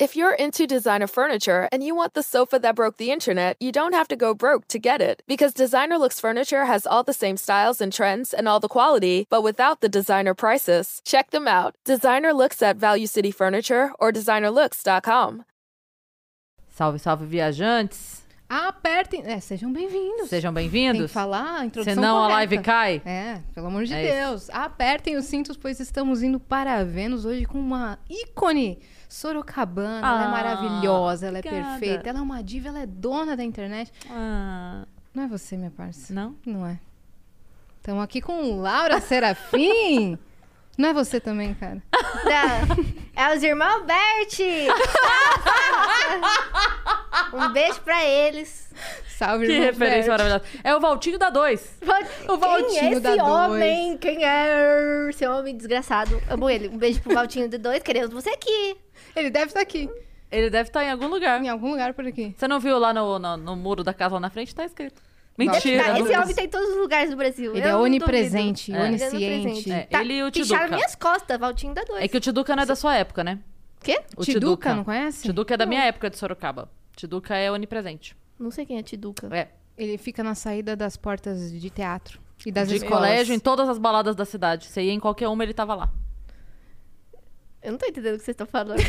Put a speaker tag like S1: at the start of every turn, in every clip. S1: If you're into designer furniture and you want the sofa that broke the internet, you don't have to go broke to get it. Because Designer Looks Furniture has all the same styles and trends and all the quality, but without the designer prices. Check them out. Designer Looks at Value City Furniture or designerlooks.com.
S2: Salve, salve, viajantes!
S3: Apertem. É, sejam bem-vindos.
S2: Sejam
S3: Tem que
S2: bem-vindos.
S3: falar a introdução.
S2: Senão a
S3: correta.
S2: live cai.
S3: É, pelo amor de
S2: É
S3: Deus. Apertem os cintos, pois estamos indo para Vênus hoje com uma ícone sorocabana. ela é
S2: Ah,
S3: maravilhosa, ela é
S2: obrigada.
S3: perfeita, ela é uma diva, ela é dona da internet. Não é você, minha parça.
S2: não?
S3: Não é. Estamos aqui com Laura Serafim. Não é você também, cara.
S4: Da... É os irmãos Bert! um beijo pra eles.
S3: Salve,
S2: Que
S3: irmão
S2: referência
S3: Bert.
S2: maravilhosa. É o Valtinho da 2.
S3: O
S4: Quem é
S3: Valtinho
S4: esse
S3: da dois.
S4: homem? Quem é esse homem desgraçado? Amo ele. Um beijo pro Valtinho de dois. Queremos você aqui.
S3: Ele deve estar aqui,
S2: Ele deve estar em algum lugar.
S3: em algum lugar por aqui.
S2: Você não viu lá no, no, no muro da casa lá na frente? Tá escrito. Mentira.
S4: Tá,
S2: não-
S3: é
S4: esse homem tá em todos os lugares do Brasil.
S3: Ele
S4: Eu
S3: é
S4: não
S3: onipresente,
S4: duvido. Ele é
S3: onisciente.
S4: onipresente.
S2: É,
S4: Tá,
S2: ele e o
S4: picharam
S2: Tiduca.
S4: minhas costas, Valtinho da dois.
S2: É que o Tiduca não é da sua época, né?
S4: Quê?
S2: O
S3: Tiduca, não conhece?
S2: Tiduca é da minha época de Sorocaba. Tiduca é onipresente.
S4: Não sei quem é Tiduca.
S2: É.
S3: Ele fica na saída das portas de teatro e das
S2: de
S3: escolas.
S2: colégio, em todas as baladas da cidade. Você ia em qualquer uma, ele tava lá.
S4: Eu não tô entendendo o que vocês estão falando. eu,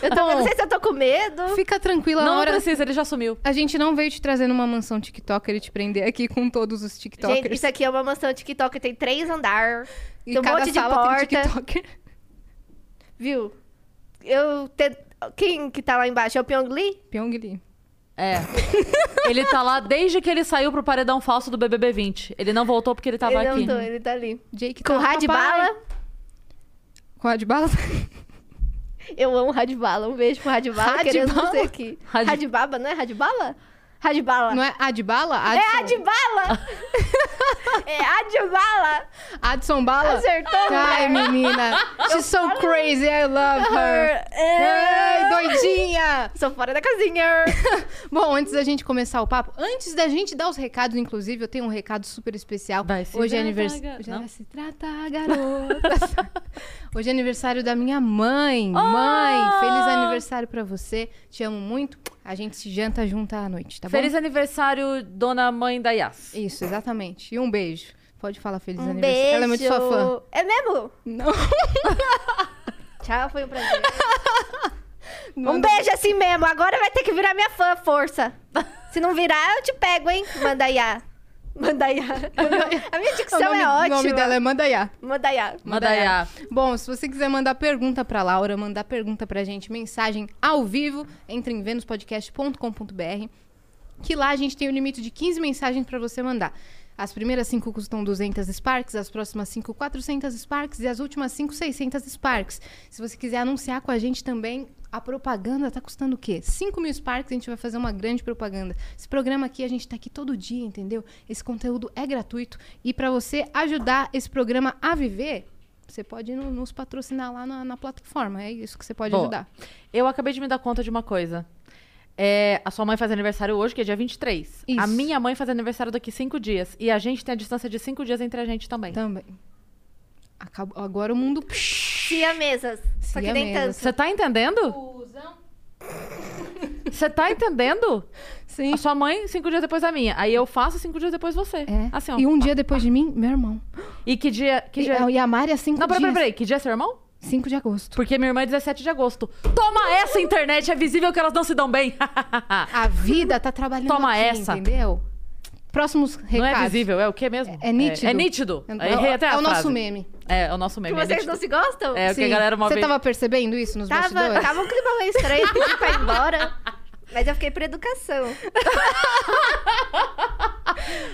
S4: tô,
S3: Então,
S4: eu não sei se eu tô com medo.
S3: Fica tranquila,
S2: não
S3: Laura.
S2: precisa, ele já sumiu.
S3: A gente não veio te trazer numa mansão TikToker e te prender aqui com todos os TikTokers.
S4: Gente, isso aqui é uma mansão TikTok, tem três andar,
S3: e
S4: tem um
S3: cada
S4: monte de
S3: sala
S4: porta.
S3: tem TikToker.
S4: viu? Eu te- quem que tá lá embaixo é o Pyong Lee?
S3: Pyongyi.
S2: É. ele tá lá desde que ele saiu pro paredão falso do BBB 20. Ele não voltou porque ele tava
S3: é
S4: ele
S3: um
S2: aqui.
S4: não tô, ele tá ali.
S3: Jake
S4: Com
S3: tá, papai.
S4: Radbala.
S3: Com Radbala?
S4: Eu amo Radbala. Um beijo pro Radbala, querendo
S3: Radbala?
S4: você aqui.
S2: Rad-
S4: Radbala, não é Radbala? Radbala.
S3: Não é Adbala? Adson.
S4: É Adbala! é Adbala!
S3: Adson Bala?
S4: Acertou,
S3: Ai,
S4: mulher.
S3: menina. She's so crazy, I love her. Ai,
S4: É.
S3: doidinha.
S4: Sou fora da casinha!
S3: Bom, antes da gente começar o papo, antes da gente dar os recados, inclusive, eu tenho um recado super especial.
S2: Vai se
S3: Hoje é
S2: tratar,
S3: aniversário.
S2: gar-
S3: Já
S2: não?
S3: se trata, garota. Hoje é aniversário da minha mãe.
S2: Ah!
S3: Mãe, feliz aniversário pra você. Te amo muito. A gente se janta junta à noite, tá
S2: Feliz
S3: bom?
S2: aniversário, dona mãe da Yas.
S3: Isso, exatamente. E um beijo. Pode falar feliz
S4: Um
S3: aniversário.
S4: beijo!
S3: Ela é muito sua fã.
S4: É mesmo?
S3: Não.
S4: Tchau, foi um prazer. Um beijo assim mesmo. Agora vai ter que virar minha fã, força. Se não virar, eu te pego, hein? Mandaiá. Mandaiá. A minha
S3: O
S4: dicção
S3: nome,
S4: é ótima.
S3: o nome dela é Mandaiá.
S4: Mandaiá.
S2: Madaiá.
S3: Bom, se você quiser mandar pergunta pra Laura, mandar pergunta pra gente, mensagem ao vivo, entre em venuspodcast.com.br, que lá a gente tem o limite de 15 mensagens pra você mandar. As primeiras 5 custam 200 Sparks, as próximas 5, 400 Sparks e as últimas 5, 600 Sparks. Se você quiser anunciar com a gente também, a propaganda tá custando o quê? 5 mil Sparks, a gente vai fazer uma grande propaganda. Esse programa aqui, a gente tá aqui todo dia, entendeu? Esse conteúdo é gratuito e pra você ajudar esse programa a viver, você pode no- nos patrocinar lá na, na plataforma. É isso que você pode
S2: Boa.
S3: ajudar.
S2: Eu acabei de me dar conta de uma coisa. É, a sua mãe faz aniversário hoje, que é dia 23.
S3: Isso.
S2: A minha mãe faz aniversário daqui cinco dias. E a gente tem a distância de cinco dias entre a gente também.
S3: Também. Acabou- Agora o mundo.
S4: Cia mesas. Só que nem
S3: Siamesas.
S4: tanto.
S2: Você tá entendendo? Você tá entendendo?
S3: Sim.
S2: A sua mãe, cinco dias depois da minha. Aí eu faço, cinco dias depois você.
S3: É.
S2: Assim, ó.
S3: e um dia depois de mim, meu irmão.
S2: E que dia... Que
S3: e,
S2: dia...
S3: e a Mari é 5
S2: Não, peraí,
S3: dias.
S2: peraí, peraí. Que dia é seu irmão?
S3: 5 de agosto.
S2: Porque minha irmã é 17 de agosto. Toma essa, internet! É visível que elas não se dão bem.
S3: A vida tá trabalhando
S2: Toma
S3: aqui,
S2: essa.
S3: entendeu? Próximos recados.
S2: não é visível, é o quê mesmo?
S3: É- é nítido.
S2: É, nítido.
S3: É,
S2: Aí errei até
S3: é
S2: a
S3: o nosso
S2: frase.
S3: meme.
S2: É, é o nosso meme.
S4: Que
S2: é
S4: vocês
S2: nítido.
S4: não se gostam?
S2: É, o que a galera uma
S3: Você
S2: vez...
S3: tava percebendo isso nos
S4: Tava,
S3: bastidores?
S4: tava um clima meio estranho, eu pedi pra ir embora. Mas eu fiquei por educação.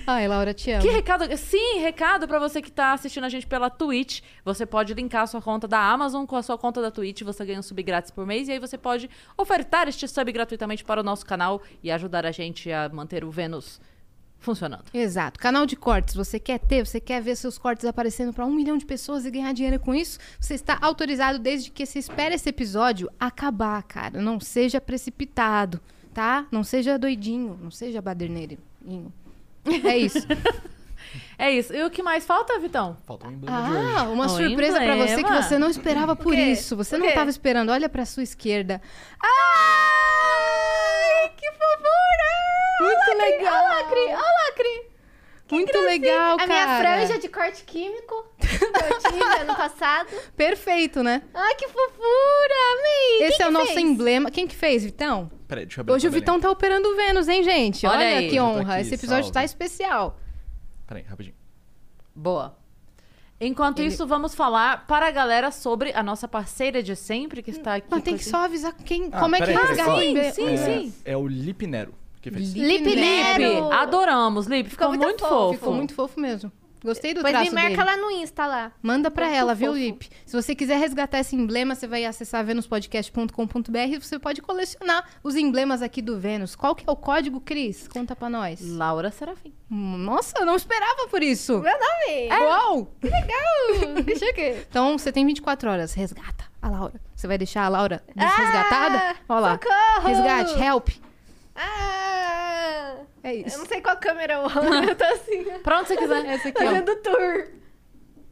S3: Ai, Laura, te amo.
S2: Que recado? Sim, recado pra você que tá assistindo a gente pela Twitch. Você pode linkar a sua conta da Amazon com a sua conta da Twitch. Você ganha um sub grátis por mês. E aí você pode ofertar este sub gratuitamente para o nosso canal e ajudar a gente a manter o Vênus funcionando.
S3: Exato. Canal de cortes. Você quer ter, você quer ver seus cortes aparecendo para um milhão de pessoas e ganhar dinheiro com isso? Você está autorizado desde que você espere esse episódio acabar, cara. Não seja precipitado, tá? Não seja doidinho, não seja baderneirinho. É isso.
S2: É isso. E o que mais falta, Vitão?
S5: Falta um emblema de hoje.
S3: Ah, uma
S2: Um
S3: surpresa pra você que
S2: emblema.
S3: você não esperava por
S4: quê?
S3: isso. Você
S4: O
S3: não
S4: quê?
S3: tava esperando. Olha pra sua esquerda.
S4: Ai, que fofura!
S3: Muito
S4: Olha a lacre,
S3: legal.
S4: Olha a Então, assim, lacre, olha a lacre.
S3: Muito legal,
S4: a minha
S3: cara.
S4: franja de corte químico que eu tive ano passado.
S3: Perfeito, né?
S4: Ai, que fofura! Amei!
S3: Esse
S4: Quem
S3: é o
S4: que
S3: nosso
S4: fez? Ah,
S3: emblema. Quem que fez, então? Vitão?
S5: Peraí, deixa eu abrir
S3: Hoje o
S5: tabela aí.
S3: Vitão tá operando o Vênus, hein, gente?
S2: Olha
S3: Olha,
S2: aí.
S3: que
S5: Hoje eu tô
S3: honra.
S5: tá aqui,
S3: Esse episódio
S5: salve.
S3: tá especial.
S5: Peraí, rapidinho.
S2: Boa. Enquanto
S3: Ele-
S2: isso, vamos falar para a galera sobre a nossa parceira de sempre que está aqui.
S3: Mas tem
S2: com
S3: que
S2: a
S3: só avisar quem,
S5: Ah,
S3: como é que
S5: peraí, peraí,
S3: rasga
S5: só.
S3: o
S2: Sim,
S3: emblema.
S2: sim,
S5: é,
S2: sim.
S5: É o Lip Nero que fez.
S4: Lip
S3: Lip
S2: gente.
S4: Nero.
S2: Lipe, adoramos, Lipe. Ficou,
S4: muito
S2: muito
S4: fofo.
S2: fofo.
S3: Ficou muito fofo mesmo. Gostei do
S4: Pois me
S3: traço
S4: marca
S3: dele.
S4: lá no Insta lá.
S3: Manda pra
S4: Muito
S3: ela, viu,
S4: fofo.
S3: Lip? Se você quiser resgatar esse emblema, você vai acessar venuspodcast.com.br e você pode colecionar os emblemas aqui do Vênus. Qual que é o código, Cris? Conta pra nós.
S2: Laura Serafim.
S3: Nossa, eu não esperava por isso.
S4: Meu nome!
S3: Uau!
S4: É. Legal! Deixa eu ver.
S3: Então, você tem 24 horas. Resgata a Laura. Você vai deixar a Laura desresgatada?
S2: Ah,
S3: Olha lá.
S4: socorro!
S3: Resgate, help.
S4: Ah!
S3: É
S4: Eu não
S3: isso.
S4: sei qual câmera eu olho, eu tô assim,
S2: Pra onde você quiser.
S3: Essa aqui, ó.
S4: fazendo tour.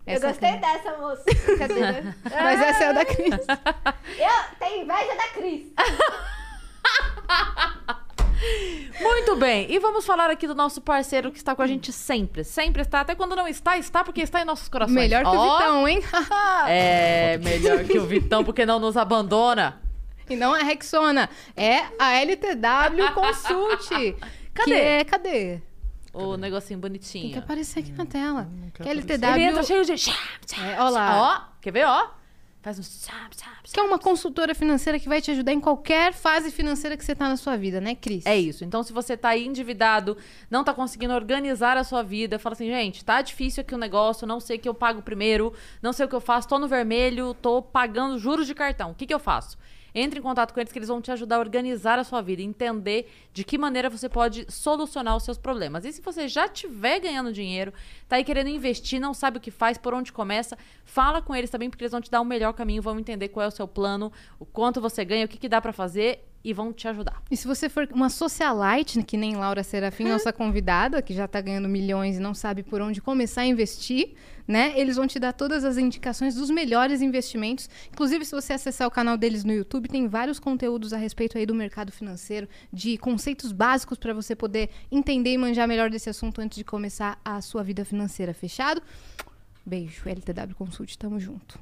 S3: Essa
S4: eu gostei
S3: aqui.
S4: dessa moça. Brincadeira.
S3: Mas essa é a da Cris.
S4: Ah, Eu tenho inveja da Cris.
S2: Muito bem, e vamos falar aqui do nosso parceiro que está com a gente sempre. Sempre está, até quando não está, está porque está em nossos corações.
S3: Melhor que o
S2: Ó,
S3: Vitão, hein?
S2: É, melhor que o Vitão, porque não nos abandona.
S3: E não é a Rexona, é a LTW Consult.
S2: Cadê?
S3: Que é, cadê?
S2: O negocinho
S3: Tem que
S2: bonitinho.
S3: aparecer aqui na tela. Que é
S5: aparecer.
S3: LTW.
S2: Ele entra cheio de...
S3: É, ó lá.
S2: Ó, quer ver, ó? Faz um... chap, chap, chap.
S3: Que é uma consultora financeira que vai te ajudar em qualquer fase financeira que você tá na sua vida, né, Cris?
S2: É isso. Então, se você tá aí endividado, não tá conseguindo organizar a sua vida, fala assim, gente, tá difícil aqui o negócio, não sei o que eu pago primeiro, não sei o que eu faço, tô no vermelho, tô pagando juros de cartão. O que, que eu faço? Entre em contato com eles que eles vão te ajudar a organizar a sua vida, entender de que maneira você pode solucionar os seus problemas. E se você já tiver ganhando dinheiro, tá aí querendo investir, não sabe o que faz, por onde começa, fala com eles também, porque eles vão te dar o melhor caminho, vão entender qual é o seu plano, o quanto você ganha, o que, que dá pra fazer e vão te ajudar.
S3: E se você for uma socialite, que nem Laura Serafim, nossa convidada, que já tá ganhando milhões e não sabe por onde começar a investir, né? Eles vão te dar todas as indicações dos melhores investimentos. Inclusive, se você acessar o canal deles no YouTube, tem vários conteúdos a respeito aí do mercado financeiro, de conceitos básicos para você poder entender e manjar melhor desse assunto antes de começar a sua vida financeira. Fechado? Beijo, LTW Consult, tamo junto.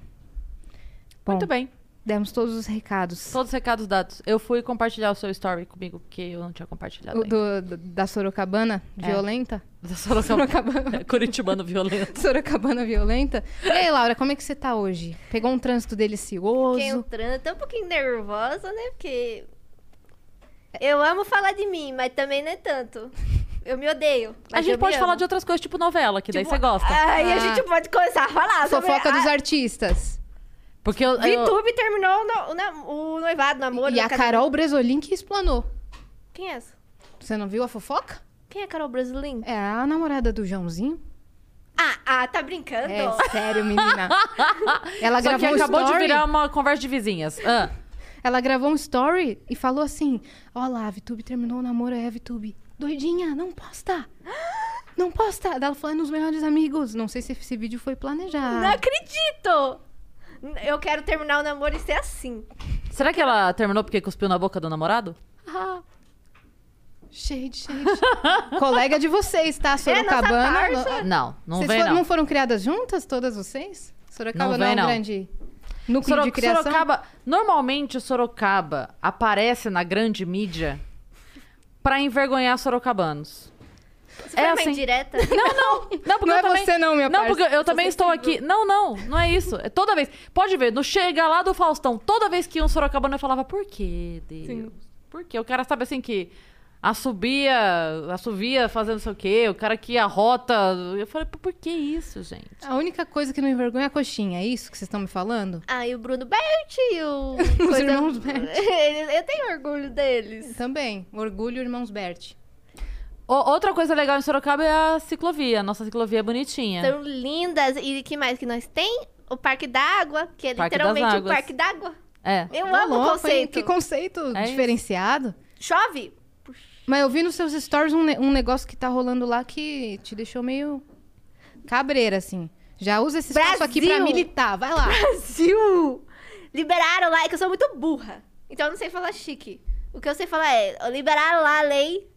S3: Bom,
S2: Muito bem.
S3: demos todos os recados.
S2: Todos os recados dados. Eu fui compartilhar o seu story comigo, porque eu não tinha compartilhado.
S3: O
S2: ainda.
S3: do- do- da Sorocabana, violenta?
S2: Da Sorocaba.
S3: Sorocabana.
S2: é Curitibano violento.
S3: Sorocabana violenta. E aí, Laura, como é que você tá hoje? Pegou um trânsito delicioso?
S4: Fiquei entrando, tô um pouquinho nervosa, né? Porque eu amo falar de mim, mas também não é tanto. Eu me odeio.
S2: A gente pode falar de outras coisas, tipo novela, que daí você gosta.
S4: Aí a
S3: Ah.
S4: gente pode começar a falar sobre...
S3: Fofoca dos
S4: a...
S3: artistas.
S2: Porque eu. eu-
S4: VTube terminou o no- o, nam- o noivado, o namoro.
S3: e
S4: o
S3: a
S4: casamento.
S3: Carol Bresolim que explanou.
S4: Quem é essa?
S3: Você não viu a fofoca?
S4: Quem é a Carol Brasilin?
S3: É a namorada do Joãozinho.
S4: Ah, ah, tá brincando?
S3: É sério, menina. Ela
S2: Só que
S3: gravou um
S2: acabou de
S3: story.
S2: virar uma conversa de vizinhas. Ah,
S3: Ela gravou um story e falou assim: Ó lá, a Vitube terminou o namoro, é a Vitube. Doidinha, não posta! Não posta! Daí Ela falou, é nos melhores amigos. Não sei se esse vídeo foi planejado.
S4: Não acredito! N- Eu quero terminar o namoro e ser assim.
S2: será que ela terminou porque cuspiu na boca do namorado?
S3: Ah. Shade, shade. Colega de vocês, tá? Sorocabana.
S4: É, nossa parça.
S2: Não, não
S3: vocês
S2: vem
S3: foram-
S2: não.
S3: foram criadas juntas, todas vocês? Sorocaba
S2: Não
S3: não,
S2: vem,
S3: é um
S2: não.
S3: grande núcleo
S2: Soro-
S3: de criação?
S2: Sorocaba, normalmente Sorocaba aparece na grande mídia pra envergonhar sorocabanos.
S4: Você foi
S2: É
S4: uma
S2: assim.
S4: indireta?
S2: Não, não. Não, porque
S3: Não
S2: eu
S3: é
S2: também...
S3: você não, minha
S2: Não,
S3: parça.
S2: porque eu também estou aqui. Não, não, não é isso. É toda vez. Pode ver, no Chega lá do Faustão, toda vez que ia um Sorocabana eu falava, por quê, Deus? Por quê? O cara sabe assim que assobia, assovia fazendo não sei o quê, o cara que arrota. Eu falei, "Pô, por que isso, gente?
S3: A única coisa que não envergonha é a coxinha, é isso que vocês estão me falando?
S4: Ah, e o Bruno Bert e o...
S3: Os irmãos Bert.
S4: Eles- Eu tenho orgulho deles.
S3: Também. Orgulho, irmãos Bert.
S2: O- outra coisa legal em Sorocaba é a ciclovia. Nossa ciclovia é bonitinha.
S4: São lindas. E que mais que nós tem? O Parque d'Água, que é
S2: Parque das
S4: literalmente o
S2: Águas.
S4: Parque d'Água.
S2: É.
S4: Eu
S3: Ô,
S4: amo
S3: Tá louco,
S4: o
S3: hein?
S4: conceito.
S3: Que conceito
S2: É isso.
S3: diferenciado.
S4: Chove?
S3: Mas eu vi nos seus stories um, ne- um negócio que tá rolando lá que te deixou meio cabreira, assim. Já usa esse espaço aqui pra
S4: Brasil!
S3: militar, vai lá.
S4: Brasil! Liberaram lá, é que eu sou muito burra. Então eu não sei falar chique. O que eu sei falar é, liberaram lá a lei.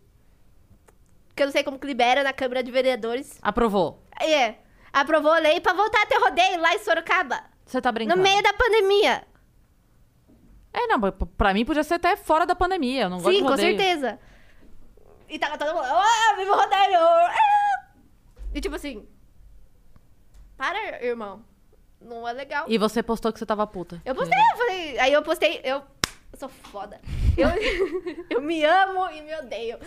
S4: Que eu não sei como que libera na Câmara de Vereadores.
S2: Aprovou.
S4: É. Aprovou a lei pra voltar a ter rodeio lá em Sorocaba.
S2: Você tá brincando.
S4: No meio da pandemia.
S2: É, não, pra- pra mim podia ser até fora da pandemia. Eu não gosto
S4: Sim,
S2: de
S4: com
S2: rodeio.
S4: certeza. E tava todo mundo. Ah, viva o rodeio! Ah! E tipo assim. Para, irmão. Não é legal.
S2: E você postou que você tava puta.
S4: Eu postei, eu falei. Aí eu postei, eu. eu sou foda. Eu, eu me amo e me odeio.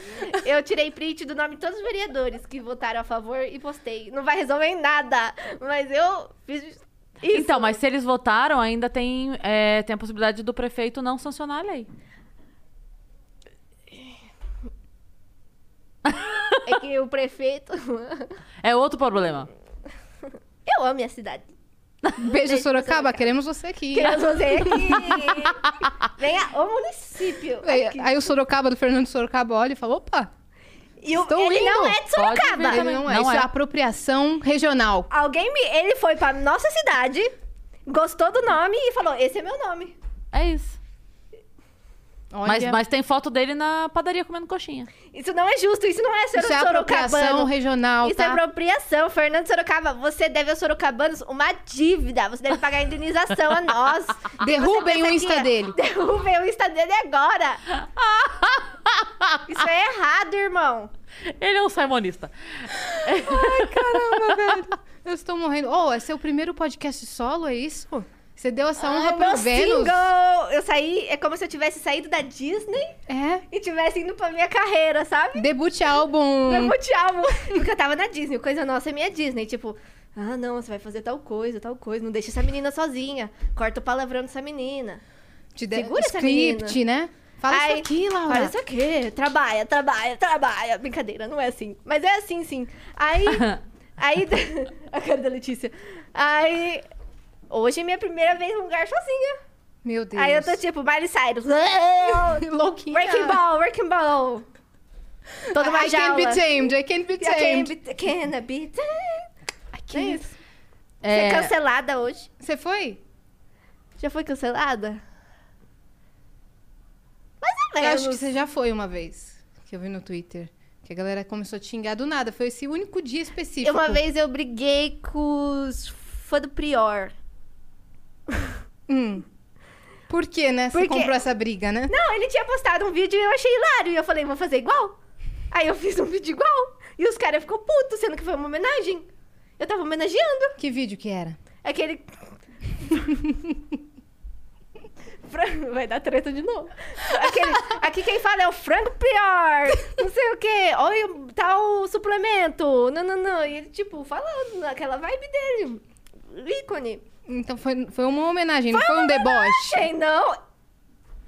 S4: Eu tirei print do nome de todos os vereadores que votaram a favor e postei. Não vai resolver em nada, mas eu fiz isso.
S2: Então, mas se eles votaram, ainda tem, é, tem a possibilidade do prefeito não sancionar a lei.
S4: É que o prefeito.
S2: É outro problema.
S4: Eu amo minha cidade.
S3: Beijo, Sorocaba,
S4: Sorocaba.
S3: queremos você aqui.
S4: Queremos você aqui. Venha o município.
S3: Aí,
S4: aqui.
S3: aí o Sorocaba do Fernando Sorocaba olha e fala: opa,
S4: E o-
S3: Estou
S4: ele
S3: indo.
S4: não é de
S2: Pode
S4: Sorocaba.
S2: ver.
S3: ele não é.
S2: Não
S3: Isso é.
S2: é.
S3: apropriação regional.
S4: Alguém me. Ele foi pra nossa cidade, gostou do nome e falou: esse é meu nome.
S2: É isso.
S3: Olha,
S2: Mas, mas tem foto dele na padaria comendo coxinha.
S4: Isso não é justo, isso não é ser
S3: isso é apropriação
S4: sorocabano.
S3: regional.
S4: Isso
S3: tá?
S4: é apropriação, Fernando Sorocaba. Você deve aos sorocabanos uma dívida. Você deve pagar indenização a nós.
S3: Derrubem o
S4: é.
S3: Insta dele.
S4: Derrubem o Insta dele agora. Isso é errado, irmão.
S2: Ele é um simonista.
S4: Tá
S3: Caramba, velho. Eu estou morrendo. Oh, esse é o primeiro podcast solo, é isso? Você deu essa honra
S4: Ai,
S3: pro
S4: Ah, é meu
S3: Vênus?
S4: single. Eu saí, é como se eu tivesse saído da Disney
S3: É.
S4: e tivesse indo pra minha carreira, sabe?
S3: Debut álbum.
S4: Eu te amo. Porque eu tava na Disney, coisa nossa é minha Disney. Tipo, ah, não, você vai fazer tal coisa, tal coisa. Não deixa essa menina sozinha. Corta o palavrão dessa menina.
S3: Te de...
S4: Segura essa
S3: Script, né? Fala
S4: Ai,
S3: isso aqui, Laura.
S4: Fala isso aqui. Trabalha, trabalha, trabalha. Brincadeira, não é assim. Mas é assim, sim. Aí. aí. a cara da Letícia. Aí. Hoje é minha primeira vez num lugar sozinha.
S3: Meu Deus.
S4: Aí eu tô tipo, Miley Cyrus. working
S3: louquinha.
S4: ball, working ball. Toda
S3: Então.
S4: uma
S3: I can't
S4: jaula.
S3: be tamed, I can't be
S4: I can't
S3: tamed.
S4: be, can't be tamed. É isso.
S2: É,
S4: Você é cancelada hoje?
S3: Você foi?
S4: Já foi cancelada? Mais ou
S3: Eu
S4: menos.
S3: acho que você já foi uma vez, que eu vi no Twitter. Que a galera começou a te xingar do nada. Foi esse único dia específico.
S4: Uma vez eu briguei com os fãs do Prior.
S3: Hum. Por que, né? Você
S4: Por quê?
S3: comprou essa briga, né?
S4: Não, ele tinha postado um vídeo e eu achei hilário. E eu falei, vou fazer igual. Aí eu fiz um vídeo igual. E os caras ficou putos, sendo que foi uma homenagem. Eu tava homenageando.
S3: Que vídeo que era?
S4: Aquele. Frango- Vai dar treta de novo. Aquele- Aqui quem fala é o frango pior. Não sei o quê. Olha tá o tal suplemento. Não, não, não. E ele, tipo, falando naquela vibe dele. Ícone.
S3: Então foi, foi uma homenagem, não foi um deboche.
S4: Achei, não.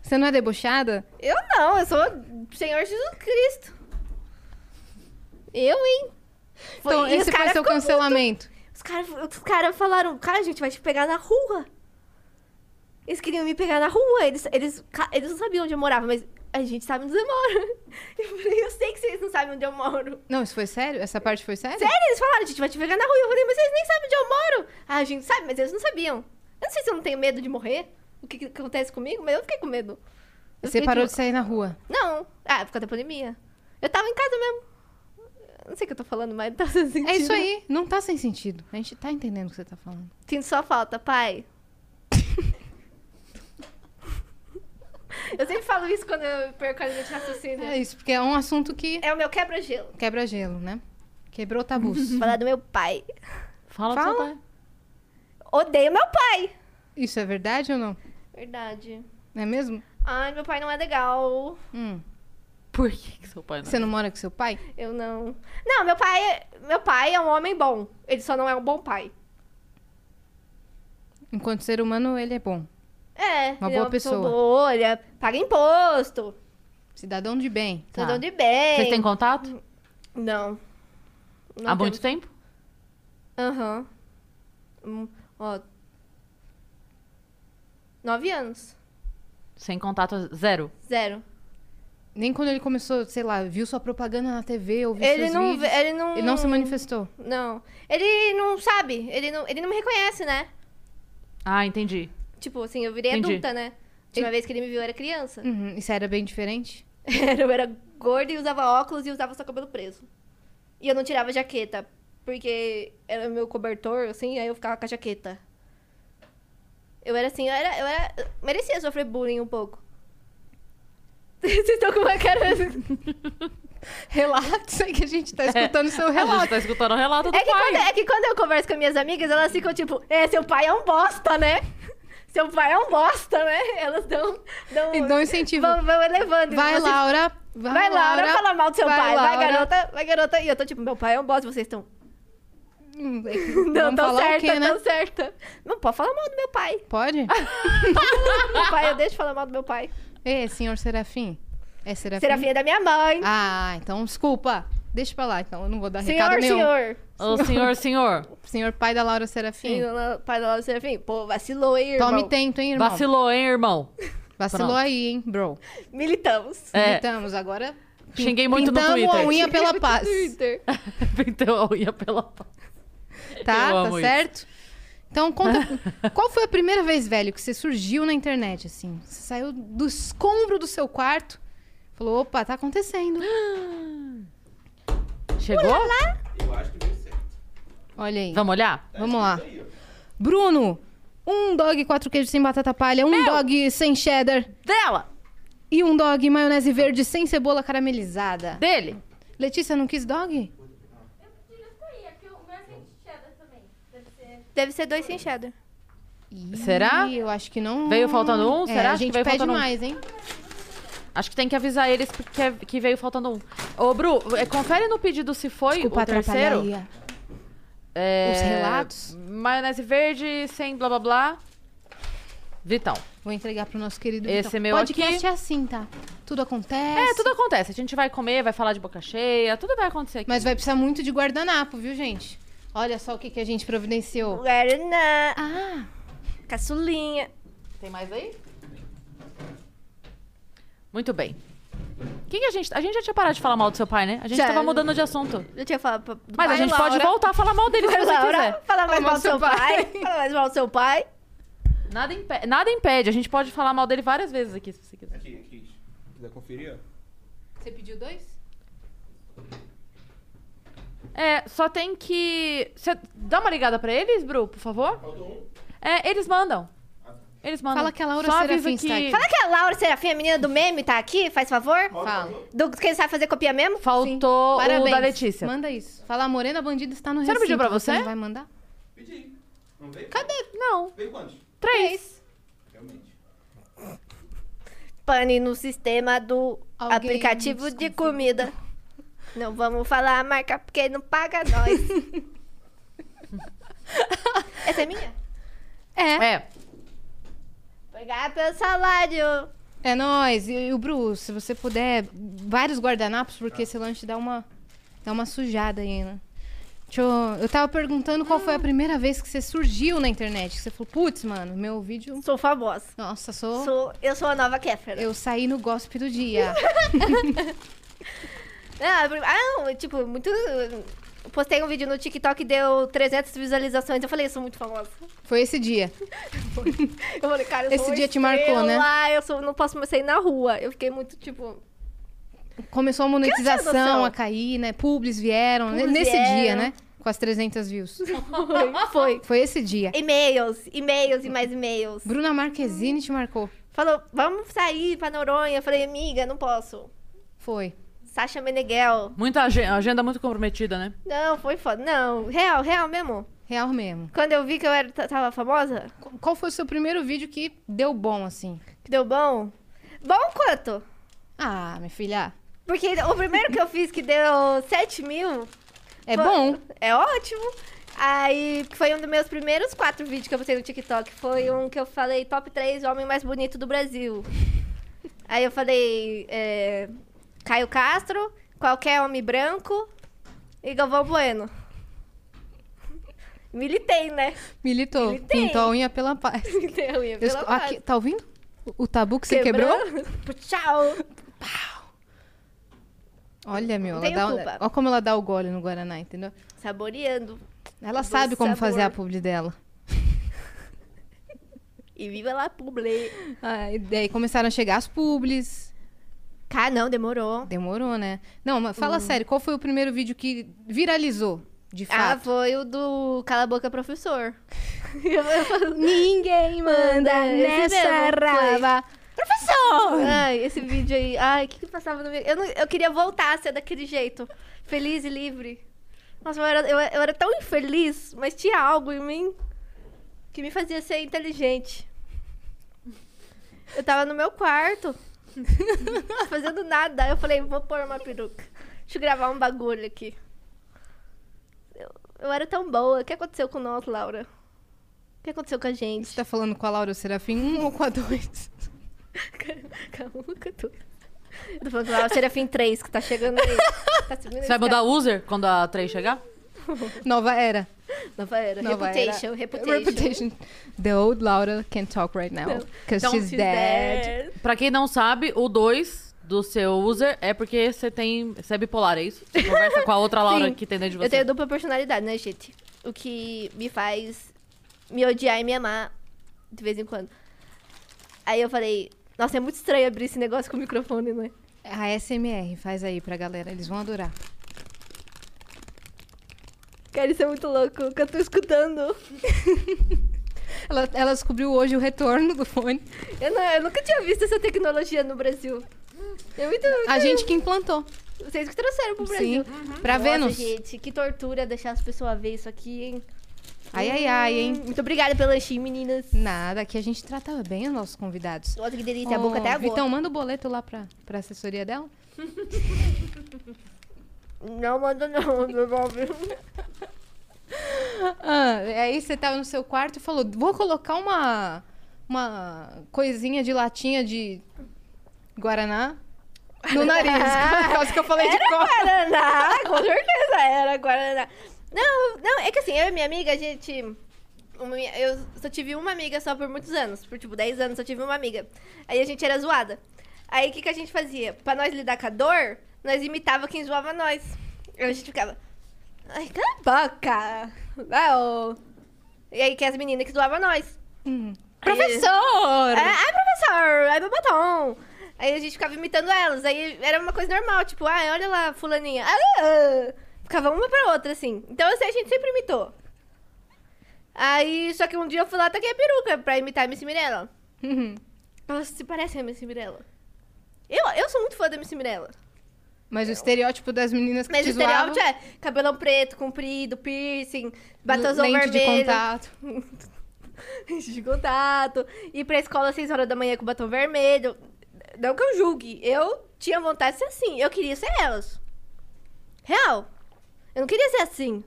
S3: Você não é debochada?
S4: Eu não, eu sou o Senhor Jesus Cristo. Eu, hein? Foi-
S3: então,
S4: e os
S3: esse foi
S4: cara
S3: seu
S4: ficou puto.
S3: cancelamento.
S4: Os caras os cara falaram, cara, a gente vai te pegar na rua. Eles queriam me pegar na rua, eles, eles, ca- eles não sabiam onde eu morava, mas a gente sabe onde eu moro. Eu falei, eu sei que vocês não sabem onde eu moro.
S3: Não, isso foi sério? Essa parte foi séria?
S4: Sério, eles falaram, a gente vai te pegar na rua. Eu falei, mas vocês nem sabem onde eu moro. Ah, a gente sabe, mas eles não sabiam. Eu não sei se eu não tenho medo de morrer, o que, que acontece comigo, mas eu fiquei com medo. Eu
S3: Você
S4: fiquei
S3: parou
S4: de-
S3: de sair na rua.
S4: Não. Ah, por causa da pandemia. Eu tava em casa mesmo. Eu Não sei o que eu tô falando, mas tá sem sentido.
S3: É isso aí. Não tá sem sentido. A gente tá entendendo o que você tá falando.
S4: Sinto sua falta, pai. eu sempre falo isso quando eu perco a linha de raciocínio.
S3: É isso, porque é um assunto que
S4: É o meu quebra-gelo.
S3: quebra gelo, né? Quebrou tabus.
S4: Falar do meu pai.
S2: Fala, do
S3: Fala.
S2: seu pai.
S4: Odeio meu pai.
S3: Isso é verdade ou não?
S4: Verdade.
S3: Não é mesmo?
S4: Ai, meu pai não é legal.
S3: Hum.
S2: Por que, que seu pai não?
S3: Você não mora com seu pai?
S4: Eu não. Não, meu pai, meu pai é um homem bom. Ele só não é um bom pai.
S3: Enquanto ser humano, ele é bom.
S4: É,
S3: Uma
S4: ele é
S3: boa
S4: uma pessoa
S3: pessoa.
S4: boa, ele é- paga imposto,
S3: Cidadão de bem.
S2: Tá.
S4: cidadão de bem.
S2: Vocês têm contato?
S4: Não.
S2: Há
S4: Não temos.
S2: muito tempo?
S4: Aham. Hum, ó. Nove anos.
S2: Sem contato, zero.
S4: Zero.
S3: Nem quando ele começou, sei lá, viu sua propaganda na TV, ouviu
S4: Ele
S3: seus
S4: não,
S3: vídeos.
S4: vê- ele não.
S3: Ele não se manifestou.
S4: Não. Ele não sabe. Ele não, ele não me reconhece, né?
S2: Ah, entendi.
S4: Tipo assim, eu virei
S2: Entendi.
S4: adulta, né? A última vez que ele me viu eu era criança.
S3: Uhum, Isso era bem diferente?
S4: eu era gorda e usava óculos e usava só cabelo preso. E eu não tirava jaqueta, porque era meu cobertor, assim, aí eu ficava com a jaqueta. Eu era assim, eu era. Eu era eu merecia sofrer bullying um pouco. Vocês estão com uma cara. assim.
S3: Relato, sei que a gente tá escutando seu
S2: A gente
S3: relato.
S2: tá escutando o relato do
S4: É que,
S2: pai.
S4: quando, é que quando eu converso com minhas amigas, elas ficam tipo, é, seu pai é um bosta, né? Seu pai é um bosta, né? Elas dão. dão
S3: E dá um incentivo.
S4: vão, vão elevando.
S3: Vai,
S4: Vocês-
S3: Laura. Vai,
S4: Vai, Laura,
S3: Laura,
S4: fala mal do seu
S3: vai,
S4: pai. Vai,
S3: Laura.
S4: garota, vai, garota. E eu tô tipo, meu pai é um bosta, vocês estão.
S3: Hum,
S4: Não,
S3: Vamos
S4: tão
S3: falar
S4: certa,
S3: o quê, né?
S4: tão certa. Não pode falar mal do meu pai.
S3: Pode?
S4: Meu pai, eu deixo de falar mal do meu pai.
S3: Ei, senhor Serafim. É Serafim?
S4: Serafim é da minha mãe.
S3: Ah, então desculpa. Deixa pra lá, então. Eu não vou dar recado
S4: senhor,
S3: nenhum.
S4: senhor.
S2: Ô, senhor, senhor.
S3: Senhor pai da Laura Serafim.
S4: Senhor, lá- pai da Laura Serafim. Pô, vacilou, hein, irmão.
S3: Tome tento, hein, irmão?
S2: Vacilou, hein, irmão?
S3: Vacilou
S2: Pronto.
S3: aí, hein, bro.
S4: Militamos.
S2: É.
S3: Pintamos agora. pin-
S2: Xinguei muito no
S3: pintamos
S2: Twitter.
S3: a unha pela
S4: No
S3: paz,
S4: Twitter.
S2: Então a unha pela pau.
S3: tá?
S2: Eu
S3: Tá
S2: amo isso.
S3: certo? Então conta, qual foi a primeira vez, velho, que você surgiu na internet, assim? Você saiu do escombro do seu quarto, falou, opa, tá acontecendo.
S2: Chegou?
S6: Eu acho que veio certo.
S3: Olha aí,
S2: Vamos olhar?
S3: vamos lá.
S6: Aí, ó.
S3: Bruno, um dog quatro queijos sem batata palha, um dog sem cheddar
S2: Dela!
S3: e um dog maionese verde sem cebola caramelizada.
S2: Dele!
S3: Letícia, não quis dog?
S4: Deve ser dois sem cheddar.
S3: Ih,
S2: Será?
S3: Eu acho que não.
S2: Veio faltando um?
S3: É,
S2: Será?
S3: A
S2: Acho que
S3: gente
S2: veio
S3: pede
S2: faltando um.
S3: mais, hein?
S2: Acho que tem que avisar eles que, é- que veio faltando um. Ô, Bru, é, confere no pedido se foi
S3: Desculpa
S2: o terceiro.
S3: atrapalhar aí. a-
S2: É,
S3: os relatos.
S2: Maionese verde, sem blá blá blá. Vitão.
S3: Vou entregar pro nosso querido
S2: Esse
S3: Vitão.
S2: meu
S3: Podcast
S2: aqui.
S3: é assim, tá? Tudo acontece.
S2: É, tudo acontece. A gente vai comer, vai falar de boca cheia, tudo vai acontecer aqui.
S3: Mas vai precisar muito de guardanapo, viu, gente? Olha só o que, que a gente providenciou.
S4: Guaraná.
S3: Ah,
S4: Caçulinha.
S2: Tem mais aí? Muito bem. Quem que a gente. A gente já tinha parado de falar mal do seu pai, né? A gente
S4: Já.
S2: tava mudando de assunto.
S4: Eu tinha falado pra- do
S2: Mas
S4: pai
S2: a gente
S4: Laura.
S2: pode voltar a falar mal dele se
S4: Pai
S2: você
S4: Laura,
S2: quiser.
S4: fala mais mal do seu pai. Fala mais mal do seu pai.
S2: Nada, impe- Nada impede. A gente pode falar mal dele várias vezes aqui, se você quiser.
S6: Aqui, aqui. Se quiser conferir, ó.
S3: você pediu dois?
S2: É, só tem que. Cê dá uma ligada pra eles, Bru, por favor?
S6: um.
S2: É, eles mandam.
S6: Ah, tá.
S2: Eles mandam.
S3: Fala que a Laura
S2: Só avisa
S3: Serafim está
S2: que
S3: aqui.
S4: Fala que a Laura Serafim, a menina do meme, tá aqui, faz favor.
S3: Fala.
S4: Do que sabe fazer copia mesmo?
S2: Faltou o
S3: Parabéns.
S2: da Letícia.
S3: Manda isso. Fala, a Morena Bandida está no
S2: Você não
S3: recinto.
S2: pediu pra você?
S3: não vai mandar?
S6: Pedi. Não veio?
S3: Cadê?
S2: Não.
S6: Veio quantos?
S2: Três.
S6: Realmente.
S4: Pane no sistema do
S3: Alguém
S4: aplicativo
S3: nos
S4: de
S3: confirma.
S4: comida. Não vamos falar a marca porque não paga nós. Essa é minha?
S3: É. É,
S2: É.
S4: Pagar pelo salário.
S3: É nóis. E, e o Bruce, se você puder, vários guardanapos,
S4: Tá.
S3: porque esse lanche dá uma, dá uma sujada aí, né? Deixa eu... eu tava perguntando qual foi a primeira vez que você surgiu na internet. Que você falou, putz, mano, meu vídeo...
S4: Sou famosa.
S3: Nossa, sou...
S4: Sou, eu sou a nova Kéfera.
S3: Eu saí no gossip do dia.
S4: Ah, por- ah, não, tipo, muito... eu Postei um vídeo no TikTok e deu 300 visualizações. Eu falei, eu sou muito famosa.
S3: Foi esse dia.
S4: Eu falei, cara, eu
S3: Esse
S4: sou uma
S3: dia te marcou, né?
S4: estrela, Eu sou, não posso mais sair na rua. Eu fiquei muito, tipo...
S3: Começou a
S4: Que tinha noção?
S3: monetização a cair, né? Publis vieram. né?
S4: Publis
S3: Nesse dia,
S4: vieram.
S3: né? Com as 300 views.
S4: Foi, foi.
S3: Foi esse dia.
S4: E-mails, e-mails e mais e-mails.
S3: Bruna Marquezine te marcou.
S4: Falou, vamos sair pra Noronha. Eu falei, amiga, não posso.
S3: Foi.
S4: Sasha Meneghel.
S2: Muita agenda, agenda muito comprometida, né?
S4: Não, foi foda. Não, real, real mesmo.
S3: Real mesmo.
S4: Quando eu vi que eu era, t- tava famosa,
S3: Qu- Qual foi o seu primeiro vídeo que deu bom, assim?
S4: que deu bom. Bom quanto?
S3: Ah, minha filha.
S4: Porque o primeiro que eu fiz que deu 7 mil.
S3: É
S4: foi-
S3: bom.
S4: É ótimo. Aí foi um dos meus primeiros quatro vídeos que eu postei no TikTok. Foi um que eu falei top 3 homem mais bonito do Brasil. Aí eu falei é, Caio Castro, qualquer homem branco e Galvão Bueno. Militei, né?
S3: Militou.
S4: Ele tem.
S3: Pintou a unha pela paz.
S4: Militei, eu ia
S3: Eu
S4: pela
S3: esco- aqui-
S4: paz.
S3: tá ouvindo? O- O tabu que você quebrou?
S4: Quebrando. Tchau.
S3: Olha, meu, ela
S4: tenho
S3: dá,
S4: culpa.
S3: olha como ela dá o gole no Guaraná, entendeu?
S4: Saboreando.
S3: Ela
S4: Do
S3: sabe como fazer a
S4: sabor.
S3: publi dela.
S4: E viva lá, publi.
S3: Ah, e daí começaram a chegar as publis.
S4: Cara, não, demorou.
S3: Demorou, né? Não, mas fala sério, qual foi o primeiro vídeo que viralizou, de
S4: Ah,
S3: fato?
S4: foi o do Cala a Boca Professor.
S3: Ninguém
S4: Esse mesmo, foi.
S3: Professor!
S4: Ai, esse vídeo aí. Ai, o que, que passava no meu. Eu, não- eu queria voltar a ser daquele jeito. Feliz e livre. Nossa, eu era, eu, eu era tão infeliz, mas tinha algo em mim que me fazia ser inteligente. Eu tava no meu quarto, fazendo nada. Aí Eu falei, vou pôr uma peruca. Deixa eu gravar um bagulho aqui. Eu, eu era tão boa. O que aconteceu com nós, Laura? O que aconteceu com a gente?
S3: Você tá falando com a Laura Serafim um ou com a dois?
S4: Calma, que eu tô. Eu tô falando lá, o Serafim 3 que tá chegando aí. Tá subindo
S2: Você vai mudar o user quando a 3 chegar?
S3: Nova era.
S4: Nova era.
S3: Nova era.
S4: reputation, reputation.
S3: Reputation. The old Laura can't talk right now. Because
S2: Então,
S3: she's
S4: She's
S3: dead.
S4: dead.
S2: Pra quem não sabe, o 2 do seu user é porque você tem. Você é bipolar, é isso? Você conversa com a outra Laura
S4: Sim.
S2: que tem dentro de
S4: Eu
S2: você.
S4: tenho dupla personalidade, né, gente? O que me faz me odiar e me amar de vez em quando. Aí eu falei, nossa, é muito estranho abrir esse negócio com o microfone, né?
S3: A SMR, faz aí pra galera, eles vão adorar.
S4: Cara, isso é muito louco, que eu tô escutando.
S3: Ela, ela descobriu hoje o retorno do fone.
S4: Eu, não- eu nunca tinha visto essa tecnologia no Brasil. É muito.
S3: A gente que implantou.
S4: Vocês que trouxeram pro
S3: Sim.
S4: Brasil.
S3: Pra
S4: Nossa,
S3: Vênus.
S4: gente, que tortura deixar as pessoas ver isso aqui, hein? Hum,
S3: Ai, ai, ai, hein?
S4: Muito obrigada pelo lanchinho, meninas.
S3: Nada, aqui a gente trata bem os nossos convidados.
S4: Nossa, que delícia. a
S3: Ô,
S4: boca até agora.
S3: Vitão, manda o boleto lá pra, pra assessoria dela.
S4: Não, manda não. devolve.
S3: Ah, aí você tava no seu quarto e falou: vou colocar uma, uma coisinha de latinha de Guaraná no nariz.
S4: É.
S3: Por causa que eu falei de copo.
S4: Guaraná, com certeza era Guaraná. Não, não, é que assim, eu e minha amiga, a gente... uma minha- Eu só tive uma amiga só por muitos anos. Por, tipo, 10 anos só tive uma amiga. Aí a gente era zoada. Aí o que, que a gente fazia? Pra nós lidar com a dor, nós imitava quem zoava nós. Aí a gente ficava... Ai, cala a boca! Vai, ô. E aí que as meninas que zoavam nós.
S3: Hum.
S4: Aí-
S3: Professor!
S4: é, ai, professor, ai, babatom. Aí a gente ficava imitando elas. Aí era uma coisa normal, tipo, ai, olha lá, fulaninha. Ah, ah. Ficava uma pra outra, assim. Então assim, a gente sempre imitou. Aí, só que um dia eu fui lá, taquei a peruca pra imitar a Miss Mirella.
S3: Uhum.
S4: Ela se parece a Miss Mirella. Eu, eu sou muito fã da Miss Mirella.
S3: Mas o estereótipo das meninas que
S4: Mas o
S3: te
S4: estereótipo
S3: zoavam,
S4: é cabelão preto, comprido, piercing, batom
S3: lente
S4: vermelho.
S3: de contato.
S4: lente de contato, ir pra escola às 6 horas da manhã com batom vermelho. Não que eu julgue, eu tinha vontade de ser assim. Eu queria ser elas. Real. Eu não queria ser assim.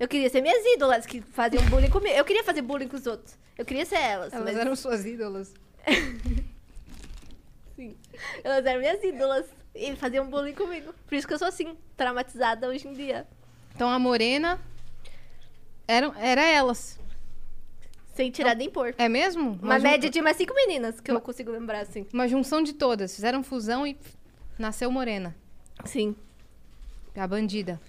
S4: Eu queria ser minhas ídolas que faziam bullying comigo. Eu queria fazer bullying com os outros. Eu queria ser elas.
S3: Elas
S4: mas
S3: eram suas ídolas.
S4: Elas eram minhas ídolas e faziam bullying comigo. Por isso que eu sou assim, traumatizada hoje em dia.
S3: Então a morena eram, era elas.
S4: Sem tirar nem pôr.
S3: É mesmo?
S4: Uma
S3: Mas um-
S4: média de umas cinco meninas que eu consigo lembrar, assim.
S3: Uma junção de todas. Fizeram fusão e pff, nasceu morena.
S4: Sim.
S3: A bandida.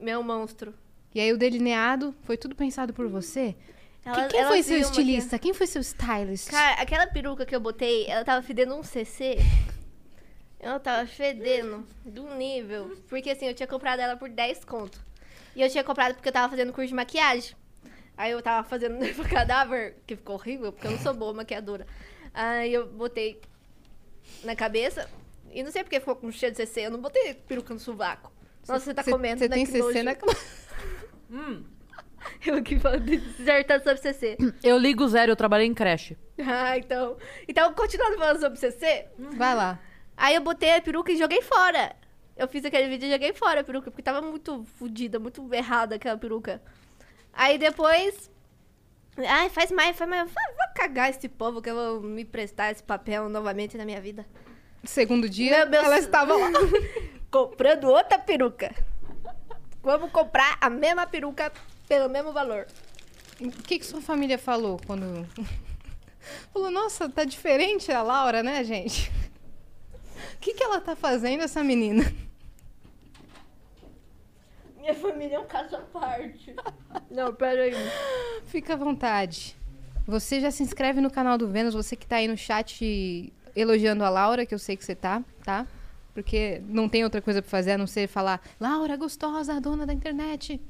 S4: Meu monstro.
S3: E aí o delineado foi tudo pensado por você? Que-
S4: Elas-
S3: quem foi
S4: elas
S3: seu
S4: viam uma que-
S3: estilista? Quem foi seu stylist?
S4: Cara, aquela peruca que eu botei, ela tava fedendo um CC. Ela tava fedendo de um nível. Porque assim, eu tinha comprado ela por 10 conto. E eu tinha comprado porque eu tava fazendo curso de maquiagem. Aí eu tava fazendo noivo cadáver, que ficou horrível, porque eu não sou boa maquiadora. Aí eu botei na cabeça. E não sei porque ficou com cheiro de CC. Eu não botei peruca no sovaco. Nossa, você tá comendo,
S3: Você
S4: né?
S3: tem
S4: Que
S3: 60
S4: nojo.
S3: na
S4: Eu aqui falando, dissertando sobre CC.
S2: Eu ligo zero, eu trabalhei em creche.
S4: ah, então... Então, continuando falando sobre CC,
S3: Vai lá.
S4: Aí eu botei a peruca e joguei fora. Eu fiz aquele vídeo e joguei fora a peruca, porque tava muito fodida, muito errada aquela peruca. Aí depois. Ai, faz mais, faz mais. Vai, vai cagar esse povo que eu vou me prestar esse papel novamente na minha vida.
S3: Segundo dia,
S4: Meu Deus.
S3: elas estavam lá.
S4: Comprando outra peruca. Vamos comprar a mesma peruca pelo mesmo valor.
S3: O que, que sua família falou quando. Falou, nossa, tá diferente a Laura, né, gente? O que, que ela tá fazendo, essa menina?
S4: Minha família é um caso à parte. Não, peraí.
S3: Fica à vontade. Você já se inscreve no canal do Vênus, você que tá aí no chat elogiando a Laura, que eu sei que você tá, tá? Porque não tem outra coisa pra fazer a não ser falar Laura gostosa, dona da internet.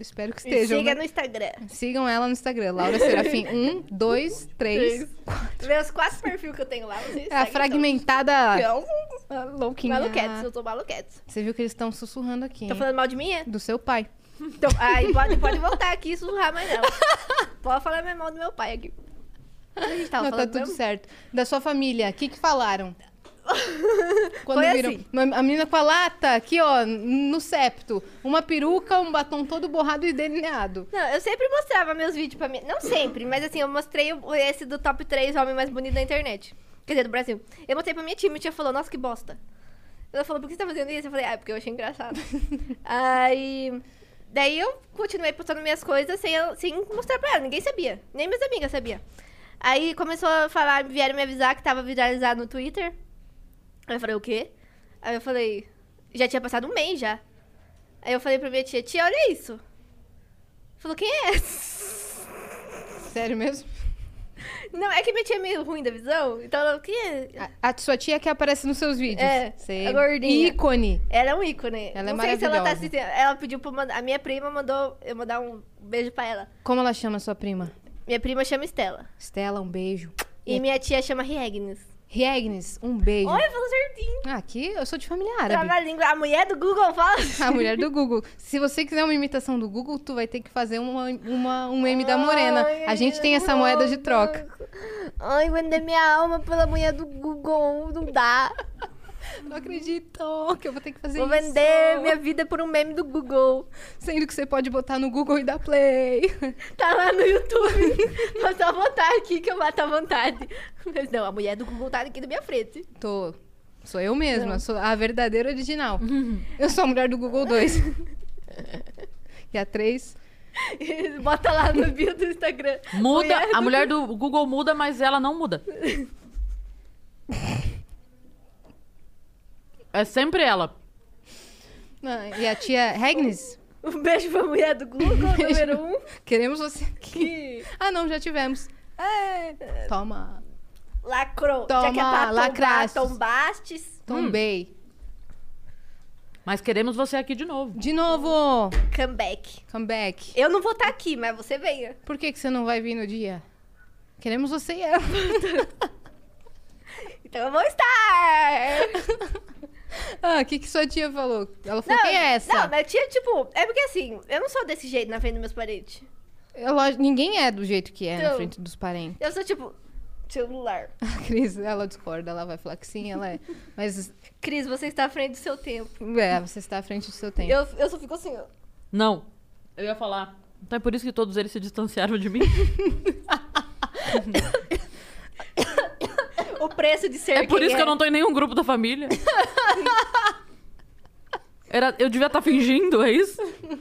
S3: Espero que
S4: Me
S3: estejam.
S4: siga
S3: né?
S4: no Instagram.
S3: Sigam ela no Instagram, Laura Serafim. Um, dois, três.
S4: Meus quatro perfis que eu tenho lá,
S3: É a
S4: vocês seguem então.
S3: fragmentada
S4: todos.
S3: ah, louquinha.
S4: Maluquetes, eu tô maluquetes.
S3: Você viu que eles estão sussurrando aqui.
S4: Tô
S3: hein?
S4: falando mal de mim, é?
S3: Do seu pai.
S4: Então, aí pode, pode voltar aqui e sussurrar mais não. Pode falar mais mal do meu pai aqui. A gente tava
S3: Não, tá
S4: falando
S3: tudo
S4: mesmo?
S3: certo. Da sua família, o que que falaram? Quando
S4: Foi
S3: viram
S4: assim.
S3: uma- a menina com a lata aqui, ó, no septo, uma peruca, um batom todo borrado e delineado.
S4: Não, eu sempre mostrava meus vídeos pra mim. Não sempre, mas assim, eu mostrei o- esse do top 3 homem mais bonito da internet. Quer dizer, do Brasil. Eu mostrei pra minha tia, minha tia falou, nossa, que bosta. Ela falou, por que você tá fazendo isso? Eu falei, ah, é porque eu achei engraçado. Aí. Daí eu continuei postando minhas coisas sem, eu- sem mostrar pra ela. Ninguém sabia. Nem minhas amigas sabiam. Aí começou a falar, vieram me avisar que tava viralizado no Twitter. Aí eu falei, o quê? Aí eu falei, já tinha passado um mês já. Aí eu falei pra minha tia, tia, olha isso. Falou, quem é?
S3: Sério mesmo?
S4: Não, é que minha tia é meio ruim da visão. Então ela, quem é?
S3: A, a sua tia que aparece nos seus vídeos.
S4: É,
S3: Sei.
S4: a gordinha.
S3: Ícone.
S4: Ela é um ícone.
S3: Ela é
S4: Não sei se ela tá
S3: maravilhosa.
S4: assistindo. Ela pediu pra eu mandar. A minha prima mandou eu mandar um beijo pra ela.
S3: Como ela chama a sua prima?
S4: Minha prima chama Estela.
S3: Estela, um beijo.
S4: E minha tia chama Riegnes.
S3: Riegnes, um beijo.
S4: Olha, falou certinho.
S3: Ah, Aqui eu sou de família
S4: Tá
S3: árabe.
S4: na língua. A mulher do Google fala.
S3: A mulher do Google. Se você quiser uma imitação do Google, tu vai ter que fazer uma, uma- um meme da Morena. A gente tem essa moeda de troca.
S4: Ai, vender minha alma pela mulher do Google. Não dá.
S3: Não acredito que eu vou ter que fazer
S4: Vou
S3: isso.
S4: vender minha vida por um meme do Google.
S3: Sendo que você pode botar no Google e dar play.
S4: Tá lá no YouTube. Mas só botar aqui que eu mato à vontade. Mas não, a mulher do Google tá aqui na minha frente.
S3: Tô. Sou eu mesma, sou a verdadeira original. Eu sou a mulher do Google 2. e a 3.
S4: Bota lá no bio do Instagram.
S2: Muda,
S4: Mulher
S2: a mulher do Google muda, mas ela não muda. É sempre ela.
S3: E a tia Regnes?
S4: Um beijo pra mulher do Google, número um.
S3: Queremos você aqui.
S4: Que
S3: Ah, não, já tivemos. É. Toma.
S4: lacrou.
S3: Toma,
S4: Já que é pra tombar,
S3: lacraços.
S4: tombastes.
S3: Tombei.
S2: Mas queremos você aqui de novo.
S3: De novo.
S4: Comeback.
S3: Comeback.
S4: Eu não vou estar aqui, mas você venha.
S3: Por que, que você não vai vir no dia? Queremos você e ela.
S4: Então eu vou estar.
S3: Ah, o que, que sua tia falou? Ela falou, quem é essa?
S4: Não, mas tinha, tipo... É porque, assim, eu não sou desse jeito na frente dos meus parentes.
S3: É lógico, ninguém é do jeito que é na
S4: Então.
S3: frente dos parentes.
S4: Eu sou, tipo, celular.
S3: A Cris, ela discorda, ela vai falar que sim, ela é. Mas
S4: Cris, você está à frente do seu tempo.
S3: é, você está à frente do seu tempo.
S4: Eu, eu só fico assim, ó.
S2: Não. Eu ia falar. Então é por isso que todos eles se distanciaram de mim.
S4: O preço de ser
S2: É por
S4: quem
S2: isso que eu não tô em nenhum grupo da família. Era, eu devia estar fingindo, é isso?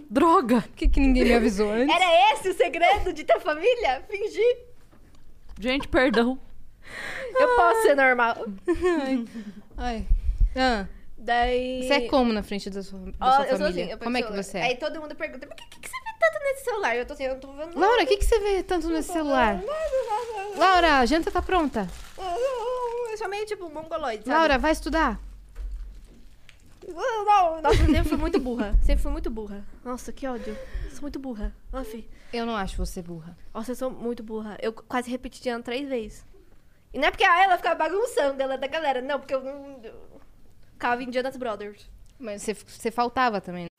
S2: Droga!
S3: Por que, que ninguém me avisou antes?
S4: Era esse o segredo de ter família? Fingir.
S2: Gente, perdão.
S4: Eu posso ser normal.
S3: Ai. Ah,
S4: Daí...
S3: você é como na frente da sua, da
S4: Ó,
S3: sua
S4: eu sou
S3: família?
S4: assim, eu pego
S3: como
S4: o
S3: é que
S4: celular.
S3: você é?
S4: Aí todo mundo pergunta, por que, que, que você vê tanto nesse celular? Eu tô assim, eu não tô vendo nada.
S3: Laura, o que, que você vê tanto nesse celular? Laura, a janta tá pronta.
S4: Eu sou meio tipo mongoloide, sabe?
S3: Laura, vai estudar.
S4: Não, não, Nossa, eu sempre fui muito burra. Sempre fui muito burra. Nossa, que ódio. Eu Sou muito burra. Aff.
S3: Eu não acho você burra.
S4: Nossa, eu sou muito burra. Eu quase repeti de ano três vezes. E não é porque ah, ela ficava bagunçando, ela é da galera. Não, porque eu não... eu Ficava em Jonas Brothers.
S3: Mas você, você faltava também. né?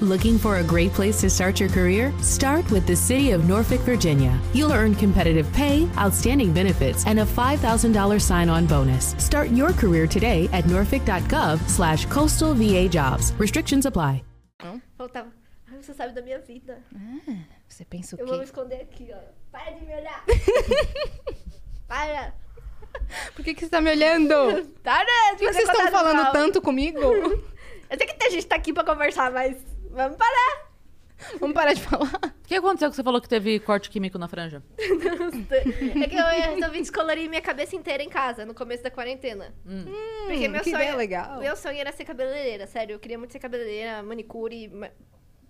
S7: Looking for a great place to start your career? Start with the City of Norfolk, Virginia. You'll earn competitive pay, outstanding benefits, and a $5,000 sign-on bonus. Start your career today at norfolk.gov slash coastal VA jobs. Restrictions apply.
S4: Faltava. Ai, você sabe da minha vida.
S3: Você pensa o
S4: Eu vou me
S3: quê?
S4: esconder aqui, ó. Para de me olhar. Para.
S3: Por que, que você tá me olhando? Por
S4: Tá, né?
S3: que, que vocês estão falando tanto comigo?
S4: Eu sei que a gente tá aqui pra conversar, mas vamos parar.
S3: Vamos parar de falar.
S2: O que aconteceu que você falou que teve corte químico na franja?
S4: É que eu resolvi descolorir minha cabeça inteira em casa, no começo da quarentena. Porque meu
S3: Hum, que
S4: sonho,
S3: ideia legal.
S4: meu sonho era ser cabeleireira, sério. Eu queria muito ser cabeleireira, manicure, ma-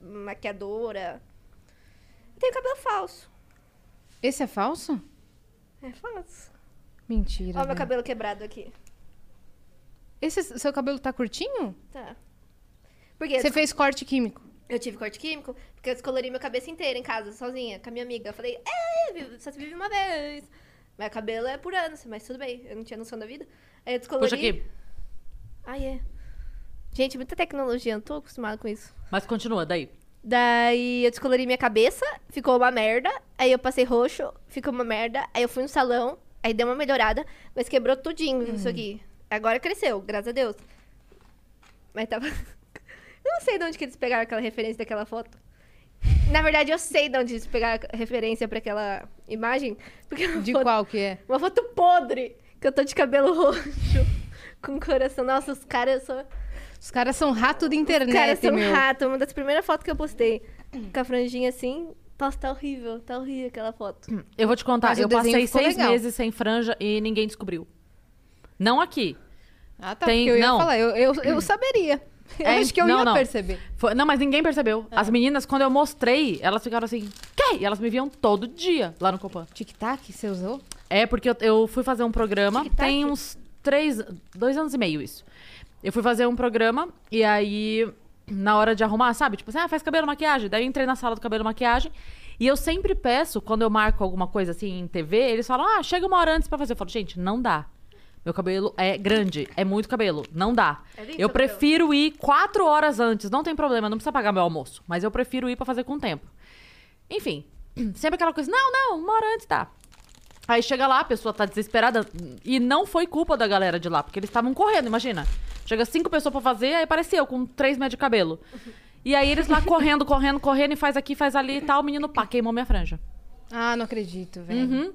S4: maquiadora. Eu tenho cabelo falso.
S3: Esse é falso?
S4: É falso.
S3: Mentira.
S4: Olha meu
S3: velho.
S4: cabelo quebrado aqui.
S3: Esse seu cabelo tá curtinho?
S4: Tá. Porque
S3: Você fez corte químico.
S4: eu tive corte químico, porque eu descolori minha cabeça inteira em casa, sozinha, com a minha amiga. Eu falei, é, vive- só se vive uma vez. Meu cabelo é por anos, mas tudo bem. Eu não tinha noção da vida. Aí eu descolori.
S2: Puxa aqui.
S4: Ah, é. Gente, muita tecnologia, não tô acostumada com isso.
S2: Mas continua, daí.
S4: Daí eu descolori minha cabeça, ficou uma merda. Aí eu passei roxo, ficou uma merda. Aí eu fui no salão, aí deu uma melhorada, mas quebrou tudinho
S3: Hum.
S4: isso aqui. Agora cresceu, graças a Deus. Mas tava. eu não sei de onde que eles pegaram aquela referência daquela foto. Na verdade, eu sei de onde eles pegaram a referência pra aquela imagem. Porque é uma
S3: De
S4: foto-
S3: qual que é?
S4: Uma foto podre, que eu tô de cabelo roxo, com coração. Nossa, os caras são.
S3: Os caras são rato da internet,
S4: Cara, são
S3: meu.
S4: rato. é Uma das primeiras fotos que eu postei com a franjinha assim. Nossa, tá horrível. Tá horrível aquela foto.
S2: Eu vou te contar,
S3: Mas o
S2: eu
S3: desenho
S2: passei
S3: ficou
S2: seis
S3: legal.
S2: meses sem franja e ninguém descobriu. Não aqui.
S3: Ah, tá.
S2: Tem-
S3: porque eu ia
S2: não.
S3: falar, eu, eu, eu saberia. Eu
S2: É,
S3: acho que eu
S2: não,
S3: ia
S2: não.
S3: perceber.
S2: Foi- não, mas ninguém percebeu. As meninas, quando eu mostrei, elas ficaram assim, que? E elas me viam todo dia lá no Copan.
S3: Tic-tac, você usou?
S2: É, porque eu, eu fui fazer um programa, tem uns três, dois anos e meio isso. Eu fui fazer um programa e aí, na hora de arrumar, sabe? Tipo assim, ah, faz cabelo, maquiagem. Daí eu entrei na sala do cabelo, maquiagem. E eu sempre peço, quando eu marco alguma coisa assim em TV, eles falam, ah, chega uma hora antes pra fazer. Eu falo, gente, não dá. Meu cabelo é grande, é muito cabelo, não dá.
S4: É lindo
S2: eu
S4: seu cabelo.
S2: prefiro ir quatro horas antes, não tem problema, não precisa pagar meu almoço. Mas eu prefiro ir pra fazer com tempo. Enfim, sempre aquela coisa, não, não, uma hora antes tá. Aí chega lá, a pessoa tá desesperada. E não foi culpa da galera de lá, porque eles estavam correndo, imagina. Chega cinco pessoas pra fazer, aí apareceu com três metros de cabelo. E aí eles lá correndo, correndo, correndo, e faz aqui, faz ali e tal. O menino, pá, queimou minha franja.
S3: Ah, não acredito, velho.
S2: Uhum.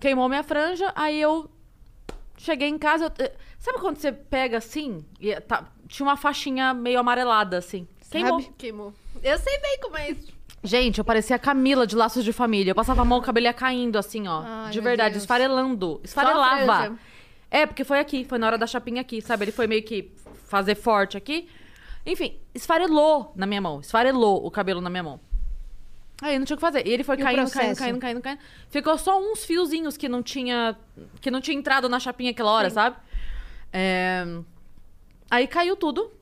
S2: Queimou minha franja, aí eu cheguei em casa. eu- eh, Sabe quando você pega assim? E tá- tinha uma faixinha meio amarelada, assim. Queimou.
S4: Queimou. Eu sei bem como é isso.
S2: Gente, eu parecia a Camila de Laços de Família. Eu passava a mão, o cabelo ia caindo, assim, ó.
S3: Ai,
S2: de
S3: meu
S2: verdade,
S3: Deus.
S2: esfarelando.
S4: Só a
S2: Esfarelava.
S4: franja.
S2: É, porque foi aqui, foi na hora da chapinha aqui, sabe? Ele foi meio que fazer forte aqui. Enfim, esfarelou na minha mão. Esfarelou o cabelo na minha mão. Aí não tinha o que fazer. E ele foi
S3: E o
S2: caindo, caindo,
S3: processo?
S2: caindo, caindo, caindo. Ficou só uns fiozinhos que não tinha. que não tinha entrado na chapinha aquela hora, sabe? É, Aí caiu tudo.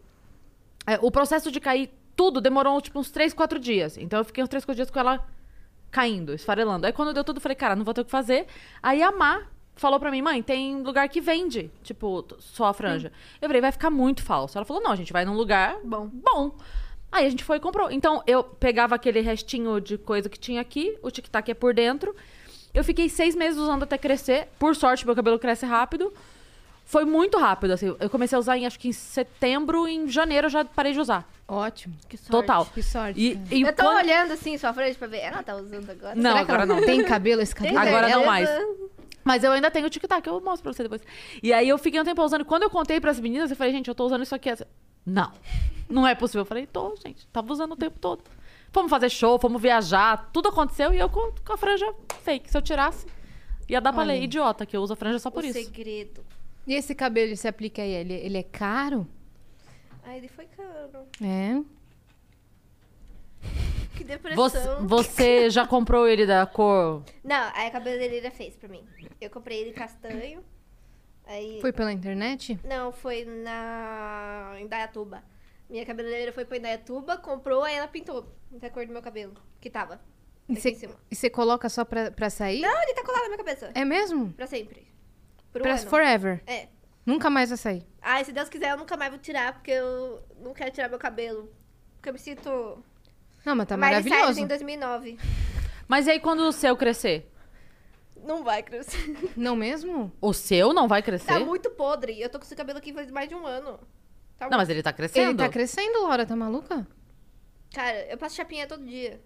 S2: É, o processo de cair tudo demorou, tipo, uns 3, 4 dias. Então eu fiquei uns 3, 4 dias com ela caindo, esfarelando. Aí quando deu tudo, eu falei, cara, não vou ter o que fazer. Aí a Má falou pra mim, mãe, tem lugar que vende, tipo, t- só a franja. Eu falei, vai ficar muito falso. Ela falou, não, a gente vai num lugar bom. bom. Aí a gente foi e comprou. Então eu pegava aquele restinho de coisa que tinha aqui, o tic-tac é por dentro. Eu fiquei seis meses usando até crescer. Por sorte, meu cabelo cresce rápido. Foi muito rápido, assim. Eu comecei a usar em, acho que em setembro, em janeiro eu já parei de usar.
S3: Ótimo.
S4: Que sorte.
S2: Total.
S3: Que sorte.
S2: E, e
S4: Eu tô
S2: quando-
S4: olhando assim sua frente pra ver. Ela tá usando agora.
S2: Não,
S4: Será que
S2: agora
S4: ela-
S2: não.
S3: Tem cabelo esse cabelo?
S4: Tem
S2: Agora não
S4: certeza?
S2: mais. Mas eu ainda tenho o tic-tac, eu mostro pra você depois. E aí eu fiquei um tempo usando. Quando eu contei pras meninas, eu falei, gente, eu tô usando isso aqui. Elas, Não, não é possível. Eu falei, tô, gente. Tava usando o tempo todo. Fomos fazer show, fomos viajar, tudo aconteceu e eu com, com a franja fake. Se eu tirasse, ia dar pra
S3: Olha.
S2: ler. Idiota, que eu uso a franja só por
S4: o
S2: isso.
S4: segredo.
S3: E esse cabelo, você aplica aí, ele, ele é caro?
S4: Ai, ele foi caro.
S3: É.
S4: Que
S2: Você,
S4: depressão.
S2: você já comprou ele da cor.
S4: Não, aí a cabeleireira fez pra mim. Eu comprei ele castanho. Aí...
S3: Foi pela internet?
S4: Não, foi na em Indaiatuba. Minha cabeleireira foi pra Indaiatuba, comprou, aí ela pintou da cor do meu cabelo, que tava.
S3: E
S4: Aqui em
S3: você,
S4: cima.
S3: e você coloca só pra, pra sair?
S4: Não, ele tá colado na minha cabeça.
S3: É mesmo?
S4: Pra sempre. Por um
S3: Pra
S4: ano.
S3: forever.
S4: É.
S3: Nunca mais vai sair.
S4: Ai, se Deus quiser, eu nunca mais vou tirar, porque eu não quero tirar meu cabelo. Porque eu me sinto...
S3: Não, mas tá
S4: Miley Cyrus
S3: maravilhoso.
S4: em 2009.
S2: Mas e aí quando o seu crescer?
S4: Não vai crescer.
S3: Não mesmo?
S2: O seu não vai crescer?
S4: Tá muito podre. Eu tô com esse cabelo aqui faz mais de um ano. Tá
S2: Não,
S4: muito-
S2: mas ele tá crescendo.
S3: Ele tá crescendo, Laura, tá maluca?
S4: Cara, eu passo chapinha todo dia.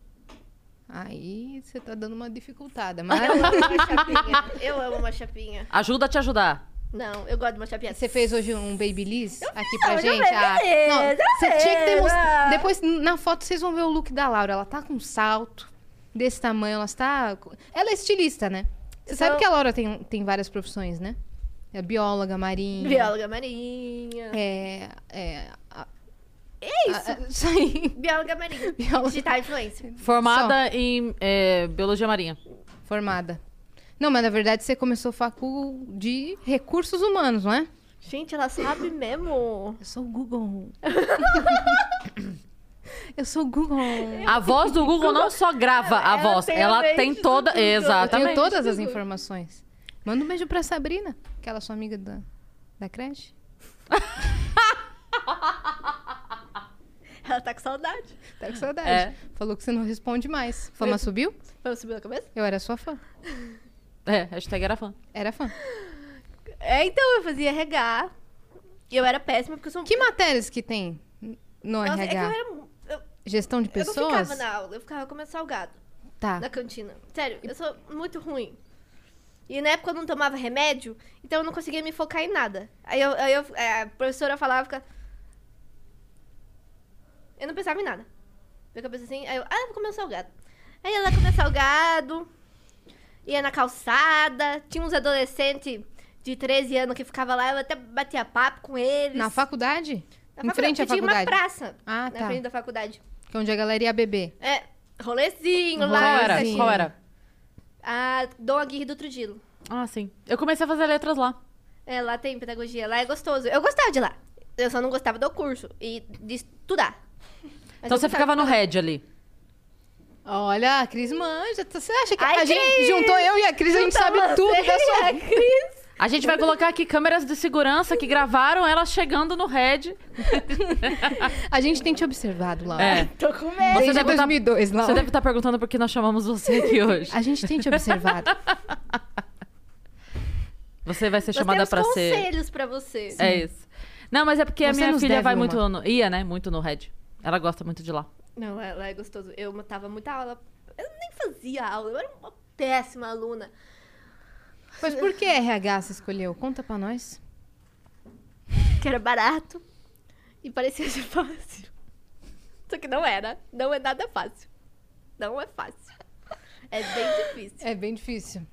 S3: Aí você tá dando uma dificultada, mas
S4: Eu amo uma chapinha. Eu amo uma chapinha.
S2: Ajuda a te ajudar.
S4: Não, eu gosto de uma chapinha.
S3: Você fez hoje um babyliss aqui pra
S4: eu um
S3: gente? Ah,
S4: falei, beleza,
S3: não, você
S4: beleza.
S3: tinha que demonstrar. Depois, na foto, vocês vão ver o look da Laura. Ela tá com um salto desse tamanho, ela está. Ela é estilista, né? Você
S4: Eu
S3: sabe
S4: sou-
S3: que a Laura tem, tem várias profissões, né? É bióloga, marinha.
S4: Bióloga marinha.
S3: É. É. a-
S4: É
S3: a-
S4: isso.
S3: a- isso aí.
S4: Bióloga marinha.
S3: Bióloga-
S4: Digital influencer.
S2: Formada em é, biologia marinha.
S3: Formada. Não, mas na verdade você começou facu de recursos humanos, não é?
S4: Gente, ela sabe mesmo.
S3: Eu sou o Google. Eu sou o Google.
S2: A voz do Google não só grava a
S4: Ela
S2: voz,
S4: tem a
S2: ela
S4: mente
S2: tem
S4: do
S2: toda.
S4: Google.
S3: Eu tenho
S2: Exatamente.
S3: todas as informações. Manda um beijo pra Sabrina, aquela sua amiga da, da creche.
S4: Ela tá com saudade.
S3: Tá com saudade.
S2: É.
S3: Falou que você não responde mais. Fama subiu?
S4: Vamos subir na cabeça?
S3: Eu era sua fã.
S2: É, hashtag era fã.
S3: Era fã.
S4: É, então eu fazia RH. E eu era péssima porque eu sou
S3: Que matérias que tem no
S4: Nossa, é que eu
S3: RH?
S4: era. mu- Eu,
S3: Gestão de
S4: eu não
S3: pessoas?
S4: ficava na aula, eu ficava comendo salgado
S3: Tá.
S4: na cantina. Sério, eu sou muito ruim. E na época eu não tomava remédio, então eu não conseguia me focar em nada. Aí, eu, aí eu- é, a professora falava, fica... eu não pensava em nada. Minha cabeça assim, aí eu, ah, eu vou comer um salgado. Aí ela comia salgado, ia na calçada, tinha uns adolescentes de 13 anos que ficava lá, eu até batia papo com eles.
S3: Na faculdade?
S4: Na
S3: em frente à
S4: tinha
S3: faculdade?
S4: uma praça
S3: Ah,
S4: na
S3: tá.
S4: frente da faculdade.
S3: Que é onde a galera ia beber.
S4: É, rolezinho
S3: Um
S2: Qual
S4: lá.
S2: era?
S4: essas-
S2: Qual era?
S4: A Dom Aguirre do Trudilo.
S2: Ah, sim. Eu comecei a fazer letras lá.
S4: É, lá tem pedagogia, lá é gostoso. Eu gostava de lá. Eu só não gostava do curso e de estudar. Mas
S2: Então
S4: eu
S2: você
S4: gostava
S2: ficava
S4: de
S2: no
S4: estudar.
S2: Red ali.
S3: Olha, a Cris manja. Tá- Você acha que
S4: Ai,
S3: a gente
S4: Cris!
S3: juntou eu e a Cris, a gente
S4: Junta
S3: sabe
S4: você
S3: tudo da
S4: e
S3: sua
S4: a é, Cris.
S2: A gente vai colocar aqui câmeras de segurança que gravaram ela chegando no Red.
S3: A gente tem te observado, Laura.
S2: É.
S4: Tô com medo.
S3: Desde
S2: Você deve tá-
S3: 2002, Laura.
S2: Você deve estar perguntando por que nós chamamos você aqui
S4: É.
S2: hoje.
S3: A gente tem te observado.
S2: Você vai ser
S4: Nós
S2: chamada
S4: temos
S2: pra ser.
S4: conselhos pra você.
S2: É isso. Não, mas é porque a
S3: Você
S2: minha
S3: nos
S2: filha
S3: deve
S2: vai
S3: uma.
S2: muito no... ia, né? Muito no Red. Ela gosta muito de lá.
S4: Não, lá lá é gostoso. Eu matava muita aula. Eu nem fazia aula. Eu era uma péssima aluna.
S3: Mas por que RH você escolheu? Conta pra nós.
S4: que era barato e parecia ser fácil. Só que não era. Não é nada fácil. Não é fácil. É bem difícil.
S3: É bem difícil.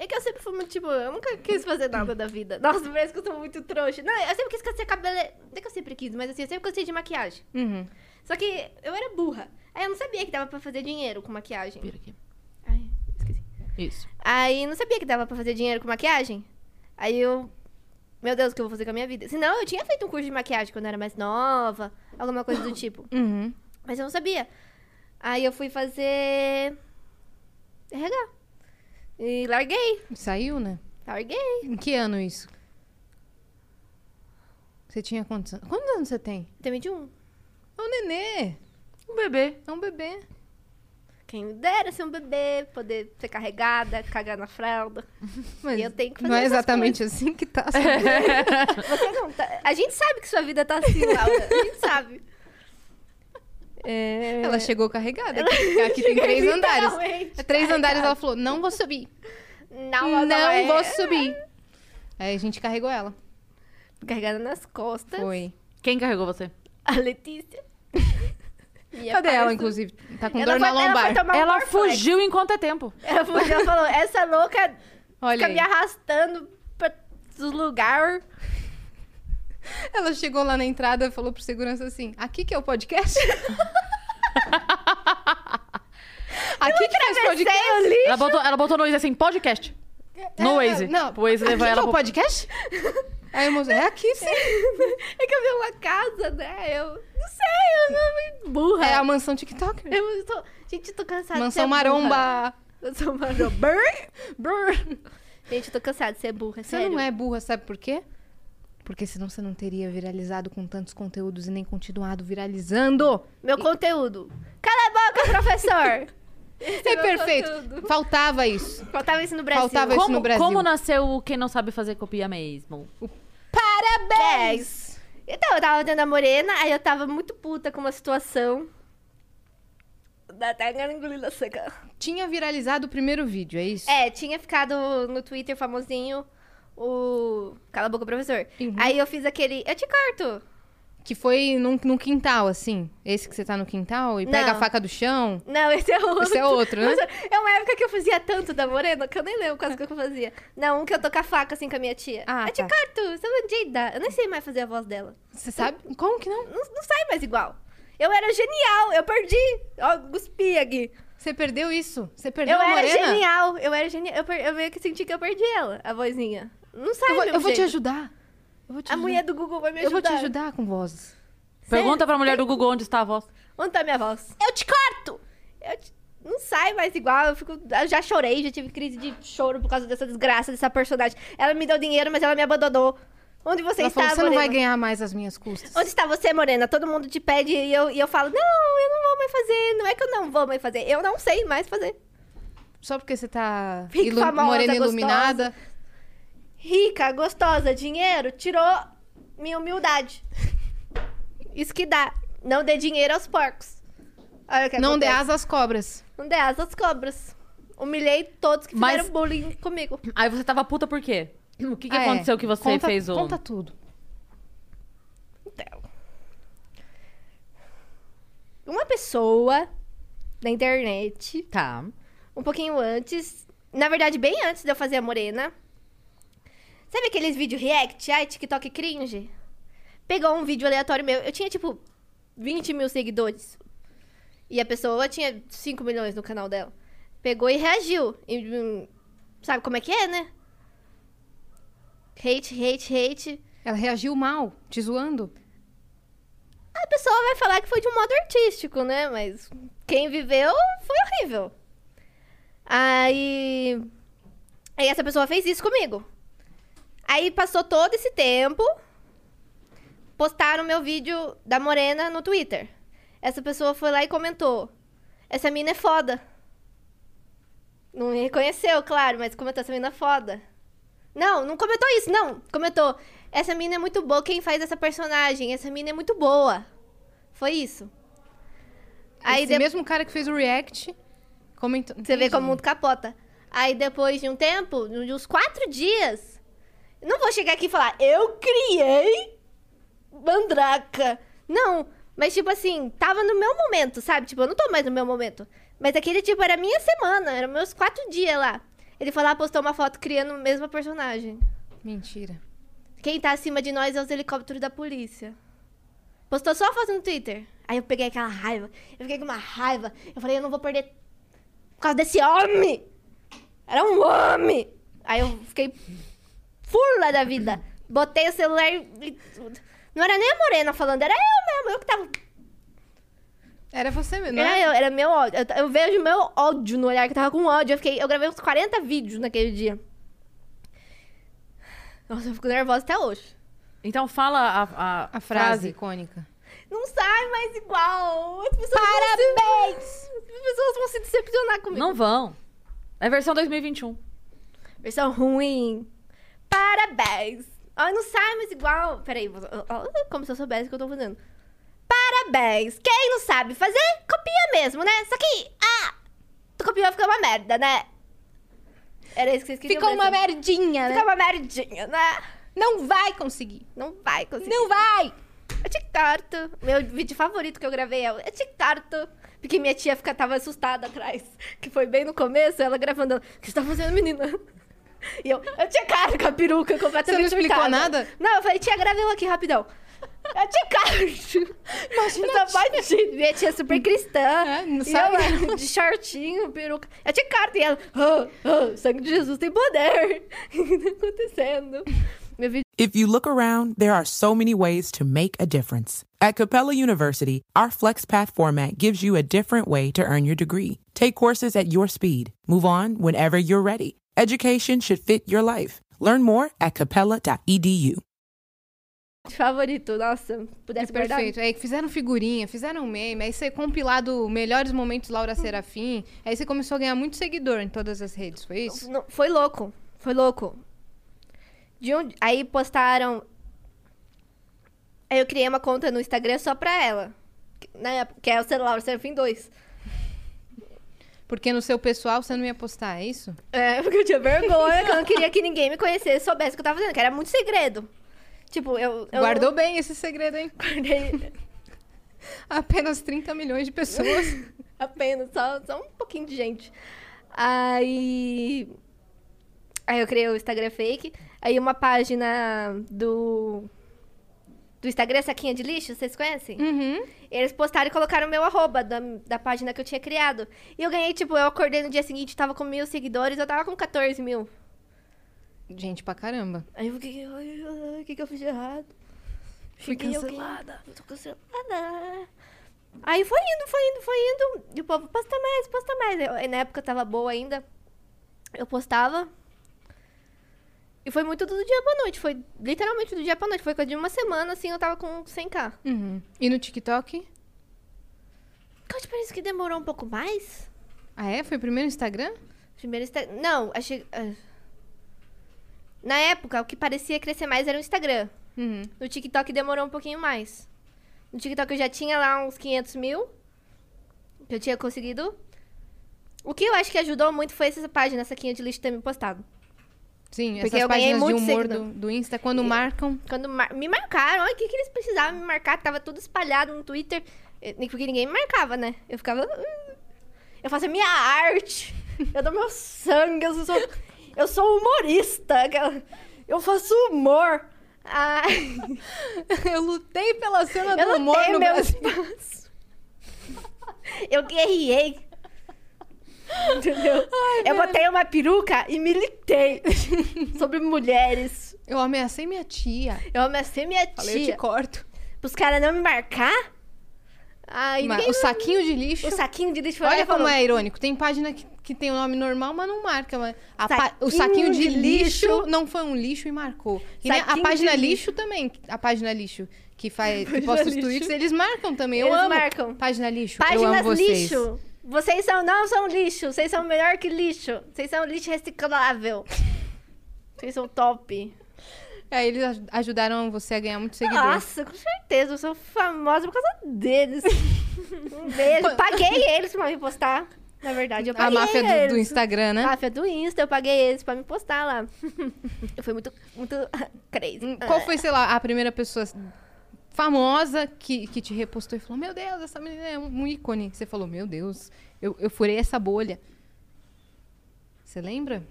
S4: É que eu sempre fui muito, tipo, eu nunca quis fazer nada da vida. Nossa, parece que eu sou muito trouxa. Não, eu sempre quis ser cabelo... Não é que eu sempre quis, mas assim, eu sempre gostei de maquiagem.
S3: Uhum.
S4: Só que eu era burra. Aí eu não sabia que dava pra fazer dinheiro com maquiagem.
S2: Vira aqui.
S4: Ai, esqueci.
S2: Isso.
S4: Aí não sabia que dava pra fazer dinheiro com maquiagem. Aí eu. Meu Deus, o que eu vou fazer com a minha vida? Senão eu tinha feito um curso de maquiagem quando eu era mais nova, alguma coisa do tipo.
S3: Uhum.
S4: Mas eu não sabia. Aí eu fui fazer. RH. E larguei.
S3: Saiu, né?
S4: Larguei.
S3: Em que ano isso? Você tinha quantos anos? Quantos anos você tem?
S4: Tem 21.
S3: É um nenê.
S2: Um bebê.
S3: É um bebê.
S4: Quem me dera ser um bebê, poder ser carregada, cagar na fralda.
S3: Mas
S4: Eu tenho que fazer
S3: não é
S4: essas
S3: exatamente assim que tá.
S4: Você não tá- A gente sabe que sua vida tá assim, Laura. A gente sabe. É...
S3: Ela chegou carregada. Aqui, aqui tem três andares.
S4: Literalmente.
S3: É Três andares ela falou, não vou subir.
S4: Não,
S3: Não,
S4: é.
S3: vou subir. Aí a gente carregou ela.
S4: Carregada nas costas.
S3: Foi.
S2: Quem carregou você?
S4: A Letícia. Minha
S3: Cadê ela,
S4: parça.
S3: inclusive? Tá com
S4: Ela
S3: dor na
S4: foi, ela foi
S3: lombar.
S4: tomar um
S2: ela
S4: Dorflex.
S2: fugiu enquanto é tempo.
S4: Ela fugiu, ela falou, essa louca
S3: Olha
S4: fica
S3: aí.
S4: me arrastando pra os lugar.
S3: Ela chegou lá na entrada e falou pro segurança assim: aqui que é o podcast? aqui que faz podcast?
S4: Sei, li.
S2: Ela botou, ela botou no Waze assim, podcast. No Waze.
S3: Não,
S2: O Waze levou ela
S3: aqui que é o
S2: pro...
S3: podcast? Aí a moça, é aqui sim.
S4: É que eu vi uma casa, né? Eu não sei, eu não fui burra.
S3: É a mansão TikToker.
S4: Eu tô... Gente, eu tô cansada
S3: Mansão
S4: de ser burra.
S3: Maromba.
S4: Mansão maromba. Gente, eu tô cansada de ser burra,
S3: Você
S4: sério.
S3: não é burra, sabe por quê? Porque senão você não teria viralizado com tantos conteúdos e nem continuado viralizando.
S4: Meu conteúdo. Cala a boca, professor.
S3: É perfeito. Faltava isso.
S4: Faltava isso no Brasil.
S3: Faltava isso.
S2: Como,
S3: no Brasil.
S2: como nasceu o quem não sabe fazer copia mesmo?
S4: Parabéns! Então, eu tava dando a morena, aí eu tava muito puta com uma situação. Dá até engolindo a seca.
S3: Tinha viralizado o primeiro vídeo, é isso?
S4: É, tinha ficado no Twitter famosinho o. Cala a boca, professor.
S3: Uhum.
S4: Aí eu fiz aquele. Eu te corto.
S3: Que foi num, num quintal, assim. Esse que você tá no quintal e pega
S4: Não.
S3: a faca do chão.
S4: Não, esse é outro.
S3: Esse é outro, né?
S4: Nossa, é uma época que eu fazia tanto da Morena que eu nem lembro quase o que eu fazia. Não, um que eu tô com a faca assim com a minha tia.
S3: Ah,
S4: eu te
S3: tá.
S4: corto, eu sou bandida. Eu nem sei mais fazer a voz dela.
S3: Você sabe? Como que não?
S4: Não, não sai mais igual. Eu era genial, eu perdi. Ó, cuspi aqui.
S3: Você perdeu isso. Você perdeu
S4: Eu
S3: a
S4: era
S3: morena.
S4: genial, eu era genial. Eu, per- eu meio que senti que eu perdi ela, a vozinha. Não sai
S3: Eu vou,
S4: do
S3: eu vou te
S4: jeito.
S3: ajudar. Eu vou te
S4: A
S3: ajudar.
S4: mulher do Google vai me
S3: Eu
S4: ajudar.
S3: vou te ajudar com vozes.
S4: Sério?
S2: Pergunta pra mulher do Google onde está a voz.
S4: Onde tá minha voz? Eu te corto! Eu te- Não sai mais igual, eu fico. Eu já chorei, já tive crise de choro por causa dessa desgraça, dessa personagem. Ela me deu dinheiro, mas ela me abandonou. Onde você
S3: Ela
S4: está,
S3: falou, você não
S4: Morena?
S3: vai ganhar mais as minhas custas.
S4: Onde está você, Morena? Todo mundo te pede e eu, e eu falo, não, eu não vou mais fazer. Não é que eu não vou mais fazer, eu não sei mais fazer.
S3: Só porque você tá
S4: Fique
S3: ilu-
S4: famosa,
S3: morena
S4: gostosa.
S3: iluminada.
S4: Rica, gostosa, dinheiro, tirou minha humildade. Isso que dá. Não dê dinheiro aos porcos. Olha o que
S3: Não dê
S4: acontece.
S3: asa às cobras.
S4: Não dê asas às cobras. Humilhei todos que
S2: Mas-
S4: fizeram bullying comigo.
S2: Aí você tava puta por quê? O que, que
S3: Ah, é.
S2: aconteceu que você
S3: Conta-
S2: fez um? o...
S3: Conta tudo.
S4: Uma pessoa na internet,
S2: Tá.
S4: um pouquinho antes, na verdade, bem antes de eu fazer a morena. Sabe aqueles vídeos react? Ai, TikTok cringe? Pegou um vídeo aleatório meu. Eu tinha, tipo, 20 mil seguidores. E a pessoa tinha 5 milhões no canal dela. Pegou e reagiu. E, hum, sabe como é que é, né? Hate, hate, hate.
S3: Ela reagiu mal, te zoando.
S4: A pessoa vai falar que foi de um modo artístico, né? Mas quem viveu foi horrível. Aí. Aí essa pessoa fez isso comigo. Aí passou todo esse tempo. Postaram meu vídeo da Morena no Twitter. Essa pessoa foi lá e comentou: Essa mina é foda. Não me reconheceu, claro, mas comentou: Essa mina é foda. Não, não comentou isso, não. Comentou: Essa mina é muito boa. Quem faz essa personagem? Essa mina é muito boa. Foi isso.
S3: Aí
S4: Aí
S3: Esse
S4: depois.
S3: mesmo cara que fez o react comentou.
S4: Você vê
S3: Entendi.
S4: como o mundo capota. Aí depois de um tempo, de uns quatro dias, não vou chegar aqui e falar, eu criei mandraca. Não, mas tipo assim, tava no meu momento, sabe? Tipo, eu não tô mais no meu momento. Mas aquele tipo era minha semana, eram meus quatro dias lá. Ele foi lá, postou uma foto criando o mesmo personagem.
S3: Mentira.
S4: Quem tá acima de nós é os helicópteros da polícia. Postou só a foto no Twitter. Aí eu peguei aquela raiva. Eu fiquei com uma raiva. Eu falei, eu não vou perder por causa desse homem. Era um homem. Aí eu fiquei furla da vida. Botei o celular e... Não era nem a Morena falando, era eu mesmo. Eu que tava...
S3: Era você mesmo,
S4: Era
S3: né?
S4: É, eu, era meu ódio. Eu, eu vejo meu ódio no olhar, que eu tava com ódio. Eu, fiquei, eu gravei uns 40 vídeos naquele dia. Nossa, eu fico nervosa até hoje.
S2: Então fala a, a,
S3: A frase icônica.
S4: Não sai mais igual. As pessoas Parabéns! As pessoas vão se decepcionar comigo.
S2: Não vão. É versão 2021.
S4: Versão ruim. Parabéns! Ai, não sai mais igual. Peraí, vou- ó, ó, como se eu soubesse o que eu tô fazendo. Parabéns! Quem não sabe fazer, copia mesmo, né? Só que, ah! Tu copiou, ficou uma merda, né? Era isso que vocês queriam.
S3: Ficou uma
S4: merda.
S3: merdinha, né?
S4: Ficou uma merdinha, né?
S3: Não vai conseguir.
S4: Não vai conseguir.
S3: Não vai!
S4: Eu te corto. É Meu vídeo favorito que eu gravei é o Eu te corto. Porque minha tia fica, tava assustada atrás. Que foi bem no começo, ela gravando. ela, O que você tá fazendo, menina? E eu, eu te corto com a peruca completamente.
S3: Você não explicou
S4: surtada.
S3: nada?
S4: Não, eu falei, tia, grava eu aqui rapidão. Eu te corto.
S3: Imagina
S4: Eu sou bandida. Minha tia é super cristã.
S3: É, não
S4: E
S3: sabe?
S4: eu, de shortinho, peruca. Eu te corto. E ela, "Ah, ah, sangue de Jesus tem poder. O que tá acontecendo? Meu vídeo
S8: If you look around, there are so many ways to make a difference. At Capella University, our FlexPath format gives you a different way to earn your degree. Take courses at your speed. Move on whenever you're ready. Education should fit your life. Learn more at E capella.edu.
S4: favorito, nossa,
S3: É
S4: pudesse guardar.
S3: perfeito. Aí fizeram figurinha, fizeram meme, aí você compilado melhores momentos Laura Serafim, aí você começou a ganhar muito seguidor em todas as redes, foi isso?
S4: Não, foi louco. Foi louco. De onde... Aí postaram. Aí eu criei uma conta no né, Instagram só pra ela. Que, na época- que é o celular, o Serafim 2.
S3: Porque no seu pessoal você não ia postar, é isso?
S4: É, porque eu tinha vergonha, que eu não queria que ninguém me conhecesse, soubesse o que eu tava fazendo, que era muito segredo. Tipo, eu. eu
S3: Guardou bem esse segredo, hein?
S4: Guardei
S3: Apenas 30 milhões de pessoas.
S4: apenas, só, só um pouquinho de gente. Aí. Aí eu criei o Instagram fake. Aí uma página do. Do Instagram, Saquinha de Lixo, vocês conhecem?
S3: uhum.
S4: Eles postaram e colocaram o meu arroba da, da página que eu tinha criado. E eu ganhei, tipo, eu acordei no dia seguinte, tava com mil seguidores, eu tava com 14 mil.
S3: Gente, pra caramba.
S4: Aí eu fiquei, ai, ai, o que, que eu fiz de errado?
S3: Fui
S4: Fiquei alguém-
S3: cancelada.
S4: Fui cancelada. ah, Aí foi indo, foi indo, foi indo. E o povo, posta mais, posta mais. Eu- e na época tava boa ainda. Eu postava. E foi muito do dia pra noite. Foi literalmente do dia pra noite. Foi coisa de uma semana, assim, eu tava com 100k.
S3: Uhum. E no TikTok?
S4: Qual te parece que demorou um pouco mais?
S3: Ah, é? Foi o primeiro Instagram?
S4: Primeiro Instagram. Não, achei. ah. Na época, o que parecia crescer mais era o Instagram.
S3: Uhum.
S4: No TikTok demorou um pouquinho mais. No TikTok eu já tinha lá uns 500 mil. Que eu tinha conseguido. O que eu acho que ajudou muito foi essa página, essa quinha de lixo ter me postado.
S3: Sim,
S4: Porque
S3: essas
S4: eu ganhei
S3: páginas de
S4: muito
S3: humor
S4: seguidor.
S3: do, do Insta, quando marcam.
S4: Quando mar- me marcaram, olha o que, que eles precisavam me marcar. Tava tudo espalhado no Twitter. eh, Porque ninguém me marcava, né? Eu ficava. "Hum". Eu faço a minha arte. Eu dou meu sangue. Eu sou, eu sou humorista. aquela- Eu faço humor. Ah,
S3: eu lutei pela cena
S4: eu
S3: do
S4: não
S3: humor
S4: tenho
S3: no
S4: meu
S3: Brasil.
S4: espaço. Eu guerriei. Entendeu? eu botei uma peruca e militei sobre mulheres.
S3: Eu ameacei minha tia.
S4: Eu ameacei minha
S3: Falei, eu
S4: tia.
S3: te corto.
S4: Pros caras não me marcar? Aí
S3: Mas
S4: ninguém-
S3: o saquinho de lixo.
S4: o saquinho de lixo foi lá
S3: Olha
S4: e falou,
S3: como é irônico. Tem página que, que tem o nome normal, mas não marca. mas a
S4: Saquinho
S3: pa- O saquinho de,
S4: de
S3: lixo,
S4: lixo.
S3: não foi um lixo e marcou. E nem a
S4: Saquinho
S3: página
S4: de
S3: lixo.
S4: lixo.
S3: também. A página lixo que, faz, que posta os
S4: lixo.
S3: tweets, eles marcam também. eu
S4: Eles
S3: amo.
S4: marcam.
S3: Página lixo. eu amo
S4: Páginas
S3: vocês.
S4: lixo. Vocês são, não são lixo. Vocês são melhor que lixo. Vocês são lixo reciclável. Vocês são top.
S3: Aí É, eles aj- ajudaram você a ganhar muito seguidor.
S4: Nossa, com certeza. Eu sou famosa por causa deles. um beijo. Paguei eles pra me postar. Na verdade, eu
S3: a
S4: paguei
S3: máfia do-
S4: eles.
S3: do, Instagram, né?
S4: Máfia do Insta, eu paguei eles pra me postar lá. Hum, eu fui muito, muito crazy. É.
S3: Qual foi, sei lá, a primeira pessoa famosa que, que te repostou e falou: Meu Deus, essa menina é um, um ícone? Você falou: Meu Deus, eu, eu furei essa bolha. Você lembra?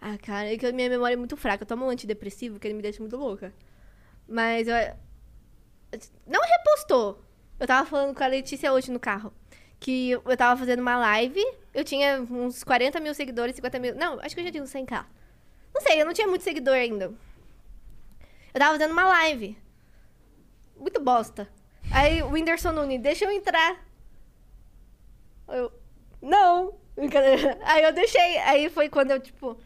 S4: Ah, cara, é que a minha memória é muito fraca. Eu tomo um antidepressivo, que ele me deixa muito louca. Mas eu... Não repostou. Eu tava falando com a Letícia hoje no carro. Que eu tava fazendo uma live. Eu tinha uns 40 mil seguidores, 50 mil... Não, acho que eu já tinha uns 100k. Não sei, eu não tinha muito seguidor ainda. Eu tava fazendo uma live. Muito bosta. Aí o Whindersson Nunes, deixa eu entrar. Eu, não. Brincadeira. Aí eu deixei. Aí foi quando eu, tipo, o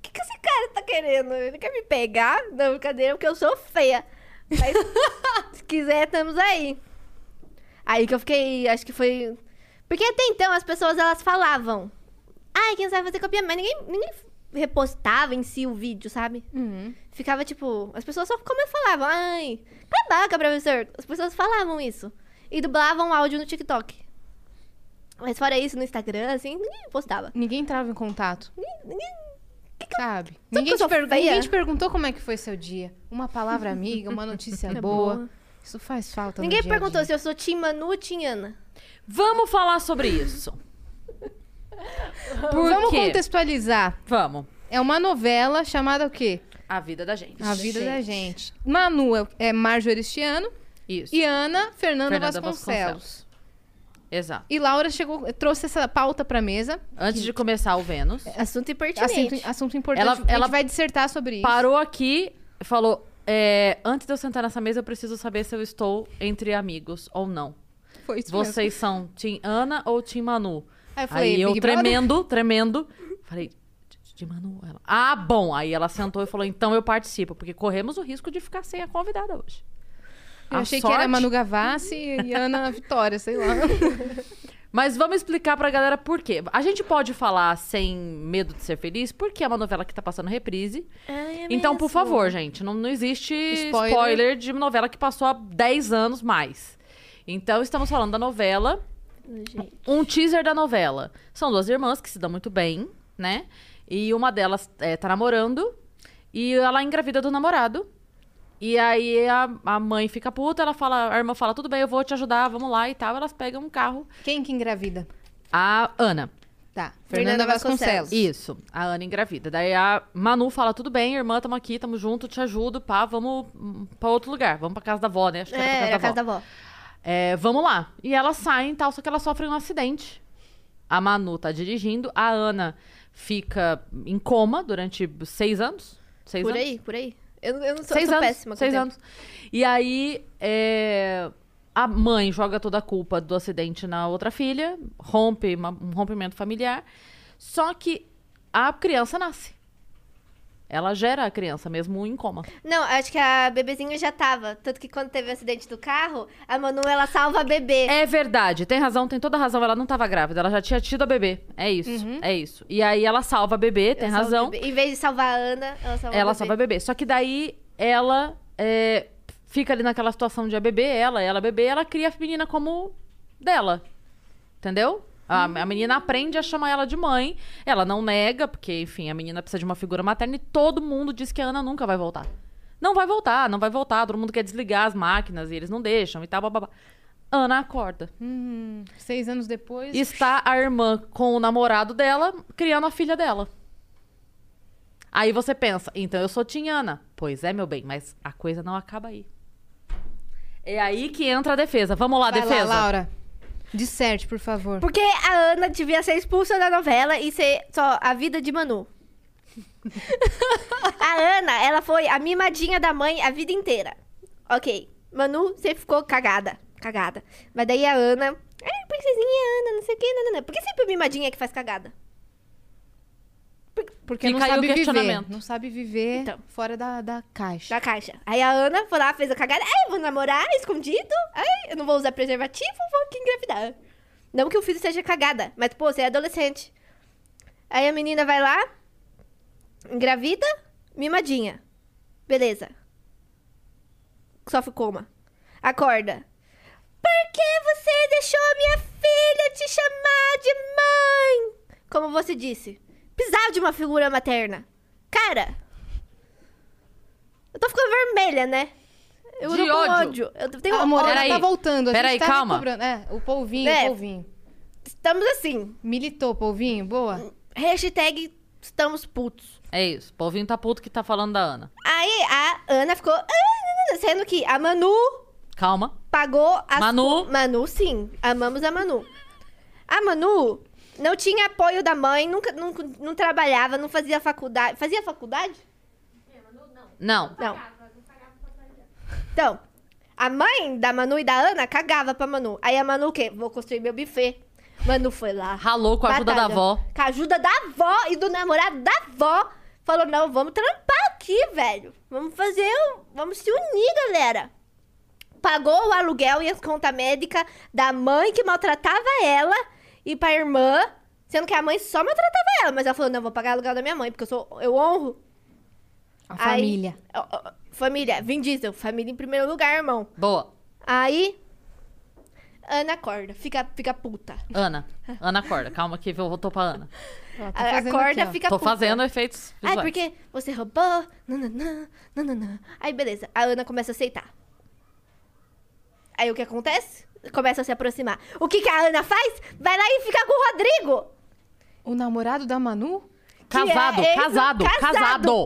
S4: que, que esse cara tá querendo? Ele quer me pegar? Não, brincadeira, porque eu sou feia. Mas se quiser, estamos aí. Aí que eu fiquei, acho que foi. Porque até então as pessoas elas falavam. Ai, quem sabe fazer copia, mas ninguém, ninguém repostava em si o vídeo, sabe? Ficava tipo. As pessoas só como eu falava, ai, babaca, professor. As pessoas falavam isso. E dublavam um áudio no TikTok. Mas fora isso, no Instagram, assim, ninguém postava.
S3: Ninguém entrava em contato,
S4: Ninguém- ninguém-
S3: sabe?
S4: que
S3: Ninguém
S4: eu
S3: te,
S4: sou
S3: pergu-
S4: feia?
S3: ninguém te perguntou como é que foi seu dia. Uma palavra amiga, uma notícia É boa. Isso faz falta. no
S4: Ninguém
S3: dia a
S4: perguntou
S3: dia.
S4: se eu sou Tim Manu ou Tim Ana.
S2: Vamos falar sobre isso. Por
S3: Vamos
S2: quê?
S3: contextualizar.
S2: Vamos.
S3: É uma novela chamada o quê?
S2: A vida da gente.
S3: A Vida da Gente. Manu é- é Marjorie Estiano
S2: Isso.
S3: e Ana Fernanda,
S2: Fernanda
S3: Vasconcelos.
S2: Vasconcelos. Exato.
S3: E Laura chegou, trouxe essa pauta pra mesa.
S2: Antes de começar o Vênus,
S4: Assunto impertinente.
S3: Assunto, assunto importante.
S2: Ela-
S3: A gente
S2: ela
S3: vai dissertar sobre isso.
S2: parou aqui, falou: é, Antes de eu sentar nessa mesa, eu preciso saber se eu estou entre amigos ou não.
S3: Foi isso mesmo.
S2: Vocês são Tim Ana ou Tim Manu?
S3: Aí eu falei,
S2: Aí eu
S3: Big Brother?
S2: tremendo, tremendo. Falei, Tim Manu. Ela, ah, bom. Aí ela sentou e falou: Então eu participo, porque corremos o risco de ficar sem a convidada hoje.
S3: Eu
S2: A
S3: achei que
S2: sorte-
S3: era Manu Gavassi e Ana Vitória, sei lá.
S2: Mas vamos explicar pra galera por quê. A gente pode falar sem medo de ser feliz, porque é uma novela que tá passando reprise.
S4: É
S2: então, por favor, gente, não, não existe
S3: Spoiler.
S2: spoiler. de novela que passou há 10 anos mais. Então, estamos falando da novela
S4: Gente.
S2: um teaser da novela. São duas irmãs que se dão muito bem, né? E uma delas é, tá namorando e ela engravida do namorado. E aí a, a mãe fica puta, ela fala, a irmã fala, tudo bem, eu vou te ajudar, vamos lá e tal. Elas pegam um carro.
S3: Quem que engravida?
S2: A Ana.
S3: Tá. Fernanda
S4: Fernanda
S3: Vasconcelos.
S4: Vasconcelos.
S2: Isso, a Ana engravida. Daí a Manu fala: tudo bem, irmã, tamo aqui, tamo junto, te ajudo, pá, vamos hum, pra outro lugar, vamos pra casa da avó, né? Acho que era pra
S4: É,
S2: casa
S4: era a
S2: da
S4: casa
S2: avó.
S4: da avó.
S2: É, vamos lá. E elas saem e tal, só que elas sofrem um acidente. A Manu tá dirigindo, a Ana fica em coma durante seis anos. Seis
S4: Por
S2: anos.
S4: aí, por aí. Eu, eu não sou,
S2: Seis
S4: sou
S2: anos.
S4: péssima com
S2: seis
S4: tempo.
S2: anos. E aí, é, a mãe joga toda a culpa do acidente na outra filha, rompe uma- um rompimento familiar. Só que a criança nasce. Ela gera a criança, mesmo em coma.
S4: Não, acho que a bebezinha já tava. Tanto que quando teve o acidente do carro, a Manu, ela salva a bebê.
S2: É verdade, tem razão, tem toda razão. Ela não tava grávida, ela já tinha tido a bebê. É isso, é isso. E aí ela salva a bebê, tem
S4: Uhum. Ela salva
S2: razão.
S4: o bebê. Em vez de salvar a Ana, ela salva
S2: Ela
S4: a bebê.
S2: salva a bebê. Só que daí ela é, fica ali naquela situação de a bebê, ela, ela bebê, ela cria a menina como dela. Entendeu? A, a menina aprende a chamar ela de mãe. Ela não nega, porque, enfim, a menina precisa de uma figura materna e todo mundo diz que a Ana nunca vai voltar. Não vai voltar, não vai voltar. Todo mundo quer desligar as máquinas e eles não deixam e tal, bababá. Ana acorda.
S3: Hum, seis anos depois.
S2: Está a irmã com o namorado dela criando a filha dela. Aí você pensa, então eu sou Tinhana. Pois é, meu bem, mas a coisa não acaba aí. É aí que entra a defesa. Vamos lá,
S3: Vai lá,
S2: defesa.
S3: Laura. Disserte, por favor.
S4: Porque a Ana devia ser expulsa da novela e ser só a vida de Manu. a Ana, ela foi a mimadinha da mãe a vida inteira. Ok. Manu, você ficou cagada. Cagada. Mas daí a Ana. Ai, princesinha Ana, não sei o que, não, não, não. Por que sempre a mimadinha é que faz cagada?
S3: Porque
S2: Fica
S3: não
S2: aí o
S3: sabe viver.
S2: questionamento.
S3: Não sabe viver
S4: Então.
S3: fora da, da caixa.
S4: Da caixa. Aí a Ana foi lá, fez a cagada. Ai, eu vou namorar escondido. Ai, eu não vou usar preservativo, vou aqui engravidar. Não que o filho seja cagada, mas, pô, você é adolescente. Aí a menina vai lá, engravida, mimadinha. Beleza. Sofre coma. Acorda. Por que você deixou a minha filha te chamar de mãe? Como você disse, precisava de uma figura materna. Cara, eu tô ficando vermelha, né? Eu
S2: De
S4: tô com
S2: ódio.
S4: Eu tenho
S3: A moral
S2: Peraí.
S3: tá voltando. A
S2: Peraí,
S3: gente tá
S2: calma.
S3: recobrando. É, o polvinho,
S4: É.
S3: o polvinho.
S4: Estamos assim.
S3: Militou, polvinho, boa.
S4: Hashtag estamos putos.
S2: É isso. O povinho tá puto que tá falando da Ana.
S4: Aí a Ana ficou. "Ah, não, não, não", Sendo que a Manu
S2: Calma.
S4: pagou as
S2: Manu.
S4: co- Manu, sim. Amamos a Manu. A Manu não tinha apoio da mãe, nunca, nunca não trabalhava, não fazia faculdade. Fazia faculdade?
S2: Não.
S4: Não. Então, a mãe da Manu e da Ana cagava pra Manu. Aí a Manu o quê? Vou construir meu buffet. Manu foi lá.
S2: Ralou com a ajuda da
S4: batalhou.
S2: avó.
S4: Com a ajuda da avó e do namorado da avó. Falou, não, vamos trampar aqui, velho. Vamos fazer, um- vamos se unir, galera. Pagou o aluguel e as contas médicas da mãe que maltratava ela e pra irmã. Sendo que a mãe só maltratava ela. Mas ela falou, não, vou pagar o aluguel da minha mãe, porque eu, sou, eu honro.
S3: A
S4: Aí-
S3: família.
S4: Ó, ó, família, Vin Diesel. Família em primeiro lugar, irmão.
S2: Boa.
S4: Aí, Ana acorda. Fica, fica puta.
S2: Ana. Ana acorda. Calma que eu voltou pra Ana.
S3: Ó, tô
S4: A-
S3: fazendo
S4: acorda,
S3: aqui, ó.
S4: fica
S2: Tô
S4: puta.
S2: fazendo efeitos
S4: Ah,
S2: visuais.
S4: é porque você roubou, nananã, nananã. Aí, beleza. A Ana começa a aceitar. Aí, o que acontece? Começa a se aproximar. O que, que a Ana faz? Vai lá e fica com o Rodrigo.
S3: O namorado da Manu?
S4: que é
S2: Casado,
S4: ex-
S2: casado, casado,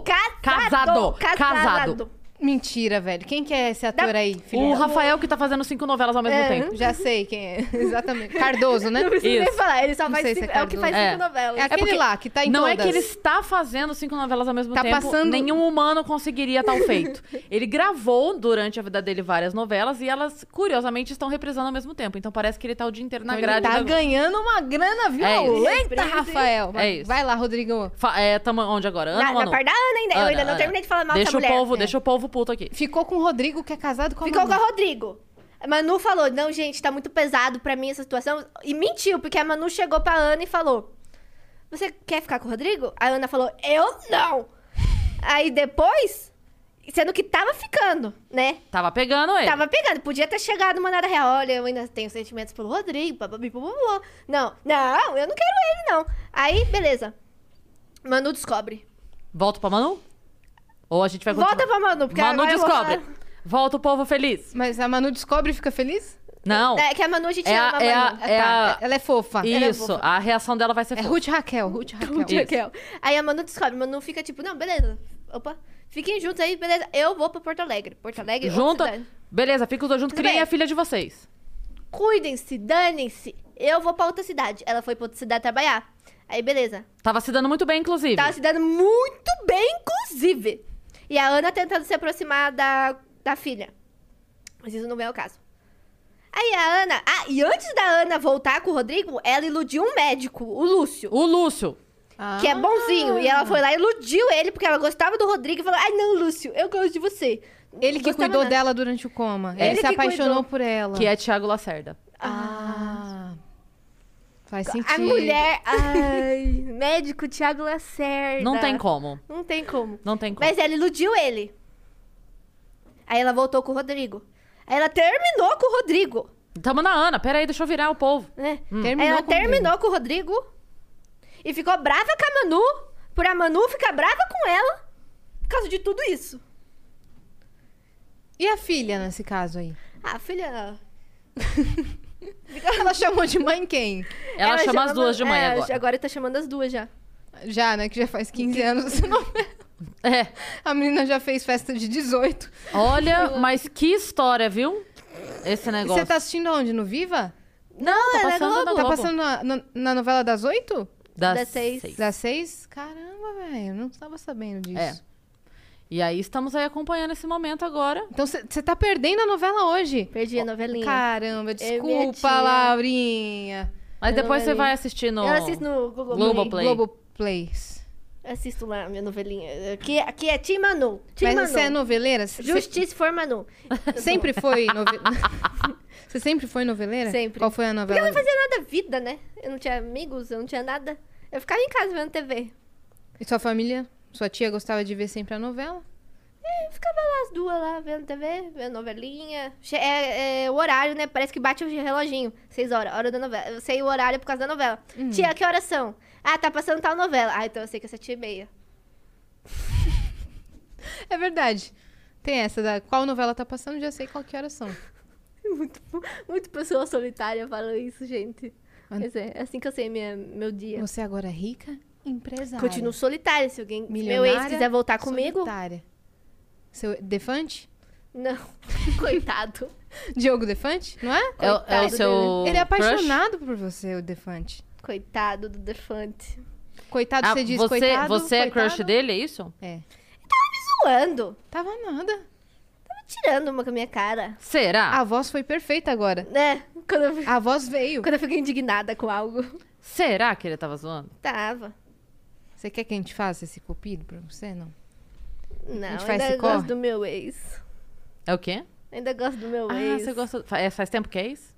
S4: casado,
S2: casado,
S4: casado,
S2: casado.
S3: Mentira, velho. Quem que é esse ator aí,
S2: O
S3: filha?
S2: Rafael que tá fazendo cinco novelas ao mesmo
S4: É.
S2: tempo.
S3: Já sei quem é. Exatamente. Cardoso, né?
S4: Não precisa nem
S2: Isso.
S4: falar, ele só
S3: Não
S4: faz
S3: sei se
S4: cinco,
S3: é
S4: é, o que faz
S3: Cardoso.
S2: É.
S4: cinco novelas.
S3: É aquele
S2: porque
S3: lá que tá em
S2: não
S3: todas.
S2: é que ele está fazendo cinco novelas ao mesmo
S3: Tá
S2: tempo.
S3: passando-
S2: Nenhum humano conseguiria tal feito. ele gravou durante a vida dele várias novelas e elas, curiosamente, estão reprisando ao mesmo tempo. Então parece que ele tá o dia inteiro na
S3: Então ele
S2: grade. da-
S3: tá ganhando uma grana violenta,
S4: isso.
S3: Rafael.
S2: É isso.
S3: Vai lá, Rodrigo.
S2: Fa- é, tamo onde agora? Ana
S4: Na,
S2: ou
S4: na
S2: Manu?
S4: parte da Ana ainda. eu
S2: Ana,
S4: ainda não
S2: Ana.
S4: terminei de falar mal
S2: deixa
S4: dessa
S2: o
S4: mulher.
S2: povo, deixa o povo puto aqui.
S3: Ficou com o Rodrigo, que é casado com a
S4: Ficou com
S3: Manu.
S4: o Rodrigo. A Manu falou, não, gente, tá muito pesado pra mim essa situação. E mentiu, porque a Manu chegou pra Ana e falou, você quer ficar com o Rodrigo? A Ana falou, eu não. Aí depois, Sendo que tava ficando, né?
S2: Tava pegando ele.
S4: Tava pegando. Podia ter chegado, mandado a real. Olha, eu ainda tenho sentimentos pelo Rodrigo. Bababi, bababá. Não, não, eu não quero ele, não. Aí, beleza. Manu descobre.
S2: Volta pra Manu? Ou a gente vai
S4: Volta
S2: continuar?
S4: pra Manu, porque
S2: Manu
S4: agora eu vou
S2: descobre.
S4: falar-
S2: Volta o povo feliz.
S3: Mas a Manu descobre e fica feliz?
S2: Não.
S4: É que a Manu a gente
S2: É a-
S4: ama,
S2: é a-
S4: Manu.
S3: Ah,
S2: É
S3: tá.
S2: a-
S3: Ela é fofa. Ela é
S2: Isso,
S3: fofa.
S2: a reação dela vai ser
S3: É
S2: fofa.
S3: Ruth Raquel, Ruth Raquel.
S4: De Raquel. tá. Aí a Manu descobre. Manu fica tipo, não, beleza. Opa, fiquem juntos aí, beleza. Eu vou pra Porto Alegre. Porto Alegre, outra
S2: Junta.
S4: cidade.
S2: Beleza, fica os dois juntos,
S4: Tudo
S2: criem
S4: bem.
S2: a filha de vocês.
S4: Cuidem-se, danem-se. Eu vou pra outra cidade. Ela foi pra outra cidade trabalhar. Aí, beleza.
S2: Tava se dando muito bem, inclusive.
S4: Tava Tá se dando muito bem, inclusive. E a Ana tentando se aproximar da, da filha. Mas isso não é o caso. Aí a Ana. Ah, e antes da Ana voltar com o Rodrigo, ela iludiu um médico, o Lúcio.
S2: O Lúcio.
S3: Ah.
S4: Que é bonzinho. E ela foi lá e iludiu ele, porque ela gostava do Rodrigo e falou: Ai, não, Lúcio, eu gosto de você.
S3: Ele que
S4: Gostava
S3: cuidou
S4: não.
S3: dela durante o coma.
S2: É.
S3: Ele,
S4: Ele
S3: se
S4: que
S3: apaixonou
S4: cuidou.
S3: por ela.
S2: Que é Tiago Lacerda.
S3: Ah. Faz sentido.
S4: A mulher. Ai, médico Tiago Lacerda.
S2: Não tem como.
S4: Não tem como.
S2: Não tem como.
S4: Mas ela iludiu ele. Aí ela voltou com o Rodrigo. Aí ela terminou com o Rodrigo.
S2: Tamo na Ana. Peraí, deixa eu virar o povo.
S4: Né?
S3: Terminou
S4: Aí ela
S3: com ele.
S4: terminou com o Rodrigo. E ficou brava com a Manu. Por a Manu ficar brava com ela. Por causa de tudo isso.
S3: E a filha, nesse caso aí?
S4: Ah, filha.
S3: Ela chamou de mãe quem?
S2: Ela, chama, as duas de mãe
S4: é,
S2: agora.
S4: Agora tá chamando as duas já.
S3: Já, né? Que já faz 15 anos essa novela.
S2: É.
S3: A menina já fez festa de 18.
S2: Olha, mas que história, viu? Esse
S3: E
S2: negócio.
S3: Você tá assistindo aonde? No Viva?
S4: Não,
S2: Tá
S4: ela é
S2: passando na
S4: Globo.
S3: Tá
S2: Globo.
S3: passando na, na- na novela das 8?
S2: Das
S4: Das seis.
S2: seis.
S3: Das né? 6? Caramba, velho. eu Não tava sabendo disso.
S2: É. E aí estamos aí acompanhando esse momento agora.
S3: Então você tá perdendo a novela hoje.
S4: Perdi a novelinha.
S3: Caramba,
S4: É minha
S3: desculpa,
S4: tia.
S3: Laurinha.
S2: Mas
S4: Eu
S2: depois você
S4: ali.
S2: vai assistir no.
S4: Eu assisto no Google,
S2: Globo.
S4: Play.
S2: Play.
S3: Globo Plays.
S4: Assisto lá a minha novelinha. Aqui, aqui é Tim Manu. Tim
S3: Mas
S4: Manu.
S3: você é noveleira? Cê-
S4: Justiça for Manu.
S3: cê sempre foi noveleira? você sempre foi noveleira?
S4: Sempre.
S3: Qual foi a
S4: Porque eu
S3: novela?
S4: não fazia nada da vida, né? Eu não tinha amigos, eu não tinha nada. Eu ficava em casa vendo TV.
S3: E sua família? Sua tia gostava de ver sempre a novela?
S4: É, Eu ficava lá as duas lá vendo TV, vendo novelinha. Che- É, é o horário, né? Parece que bate o reloginho. Seis horas, hora da novela. Eu sei o horário por causa da novela.
S2: Hum.
S4: Tia, que horas são? Ah, tá passando tal novela. Ah, então eu sei que é sete e meia.
S3: É verdade. Tem essa da qual novela tá passando, já sei qual que horas são.
S4: Muito, muito pessoa solitária fala isso, gente.
S3: Mano.
S4: Mas é, é assim que eu sei minha, meu dia.
S3: Você agora é rica, empresária.
S4: Continuo solitária. Se alguém, se meu
S3: milionária,
S4: ex quiser voltar comigo,
S3: solitária. Seu Defante?
S4: não. Coitado.
S3: Diogo Defante, não é?
S2: É, o- é o
S4: Coitado
S2: seu.
S3: Ele é
S2: crush?
S3: apaixonado por você, o Defante.
S4: Coitado do Defante.
S3: Coitado,
S2: Ah,
S3: você diz
S2: você,
S3: coitado.
S2: você é
S3: coitado.
S2: crush dele, é isso?
S3: É.
S4: Zoando.
S3: Tava nada.
S4: Tava tirando uma com a minha cara.
S2: Será?
S3: A voz foi perfeita agora.
S4: Né? Quando eu,
S3: A voz veio.
S4: quando eu fico indignada com algo.
S2: Será que ele tava zoando?
S4: Tava.
S3: Você quer que a gente faça esse cupido pra você? Não.
S4: Não,
S3: A gente faz
S4: ainda
S3: esse
S4: gosto
S3: corre?
S4: do meu ex.
S2: É o quê?
S4: Ainda gosto do meu
S2: Ah,
S4: ex.
S2: você gosta. fa- é, faz tempo que é ex?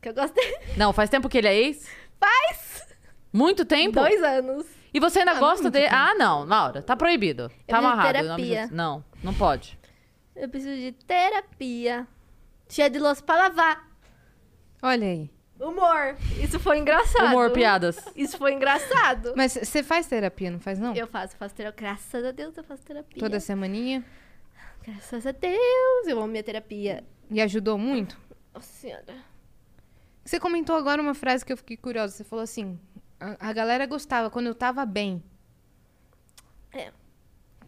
S4: Que eu gosto dele.
S2: Não, faz tempo que ele é ex?
S4: Faz
S2: Muito tempo?
S4: dois anos.
S2: E você ainda
S3: Ah, não é
S2: gosta
S3: muito
S2: dele?
S3: tempo.
S2: Ah, não, Laura, tá proibido. Tá
S4: preciso de
S2: amarrado. em nome de
S4: terapia.
S2: Jesus. Não, não pode.
S4: Eu preciso de terapia. Cheia de louça pra lavar.
S3: Olha aí.
S4: Humor. Isso foi
S3: Tá,
S4: engraçado.
S2: Humor, piadas.
S4: Isso foi engraçado.
S3: Mas você faz terapia, não faz não?
S4: Eu faço, faço terapia. Graças a Deus eu faço terapia.
S3: Toda semaninha.
S4: Graças a Deus eu amo minha terapia.
S3: E ajudou muito?
S4: Nossa senhora.
S3: Você comentou agora uma frase que eu fiquei curiosa. Você falou assim: a, a galera gostava quando eu tava bem.
S4: É.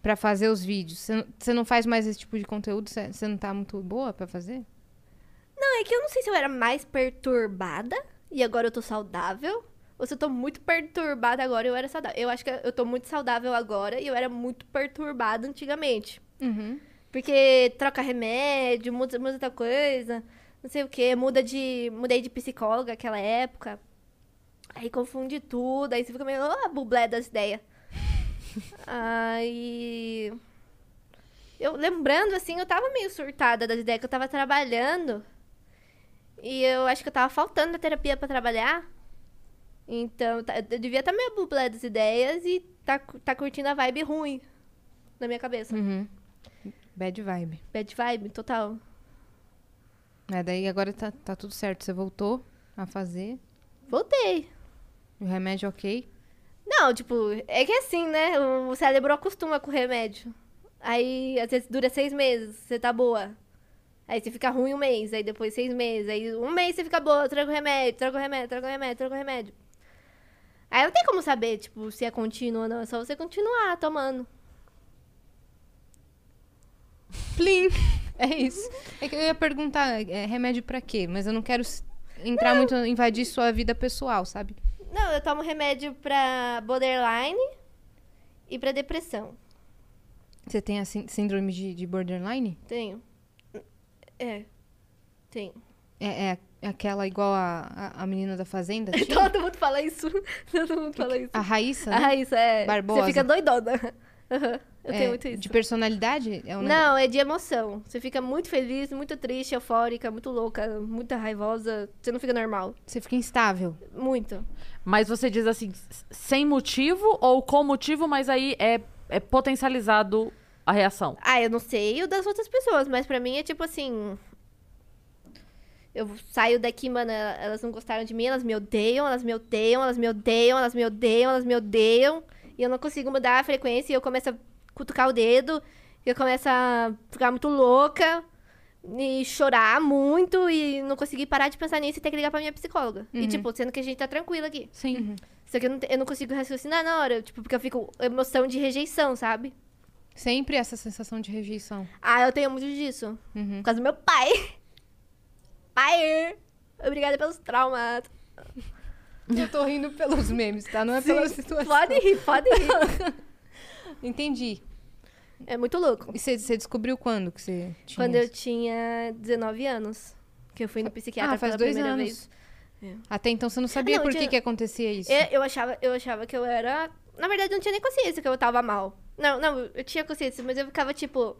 S3: Pra fazer os vídeos. Você não- Você não faz mais esse tipo de conteúdo? Você você não tá muito boa pra fazer?
S4: Não, é que eu não sei se eu era mais perturbada e agora eu tô saudável. Ou se eu tô muito perturbada agora e eu era saudável. Eu acho que eu tô muito saudável agora e eu era muito perturbada antigamente.
S3: Uhum.
S4: Porque troca remédio, muda, muda outra coisa, não sei o quê, muda de. Mudei de psicóloga naquela época. Aí confunde tudo, aí você fica meio. Ah, bublé das ideias. aí. Eu lembrando, assim, eu tava meio surtada das ideias, que eu tava trabalhando. E eu acho que eu tava faltando da terapia pra trabalhar. Então, tá- eu devia estar tá meio bublé das ideias e tá, cu- tá curtindo a vibe ruim na minha cabeça.
S3: Uhum. Bad vibe.
S4: Bad vibe, total.
S3: É, daí agora tá, tá tudo certo. Você voltou a fazer.
S4: Voltei.
S3: O remédio ok.
S4: Não, tipo, é que assim, né? O cérebro acostuma com o remédio. Aí, às vezes, dura seis meses, você tá boa. Aí você fica ruim um mês, aí depois seis meses, aí um mês você fica boa, troca o remédio, troca o remédio, troca o remédio, troca o remédio. Aí não tem como saber, tipo, se é contínuo ou não, é só você continuar tomando.
S3: Plim! É isso. É que eu ia perguntar é, remédio pra quê, mas eu não quero s- entrar muito, invadir sua vida pessoal, sabe?
S4: Não, eu tomo remédio pra borderline e pra depressão.
S3: Você tem a sín- síndrome de, de borderline?
S4: Tenho. É. Tenho.
S3: É, é aquela igual a, a, a menina da fazenda? Tipo? tinha?
S4: Todo mundo fala isso. Todo mundo fala isso.
S3: a Raíssa? né?
S4: Ah, isso é.
S3: Barbosa.
S4: Você fica doidona. Aham, Eu
S3: É,
S4: tenho muito isso.
S3: De personalidade? É um negócio-
S4: Não, é de emoção. Você fica muito feliz, muito triste, eufórica, muito louca, muito raivosa. Você não fica normal.
S3: Você fica instável.
S4: Muito.
S2: Mas você diz assim, s- sem motivo ou com motivo, mas aí é, é potencializado a reação.
S4: Ah, eu não sei o das outras pessoas, mas pra mim é tipo assim. Eu saio daqui, mano, elas não gostaram de mim, elas me odeiam, elas me odeiam, elas me odeiam, elas me odeiam, elas me odeiam. E eu não consigo mudar a frequência e eu começo a cutucar o dedo, e eu começo a ficar muito louca e chorar muito e não consegui parar de pensar nisso e ter que ligar pra minha psicóloga. E tipo, sendo que a gente tá tranquila aqui.
S2: Sim.
S3: Uhum.
S4: Só que eu não, te- eu não consigo raciocinar na hora, tipo, porque eu fico emoção de rejeição, sabe?
S3: Sempre essa sensação de rejeição.
S4: Ah, eu tenho muito disso.
S3: Uhum.
S4: Por causa do meu pai. Pai! Obrigada pelos traumas.
S3: Eu tô rindo pelos memes, tá? Não é pela situação.
S4: Pode rir, pode rir.
S3: Entendi.
S4: É muito louco.
S3: E você- você descobriu quando que você tinha
S4: Quando eu
S3: isso?
S4: tinha 19 anos, que eu fui no psiquiatra
S3: Ah, faz
S4: pela
S3: dois
S4: primeira
S3: anos.
S4: vez.
S3: Até então você não É. sabia
S4: Não, eu
S3: por que
S4: tinha-
S3: que acontecia isso.
S4: Eu, eu achava, eu achava que eu era. Na verdade, eu não tinha nem consciência que eu tava mal. Não, não, eu tinha consciência, mas eu ficava tipo.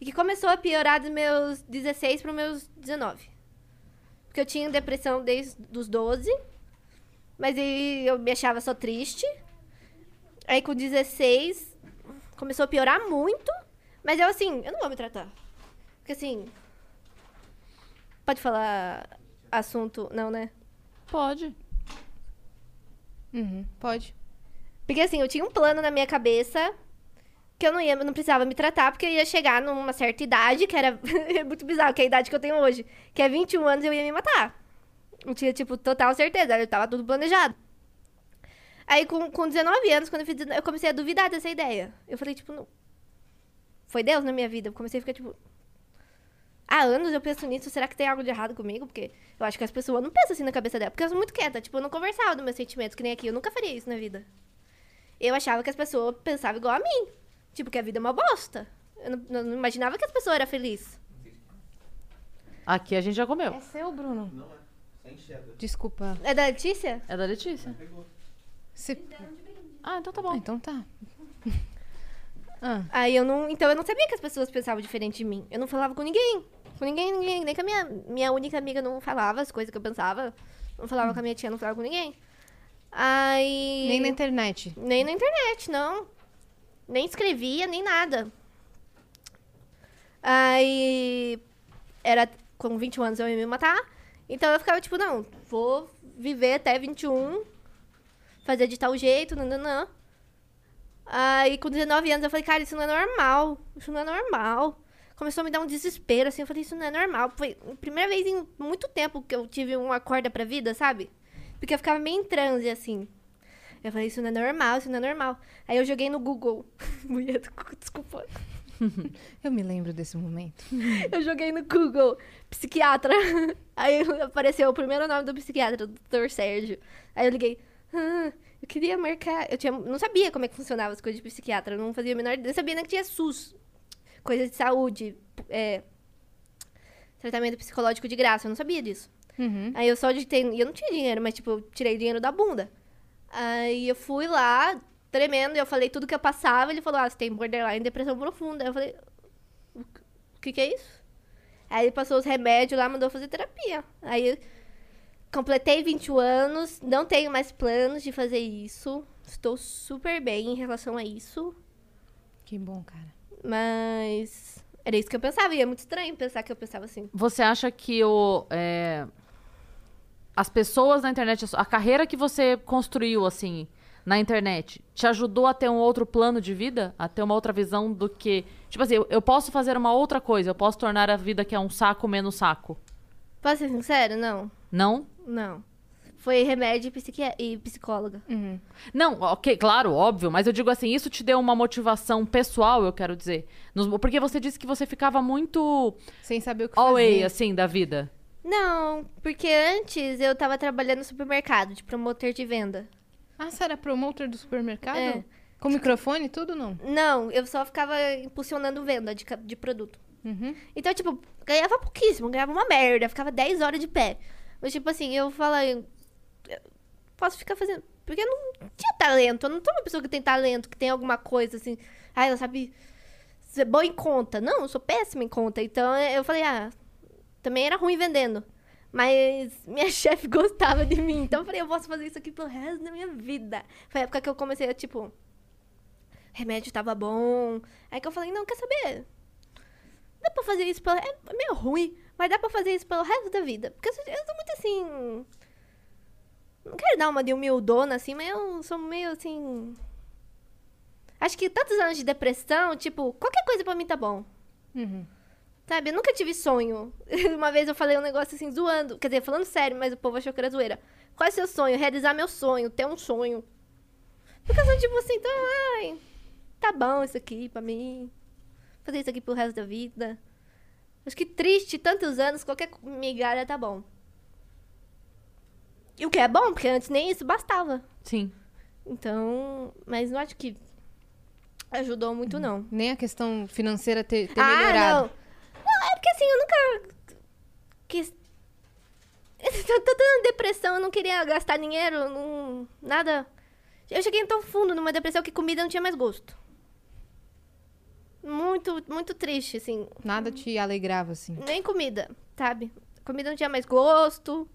S4: E que começou a piorar dos meus 16 para meus 19. Porque eu tinha depressão desde os 12. Mas aí eu me achava só triste. Aí com 16 começou a piorar muito. Mas eu assim, eu não vou me tratar. Porque assim. Pode falar assunto. Não, né?
S2: Pode.
S3: Uhum, Pode.
S4: Porque assim, eu tinha um plano na minha cabeça que eu não ia, não precisava me tratar, porque eu ia chegar numa certa idade, que era é muito bizarro, que é a idade que eu tenho hoje, que é 21 anos eu ia me matar. Eu tinha, tipo, total certeza, eu tava tudo planejado. Aí com, com 19 anos, quando eu fiz 19, eu comecei a duvidar dessa ideia. Eu falei, tipo, não. Foi Deus na minha vida. Eu comecei a ficar, tipo. Há anos eu penso nisso, será que tem algo de errado comigo? Porque eu acho que as pessoas não pensam assim na cabeça dela. Porque eu sou muito quieta, tipo, eu não conversava dos meus sentimentos, que nem aqui. Eu nunca faria isso na vida. Eu achava que as pessoas pensavam igual a mim. Tipo, que a vida é uma bosta. Eu não, eu não imaginava que as pessoas eram felizes.
S2: Aqui a gente já comeu.
S3: É seu, Bruno?
S6: Não é. Você enxerga.
S3: Desculpa.
S4: É da Letícia?
S2: É da Letícia.
S6: Pegou.
S3: Você-
S2: Ah, então tá
S3: Ah,
S2: bom.
S3: então tá.
S4: Aí eu não. Então eu não sabia que as pessoas pensavam diferente de mim. Eu não falava com ninguém. Com ninguém, ninguém. Nem com a minha, minha única amiga não falava as coisas que eu pensava. Não falava com a minha tia, não falava com ninguém. Aí.
S3: Nem na internet.
S4: Nem na internet, não. Nem escrevia, nem nada. Aí. Era com 21 anos eu ia me matar. Então eu ficava tipo, não, vou viver até 21. Fazer de tal jeito, nananã. Aí com 19 anos eu falei, cara, isso não é normal. Isso não é normal. Começou a me dar um desespero, assim. Eu falei, isso não é normal. Foi a primeira vez em muito tempo que eu tive uma corda pra vida, sabe? Porque eu ficava meio em transe, assim. Eu falei, isso não é normal, isso não é normal. Aí eu joguei no Google. Mulher do cu, desculpa.
S3: Eu me lembro desse momento.
S4: Eu joguei no Google, psiquiatra. Aí apareceu o primeiro nome do psiquiatra, o Dr. Sérgio. Aí eu liguei, ah, eu queria marcar. Eu tinha, não sabia como é que funcionava as coisas de psiquiatra, eu não fazia a menor ideia. Eu sabia nem que tinha SUS, coisas de saúde, é, tratamento psicológico de graça, eu não sabia disso.
S3: Uhum.
S4: Aí eu só digitei. E eu não tinha dinheiro, mas tipo, eu tirei dinheiro da bunda. Aí eu fui lá, tremendo, e eu falei tudo que eu passava. Ele falou: Ah, você tem borderline, depressão profunda. Aí eu falei: O que- o que, que é isso? Aí ele passou os remédios lá, mandou eu fazer terapia. Aí eu completei 21 anos, não tenho mais planos de fazer isso. Estou super bem em relação a isso.
S3: Que bom, cara.
S4: Mas era isso que eu pensava. E é muito estranho pensar que eu pensava assim.
S2: Você acha que o. é, as pessoas na internet, a su- a carreira que você construiu, assim, na internet, te ajudou a ter um outro plano de vida? A ter uma outra visão do que. Tipo assim, eu, eu posso fazer uma outra coisa, eu posso tornar a vida que é um saco menos saco.
S4: Posso ser sincero? Não.
S2: Não?
S4: Não. Foi remédio e, psiqui- e psicóloga.
S2: Não, ok, claro, óbvio, mas eu digo assim, isso te deu uma motivação pessoal, eu quero dizer. Nos- porque você disse que você ficava muito
S3: Sem saber o que
S2: away,
S3: fazer.
S2: assim, da vida.
S4: Não, porque antes eu tava trabalhando no supermercado, de promotor de venda.
S3: Ah, você era promotor do supermercado?
S4: É.
S3: Com microfone e tudo, não?
S4: Não, eu só ficava impulsionando venda de, ca- de produto.
S3: Uhum.
S4: Então, tipo, ganhava pouquíssimo, ganhava uma merda, ficava 10 horas de pé. Mas, tipo assim, eu falo, eu posso ficar fazendo. Porque eu não tinha talento, eu não sou uma pessoa que tem talento, que tem alguma coisa assim. Ah, ela sabe ser boa em conta. Não, eu sou péssima em conta. Então eu falei, ah, também era ruim vendendo. Mas minha chefe gostava de mim. Então eu falei, eu posso fazer isso aqui pelo resto da minha vida. Foi a época que eu comecei a, tipo. Remédio tava bom. Aí que eu falei, não, quer saber? Dá pra fazer isso pelo. É meio ruim, mas dá pra fazer isso pelo resto da vida. Porque eu sou, eu sou muito assim. Não quero dar uma de humildona, assim, mas eu sou meio assim. Acho que tantos anos de depressão, tipo, qualquer coisa pra mim tá bom.
S3: Uhum.
S4: Sabe, eu nunca tive sonho. Uma vez eu falei um negócio assim, zoando. Quer dizer, falando sério, mas o povo achou que era zoeira. Qual é seu sonho? Realizar meu sonho, ter um sonho. Porque eu sou tipo assim, então, ai, tá bom isso aqui pra mim. Fazer isso aqui pro resto da vida. Acho que triste, tantos anos, qualquer migalha tá bom. E o que é bom, porque antes nem isso bastava.
S2: Sim.
S4: Então, mas não acho que ajudou muito, não
S3: Nem a questão financeira ter,
S4: Ah,
S3: ter melhorado.
S4: não. Não, é porque assim, eu nunca quis... Eu tô tô dando depressão, eu não queria gastar dinheiro, não... nada. Eu cheguei tão fundo numa depressão que comida não tinha mais gosto. Muito, muito triste, assim.
S3: Nada te alegrava, assim.
S4: Nem comida, sabe? Comida não tinha mais gosto.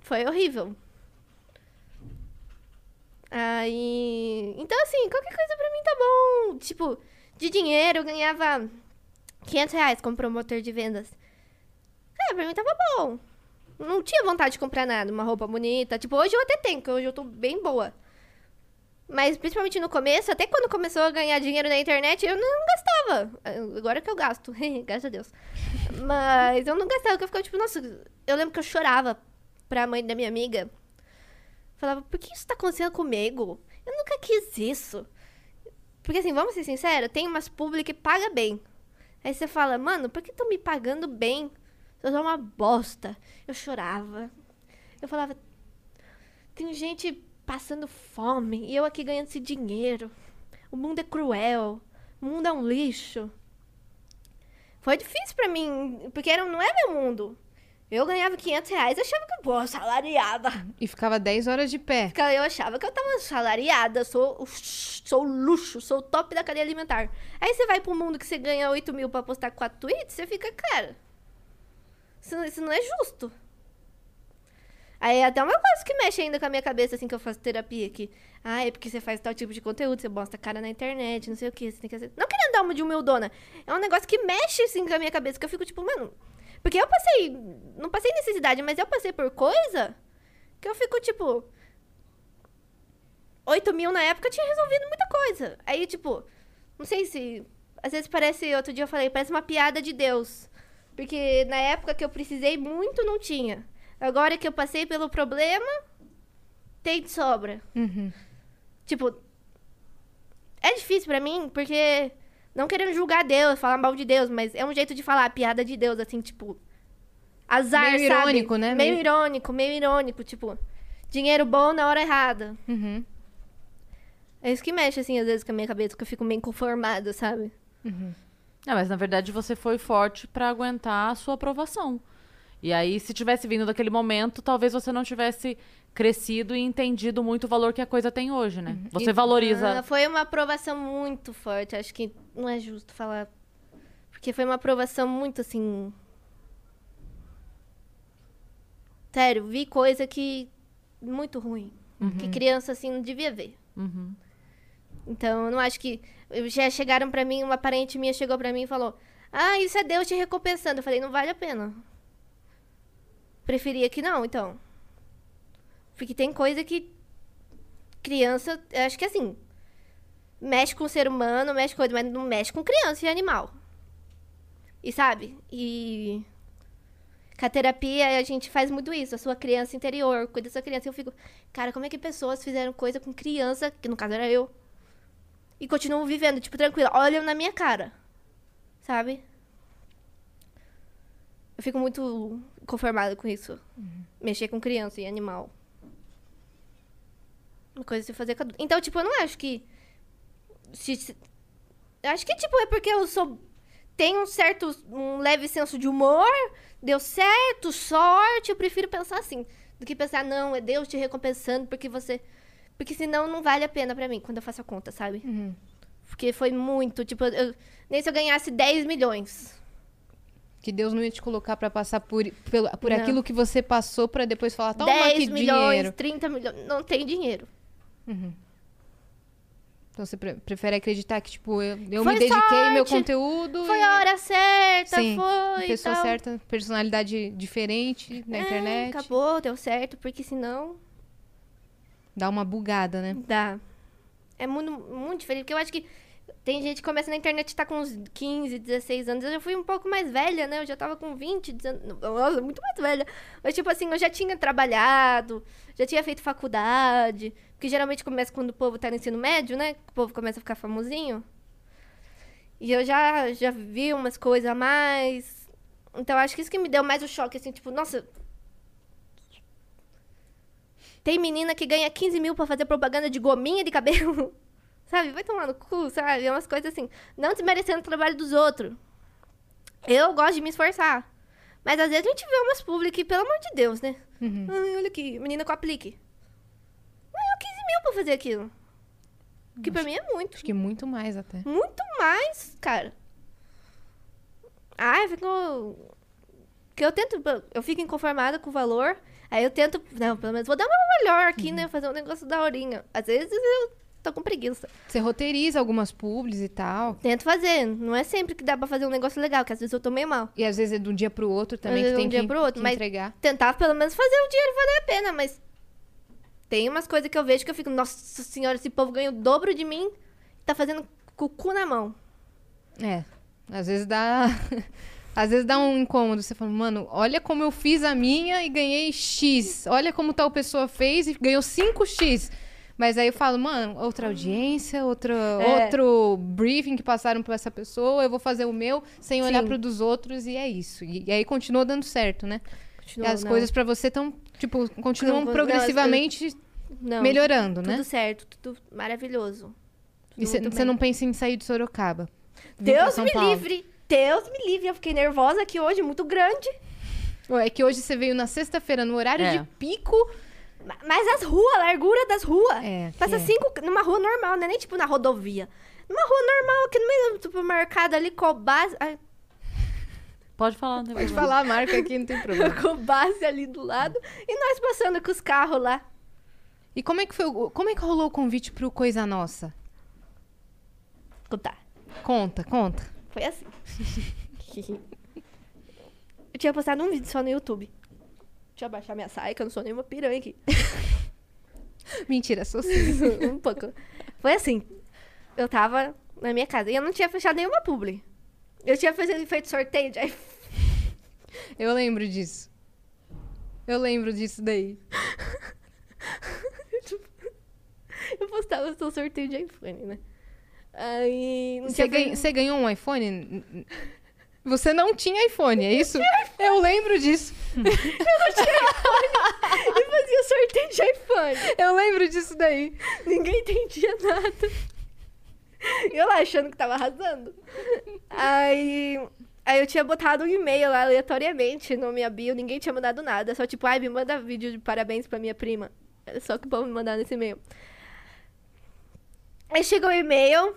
S4: Foi horrível. Aí. Então, assim, qualquer coisa pra mim tá bom. Tipo, de dinheiro eu ganhava 500 reais como promotor de vendas. É, pra mim tava bom. Não tinha vontade de comprar nada, uma roupa bonita. Tipo, hoje eu até tenho, porque hoje eu tô bem boa. Mas principalmente no começo, até quando começou a ganhar dinheiro na internet, eu não gastava. Agora que eu gasto, graças a Deus. Mas eu não gastava, porque eu ficava tipo, nossa, eu lembro que eu chorava pra mãe da minha amiga. Falava, por que isso tá acontecendo comigo? Eu nunca quis isso. Porque assim, vamos ser sinceros, tem umas públicas que paga bem. Aí você fala, mano, por que estão me pagando bem? Eu sou uma bosta. Eu chorava. Eu falava, tem gente passando fome e eu aqui ganhando esse dinheiro. O mundo é cruel. O mundo é um lixo. Foi difícil pra mim, porque era, não é meu mundo. Eu ganhava 500 reais, eu achava que, pô, assalariada.
S3: E ficava 10 horas de pé.
S4: Porque Eu achava que eu tava salariada, sou, sou luxo, sou o top da cadeia alimentar. Aí você vai pro mundo que você ganha 8 mil pra postar 4 tweets, você fica, cara. Isso, não- isso não é justo. Aí é até uma coisa que mexe ainda com a minha cabeça, assim, que eu faço terapia aqui. Ah, é porque você faz tal tipo de conteúdo, você bosta a cara na internet, não sei o que, você tem que aceitar. Não querendo dar uma de humildona. É um negócio que mexe, assim, com a minha cabeça, que eu fico tipo, mano. Porque eu passei. Não passei necessidade, mas eu passei por coisa que eu fico tipo. 8 mil na época tinha resolvido muita coisa. Aí, tipo, não sei se. Às vezes parece. Outro dia eu falei, parece uma piada de Deus. Porque na época que eu precisei muito, não tinha. Agora que eu passei pelo problema, tem de sobra.
S3: Uhum.
S4: Tipo, é difícil pra mim, porque. Não querendo julgar Deus, falar mal de Deus, mas é um jeito de falar a piada de Deus, assim, tipo. Azar,
S3: Meio
S4: sabe?
S3: irônico, né?
S4: Meio
S3: Meio-
S4: irônico, meio irônico, tipo. Dinheiro bom na hora errada.
S3: Uhum.
S4: É isso que mexe, assim, às vezes com a minha cabeça, que eu fico meio inconformada, sabe?
S2: Não, Ah, mas na verdade você foi forte pra aguentar a sua aprovação. E aí, se tivesse vindo daquele momento, talvez você não tivesse crescido e entendido muito o valor que a coisa tem hoje, né? Você valoriza.
S4: Ah, foi uma aprovação muito forte, acho que não é justo falar. Porque foi uma aprovação muito, assim. Sério, vi coisa que. muito ruim. Que criança, assim, não devia ver.
S2: Uhum.
S4: Então, eu não acho que. eu- Já chegaram pra mim, uma parente minha chegou pra mim e falou: Ah, isso é Deus te recompensando. Eu falei: Não vale a pena. Preferia que não, então. Porque tem coisa que. Criança, eu acho que assim. Mexe com o ser humano, mexe com coisa, mas não mexe com criança e animal. E sabe? E. Com a terapia, a gente faz muito isso. A sua criança interior, cuida da sua criança. Eu fico, cara, como é que pessoas fizeram coisa com criança, que no caso era eu, e continuam vivendo, tipo, tranquila, olham na minha cara. Sabe? Eu fico muito conformada com isso. Mexer com criança e animal. Uma coisa se fazer com adulto. Então, tipo, eu não acho que. se- se- eu acho que, tipo, é porque eu sou. Tenho um certo. Um leve senso de humor. Deu certo, sorte. Eu prefiro pensar assim. Do que pensar, não, é Deus te recompensando porque você. Porque senão não vale a pena pra mim quando eu faço a conta, sabe?
S3: Uhum.
S4: Porque foi muito. Tipo, eu- nem se eu ganhasse 10 milhões.
S3: Que Deus não ia te colocar pra passar por, pelo- por
S4: Não.
S3: aquilo que você passou pra depois falar, toma
S4: 10
S3: aqui
S4: milhões,
S3: dinheiro.
S4: 30 milhões. Não tem dinheiro.
S3: Então você pre- prefere acreditar que, tipo, eu, eu
S4: Foi
S3: me dediquei meu
S4: sorte.
S3: conteúdo.
S4: Foi
S3: e-
S4: a hora certa,
S3: Sim,
S4: foi.
S3: Pessoa
S4: tal.
S3: certa, personalidade diferente na
S4: É,
S3: internet.
S4: Acabou, deu certo, porque senão
S3: Dá uma bugada, né?
S4: dá. É muito, muito diferente. Porque eu acho que tem gente que começa na internet e tá com uns 15, 16 anos. Eu já fui um pouco mais velha, né? Eu já tava com 20, 19. Nossa, muito mais velha. Mas, tipo assim, eu já tinha trabalhado, já tinha feito faculdade. Porque geralmente começa quando o povo tá no ensino médio, né? que O povo começa a ficar famosinho. E eu já, já vi umas coisas a mais. Então, acho que isso que me deu mais o choque, assim, tipo, nossa. Tem menina que ganha 15 mil pra fazer propaganda de gominha de cabelo. Sabe? Vai tomar no cu, sabe? É umas coisas assim. Não desmerecendo o trabalho dos outros. Eu gosto de me esforçar. Mas às vezes a gente vê umas public, que, pelo amor de Deus, né? Ai, olha aqui, menina com aplique. Ganhou 15 mil pra fazer aquilo. Que pra mim é muito.
S3: Acho que muito mais até.
S4: Muito mais, cara. Ai, ficou. Que eu tento. Eu fico inconformada com o valor. Aí eu tento. Não, pelo menos vou dar uma melhor aqui, né? Fazer um negócio da horinha. Às vezes eu tô com preguiça.
S3: Você roteiriza algumas publis e tal.
S4: Tento fazer. Não é sempre que dá pra fazer um negócio legal, que às vezes eu tô meio mal.
S3: E às vezes é de um dia pro outro também,
S4: Às
S3: que
S4: vezes é
S3: tem
S4: de um dia
S3: que,
S4: pro outro,
S3: que
S4: mas-
S3: entregar.
S4: tentar pelo menos fazer o dinheiro valer a pena, mas tem umas coisas que eu vejo que eu fico, nossa senhora, esse povo ganha o dobro de mim, tá fazendo com o cu na mão.
S3: É. Às vezes dá. Às vezes dá um incômodo. Você fala, mano, olha como eu fiz a minha e ganhei X. Olha como tal pessoa fez e ganhou 5X. Mas aí eu falo, mano, outra audiência, outro,
S4: É.
S3: outro briefing que passaram pra essa pessoa, eu vou fazer o meu sem olhar
S4: Sim.
S3: pro dos outros e é isso. E, e aí continua dando certo, né? E
S4: Continua,
S3: as
S4: não.
S3: coisas pra você estão, tipo, continuam
S4: Não, não,
S3: progressivamente
S4: Não,
S3: melhorando,
S4: tudo
S3: né?
S4: certo, tudo maravilhoso.
S3: E
S4: tudo muito
S3: você
S4: bem.
S3: não pensa em sair de Sorocaba. Vir pra
S4: Deus
S3: São
S4: me
S3: Paulo.
S4: livre! Deus me livre, eu fiquei nervosa aqui hoje, muito grande.
S3: Ué, É que hoje você veio na sexta-feira, no horário
S2: É.
S3: de pico.
S4: Ma- Mas as ruas, a largura das ruas.
S3: É, aqui
S4: Passa
S3: é.
S4: cinco numa rua normal, não é nem tipo na rodovia. Numa rua normal, aqui no meio do supermercado ali, Cobás. Ai,
S2: Pode falar, né? não tem
S3: Pode
S2: problema.
S3: falar a marca aqui, não tem problema.
S4: com base ali do lado e nós passando com os carros lá.
S3: E como é que foi? o- Como é que rolou o convite pro Coisa Nossa?
S4: Tá,
S3: Conta, conta.
S4: foi assim. eu tinha postado um vídeo só no YouTube. Deixa eu abaixar minha saia, que eu não sou nenhuma piranha aqui.
S3: Mentira, sou sim.
S4: um pouco. Foi assim. Eu tava na minha casa e eu não tinha fechado nenhuma publi. Eu tinha feito, feito sorteio de iPhone.
S3: Eu lembro disso. Eu lembro disso daí.
S4: Tipo, Eu postava só sorteio de iPhone, né? Aí. Não
S3: Você,
S4: tinha
S3: ganha- você ganhou um iPhone? N- n- Você não tinha iPhone, é isso? Eu lembro disso.
S4: E fazia sorteio de iPhone.
S3: Eu lembro disso daí.
S4: Ninguém entendia nada. E eu lá achando que tava arrasando. Aí. Aí eu tinha botado um e-mail lá aleatoriamente no minha bio, ninguém tinha mandado nada. Só tipo, ai, me manda vídeo de parabéns pra minha prima. Era só que o povo me mandar nesse e-mail. Aí chegou o e-mail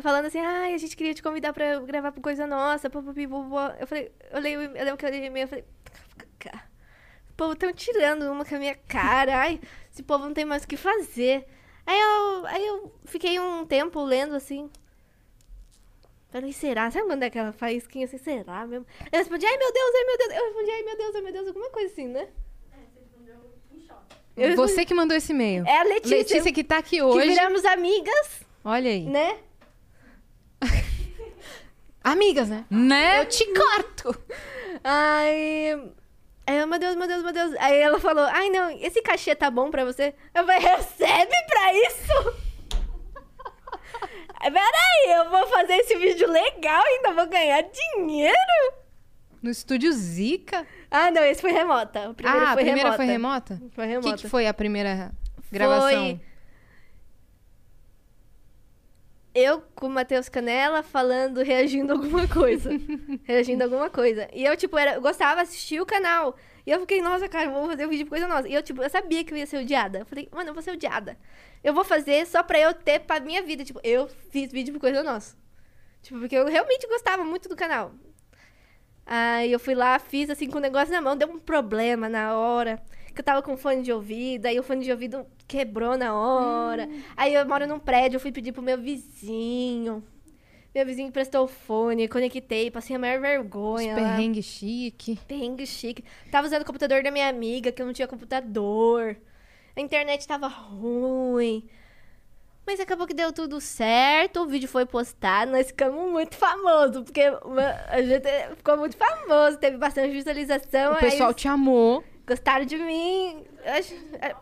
S4: falando assim, ai, a gente queria te convidar pra gravar por coisa nossa, papapi, vovó. Eu falei, eu leio, o e- eu lembro que eu li o e-mail, eu falei, "Tá, "Kkk". o povo tão tirando uma com a minha cara, ai, esse povo não tem mais o que fazer. Aí eu, aí eu fiquei um tempo lendo assim. Falei, será? Sabe quando é aquela faísquinha assim, será mesmo? Eu respondi, ai meu Deus, ai meu Deus. Eu respondi, ai meu Deus, ai meu Deus, alguma coisa assim, né? Eu respondi-
S3: Você que mandou esse e-mail.
S4: É a Letícia,
S3: Letícia que tá aqui
S4: que
S3: hoje.
S4: viramos amigas,
S3: Olha aí.
S4: né?
S3: Amigas, né?
S2: Né?
S4: Eu te corto! Aí. Aí eu, meu Deus, meu Deus, meu Deus. Aí ela falou: Ai não, esse cachê tá bom pra você? Eu falei: Recebe pra isso? Peraí, eu vou fazer esse vídeo legal e ainda vou ganhar dinheiro?
S3: No estúdio Zica.
S4: Ah, não, esse foi remota. O primeiro
S3: ah,
S4: foi
S3: a primeira
S4: remota.
S3: foi remota?
S4: Foi
S3: O
S4: remota.
S3: que, que foi a primeira gravação?
S4: eu com o Matheus Canela falando, reagindo a alguma coisa. reagindo a alguma coisa. E eu, tipo, era, eu gostava, assistia o canal. E eu fiquei, nossa, cara, eu vou fazer um vídeo de coisa nossa. E eu, tipo, eu sabia que eu ia ser odiada. Eu falei, mano, eu vou ser odiada. Eu vou fazer só pra eu ter pra minha vida. Tipo, eu fiz vídeo de coisa nossa. Tipo, porque eu realmente gostava muito do canal. Aí eu fui lá, fiz assim com o negócio na mão, deu um problema na hora. Que eu tava com fone de ouvido, aí o fone de ouvido quebrou na hora. Aí eu moro num prédio, eu fui pedir pro meu vizinho. Meu vizinho emprestou o fone, conectei, passei a maior
S3: Os
S4: vergonha. lá.
S3: perrengue chique.
S4: Perrengue chique. Tava usando o computador da minha amiga, que eu não tinha computador. A internet tava ruim. Mas acabou que deu tudo certo, o vídeo foi postado, nós ficamos muito famosos, porque uma- a gente ficou muito famoso, teve bastante visualização,
S3: o pessoal
S4: aí
S3: te amou.
S4: eles gostaram de mim. Eu acho- é,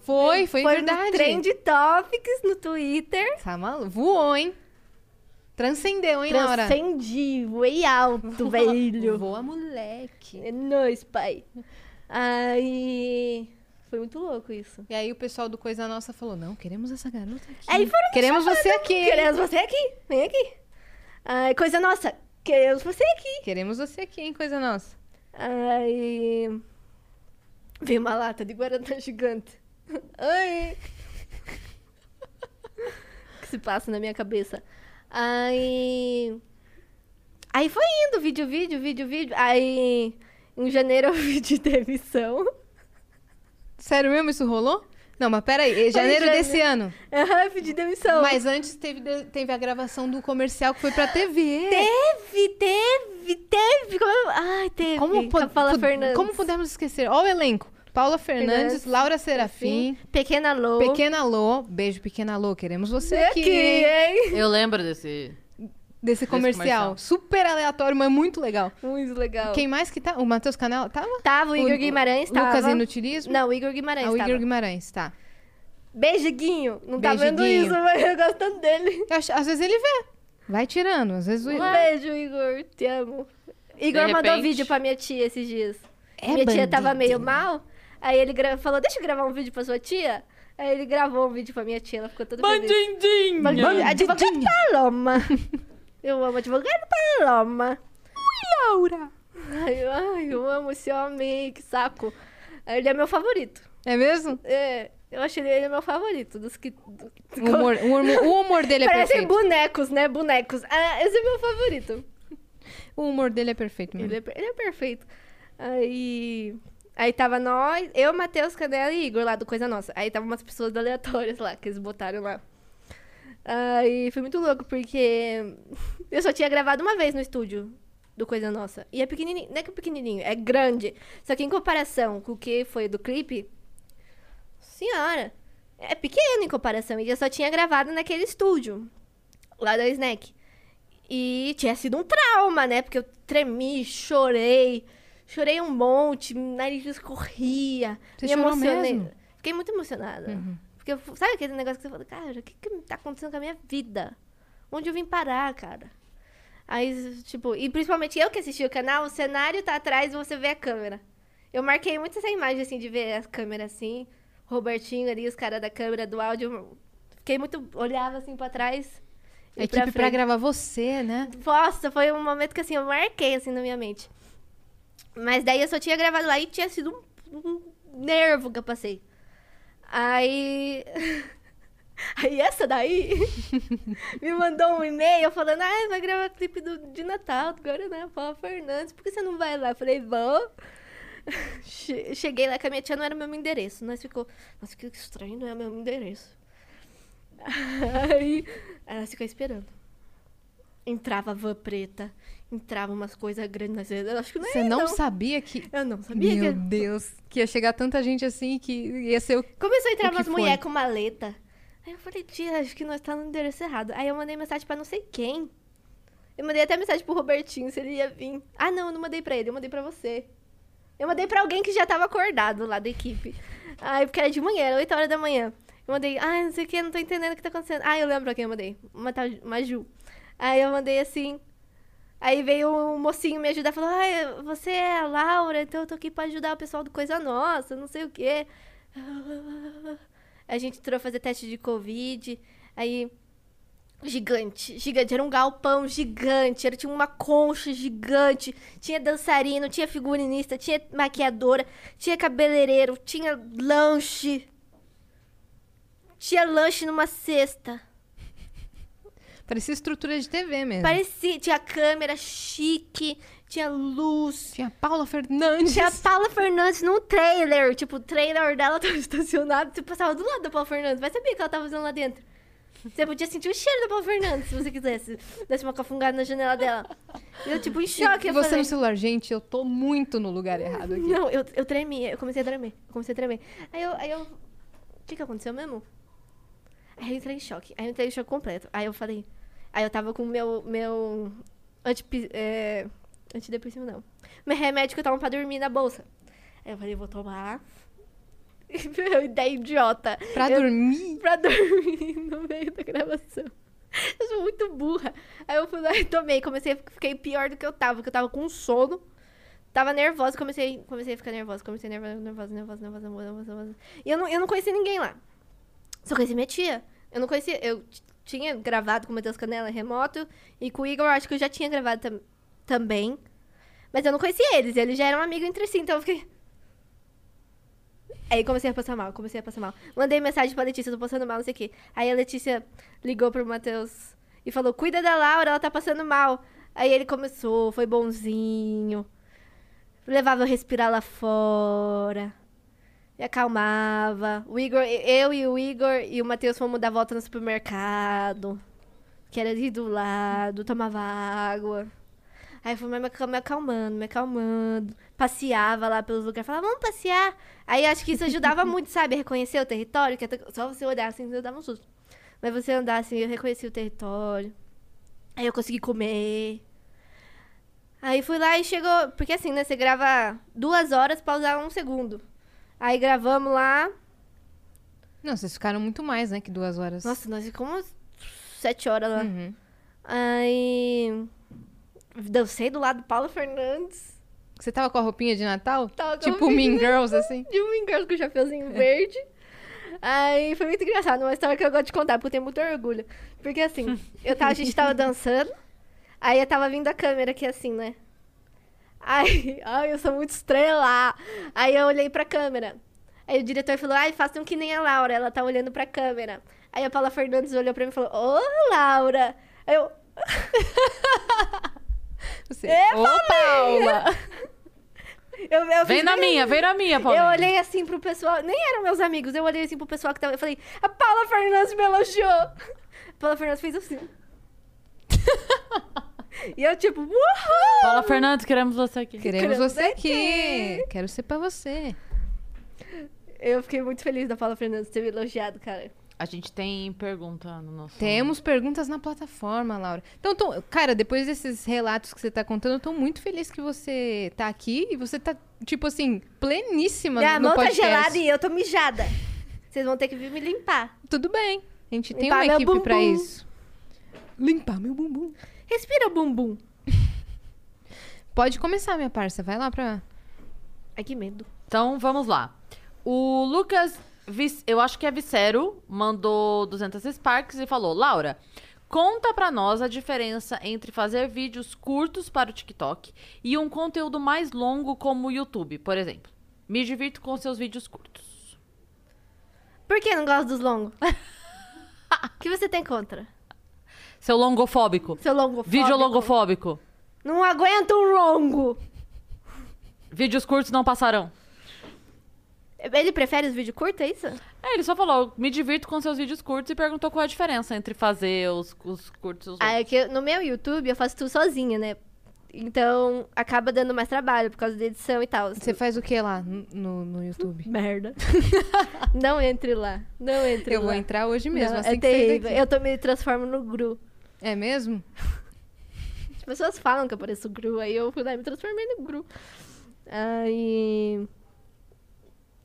S3: Foi, foi,
S4: Foi
S3: É verdade.
S4: no Trend Topics no Twitter.
S3: Tá maluco? Voou, hein? Transcendeu, hein, Laura?
S4: Transcendi, voei alto, velho.
S3: Voa, moleque.
S4: É nóis, pai. Aí... Foi muito louco isso.
S3: E aí o pessoal do Coisa Nossa falou, não, queremos essa garota aqui.
S4: Aí foram me
S3: Queremos
S4: chamando.
S3: você aqui.
S4: Queremos você aqui. Vem aqui. Ai, coisa nossa. Queremos você aqui.
S3: Queremos você aqui, hein, Coisa Nossa.
S4: Ai. Veio uma lata de Guaraná gigante. Ai. O que se passa na minha cabeça? Ai. Aí foi indo, vídeo, vídeo, vídeo, vídeo. Aí. Em janeiro eu pedi demissão.
S3: Sério mesmo, isso rolou? Não, mas peraí, é janeiro
S4: janeiro.
S3: desse ano.
S4: Aham, eu pedi demissão.
S3: Mas antes teve, de- teve a gravação do comercial que foi pra TV.
S4: Teve, teve, teve. Como... Ai, teve.
S3: Como, pu-
S4: Paula
S3: pu-
S4: Fernandes.
S3: como pudemos esquecer? Olha o elenco. Paula Fernandes,
S4: Fernandes,
S3: Laura Serafim,
S4: Pequena Lou.
S3: Pequena Lô. Beijo, Pequena Lô. Queremos você aqui. hein?
S4: hein?
S2: Eu lembro desse.
S3: Desse comercial.
S2: comercial.
S3: Super aleatório, mas muito legal.
S4: Muito legal.
S3: Quem mais que tá? O Matheus Canela tava?
S4: Tava o Igor
S3: O-
S4: Guimarães, tava.
S3: Lucas Inutilismo?
S4: Não, o Igor Guimarães
S3: Ah, o
S4: tava.
S3: Igor Guimarães, tá.
S4: Beijo, Guinho. Não tá
S3: Beijo,
S4: vendo
S3: Guinho.
S4: isso, mas eu gosto dele.
S3: Eu acho- às vezes ele vê. Vai tirando. Às vezes o
S4: Beijo, Igor. Te amo. Igor
S2: De
S4: mandou
S2: repente-
S4: vídeo pra minha tia esses dias.
S3: É
S4: minha tia tava
S3: bandido.
S4: meio mal. Aí ele gra- falou, deixa eu gravar um vídeo pra sua tia. Aí ele gravou um vídeo pra minha tia, ela ficou toda feliz.
S2: Bandindinho!
S4: Bandidinho. Advogado Paloma. Eu amo advogado Paloma. Ui, Laura. Ai, eu- ai, eu amo esse homem, que saco. Ele é meu favorito.
S3: É mesmo?
S4: É, eu achei ele meu favorito dos que. do-
S3: O humor, o humor- o humor dele é
S4: Parecem
S3: perfeito.
S4: bonecos, né? Bonecos. Ah, esse é meu favorito.
S3: O humor dele é perfeito mesmo.
S4: Ele, é, per- ele é perfeito. Aí. Aí tava nós, eu, Matheus, Canela e Igor lá do Coisa Nossa. Aí tava umas pessoas aleatórias lá, que eles botaram lá. Aí foi muito louco, porque eu só tinha gravado uma vez no estúdio do Coisa Nossa. E é pequenininho, não é que é pequenininho, é grande. Só que em comparação com o que foi do clipe, senhora, é pequeno em comparação. E eu só tinha gravado naquele estúdio, lá da Snack. E tinha sido um trauma, né? Porque eu tremi, chorei. Chorei um monte, nariz escorria.
S3: Você
S4: me
S3: chorou
S4: emocionei.
S3: mesmo? Uhum.
S4: Fiquei muito emocionada. Porque eu- sabe aquele negócio que você fala, cara, o que, que tá acontecendo com a minha vida? Onde eu vim parar, cara? Aí, tipo, e principalmente eu que assisti o canal, o cenário tá atrás e você vê a câmera. Eu marquei muito essa imagem, assim, de ver as câmeras assim, Robertinho ali, os caras da câmera, do áudio. Fiquei muito. Olhava assim pra trás.
S3: A equipe pra,
S4: é frente.
S3: gravar você, né?
S4: Nossa, foi um momento que assim, eu marquei assim na minha mente. Mas daí eu só tinha gravado lá e tinha sido um, um nervo que eu passei. Aí. Aí essa daí me mandou um e-mail falando, ah, vai né, gravar clipe do, de Natal, do Guaraná, Paula Fernandes, por que você não vai lá? Eu falei, vou. Che- Cheguei lá que a minha tia não era o mesmo endereço. Nós ficou, nossa, que estranho, não é o mesmo endereço. Aí ela ficou esperando. Entrava van preta, entrava umas coisas grandes. Nós, eu acho que não é
S3: Você não,
S4: não.
S3: sabia que.
S4: Eu não sabia
S3: Meu
S4: que.
S3: Deus, que ia chegar tanta gente assim que ia ser o.
S4: Começou a entrar
S3: O que
S4: umas
S3: foi?
S4: mulheres com maleta. Aí eu falei, tia, acho que nós tá no endereço errado. Aí eu mandei mensagem pra não sei quem. Eu mandei até mensagem pro Robertinho, se ele ia vir. Ah, não, eu não mandei pra ele, eu mandei pra você. Eu mandei pra alguém que já tava acordado lá da equipe. Ai, porque era de manhã, era 8 horas da manhã. Eu mandei, ai, não sei o que, não tô entendendo o que tá acontecendo. Ah, eu lembro pra quem eu mandei. Uma, tal- uma Ju. Aí eu mandei assim. Aí veio um mocinho me ajudar, falou, ai, você é a Laura, então eu tô aqui pra ajudar o pessoal do Coisa Nossa, não sei o quê. A gente entrou fazer teste de Covid. Aí. Gigante, gigante. Era um galpão gigante. Era, tinha uma concha gigante. Tinha dançarino, tinha figurinista, tinha maquiadora, tinha cabeleireiro, tinha lanche. Tinha lanche numa cesta.
S3: Parecia estrutura de TV mesmo.
S4: Parecia. Tinha câmera chique, tinha luz.
S3: Tinha Paula Fernandes.
S4: Tinha a Paula Fernandes num trailer. Tipo, o trailer dela tava estacionado. Você passava do lado da Paula Fernandes. Vai saber o que ela tava fazendo lá dentro. Você podia sentir o cheiro da Paula Fernandes, se você quisesse. Desse uma cafungada na janela dela. Eu, tipo, em choque.
S3: E
S4: eu
S3: você
S4: falei,
S3: no celular, gente, eu tô muito no lugar errado aqui.
S4: Não, eu, eu tremi. Eu comecei a tremer. Eu comecei a tremer. Aí eu... Aí eu... O que que aconteceu mesmo? Aí eu entrei em choque. Aí eu entrei em choque completo. Aí eu falei... Aí eu tava com o meu... meu antipi, é, antidepressivo, não. Meu remédio que eu tava pra dormir na bolsa. Aí eu falei, vou tomar. Meu, ideia idiota.
S3: Pra
S4: eu,
S3: dormir.
S4: Pra dormir no meio da gravação. Eu sou muito burra. Aí eu fui lá e tomei. Comecei, a- fiquei pior do que eu tava, porque eu tava com sono. Tava nervosa, comecei, comecei a ficar nervosa, comecei nervosa, nervosa, nervosa, nervosa, nervosa, nervosa. nervosa. E eu não, eu não conhecia ninguém lá. Só conheci minha tia. Eu não conhecia. Eu t- tinha gravado com o Matheus Canela remoto e com o Igor, acho que eu já tinha gravado tam- também. Mas eu não conhecia eles, eles já eram amigos entre si, então eu fiquei. Aí comecei a passar mal, comecei a passar mal. Mandei mensagem pra Letícia, tô passando mal, não sei o quê. Aí a Letícia ligou pro Matheus e falou: Cuida da Laura, ela tá passando mal. Aí ele começou, foi bonzinho. Levava eu respirar lá fora. Me acalmava. O Igor, eu e o Igor e o Matheus fomos dar volta no supermercado. Que era ali do lado, tomava água. Aí eu fui me acal- me acalmando, me acalmando. Passeava lá pelos lugares, falava, vamos passear. Aí acho que isso ajudava muito, sabe? a Reconhecer o território, que até só você olhar assim, eu dava um susto. Mas você andar assim, eu reconheci o território. Aí eu consegui comer. Aí fui lá e chegou. Porque assim, né? Você grava duas horas, pausar um segundo. Aí gravamos lá.
S3: Não, vocês ficaram muito mais, né, que duas horas.
S4: Nossa, nós ficamos sete horas lá.
S3: Uhum.
S4: Aí. Dancei do lado do Paulo Fernandes.
S3: Você tava com a roupinha de Natal?
S4: Tava Tá com um a
S3: tipo
S4: roupinha de
S3: Mean Girls, assim?
S4: De um engano com o chapeuzinho verde. Aí foi muito engraçado, uma história que eu gosto de contar, porque eu tenho muito orgulho. Porque assim, eu tava, a gente tava dançando, aí eu tava vindo a câmera aqui assim, né? Aí, ai, eu sou muito estrela. Aí eu olhei pra câmera. Aí o diretor falou, ai, façam que nem a Laura, ela tá olhando pra câmera. Aí a Paula Fernandes olhou pra mim e falou, ô, Laura. Aí eu,
S3: Você,
S4: É,
S3: Ô, Paula!
S4: eu, eu
S2: Vem
S4: fiz
S2: na
S4: bem-
S2: minha, vem na minha, Paulo.
S4: Eu olhei assim pro pessoal, nem eram meus amigos, eu olhei assim pro pessoal que tava. Eu falei, a Paula Fernandes me elogiou. A Paula Fernandes fez assim. e eu, tipo, uhul!
S2: Paula Fernandes, queremos você aqui.
S3: Queremos
S4: Queremos
S3: você
S4: aqui.
S3: aqui! Quero ser pra você.
S4: Eu fiquei muito feliz da Paula Fernandes ter me elogiado, cara.
S2: A gente tem pergunta no nosso.
S3: Temos perguntas na plataforma, Laura. Então, tô- cara, depois desses relatos que você tá contando, eu tô muito feliz que você tá aqui e você tá, tipo assim, pleníssima
S4: Minha
S3: no
S4: mão tá
S3: podcast.
S4: gelada e eu tô mijada. Vocês vão ter que vir me limpar.
S3: Tudo bem. A gente tem
S4: Limpar
S3: uma
S4: meu
S3: equipe pra
S4: bumbum.
S3: isso. Limpar meu bumbum.
S4: Respira, bumbum.
S3: Pode começar, minha parça. Vai lá pra.
S4: Ai, que medo.
S2: Então vamos lá. O Lucas, Vis- eu acho que é Vicero, mandou 200 Sparks e falou: Laura, conta pra nós a diferença entre fazer vídeos curtos para o TikTok e um conteúdo mais longo como o YouTube, por exemplo. Me divirto com seus vídeos curtos.
S4: Por que não gosto dos longos? O que você tem contra?
S2: Seu longofóbico.
S4: Seu longofóbico.
S2: Vídeo longofóbico.
S4: Não aguento um longo.
S2: Vídeos curtos não passarão.
S4: Ele prefere os vídeos curtos, é isso?
S2: É, ele só falou, me divirto com seus vídeos curtos e perguntou qual é a diferença entre fazer os, os curtos e os
S4: Ah,
S2: longos.
S4: é que eu- no meu YouTube eu faço tudo sozinha, né? Então acaba dando mais trabalho por causa da edição e tal.
S3: Você faz o que lá no- no, no YouTube?
S4: Merda. não entre lá. Não entre
S3: Eu
S4: lá.
S3: vou entrar hoje mesmo,
S4: Não,
S3: assim
S4: é
S3: que sair
S4: terrível.
S3: daqui.
S4: Eu tô me transformo no Gru.
S3: É mesmo?
S4: As pessoas falam que eu pareço Gru, aí eu fui lá e me transformei no Gru. Aí.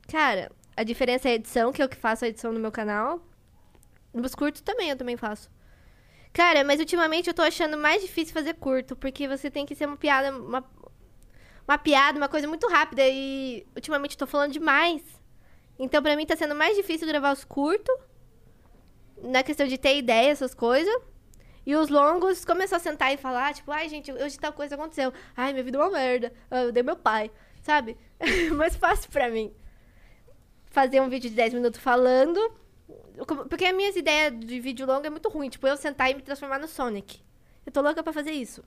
S4: Cara, a diferença é a edição, que eu que faço a edição no meu canal. Nos curtos também, eu também faço. Cara, mas ultimamente eu tô achando mais difícil fazer curto, porque você tem que ser uma piada, uma, uma piada, uma coisa muito rápida. E ultimamente eu tô falando demais. Então pra mim tá sendo mais difícil gravar os curtos. Na questão de ter ideia, essas coisas. E os longos começou a sentar e falar, tipo, ai, gente, hoje tal coisa aconteceu. Ai, minha vida é uma merda. Ah, Eu dei meu pai, sabe? Mais fácil pra mim. Fazer um vídeo de 10 minutos falando. como- Porque as minhas ideias de vídeo longo é muito ruim. Tipo, eu sentar e me transformar no Sonic. Eu tô louca pra fazer isso.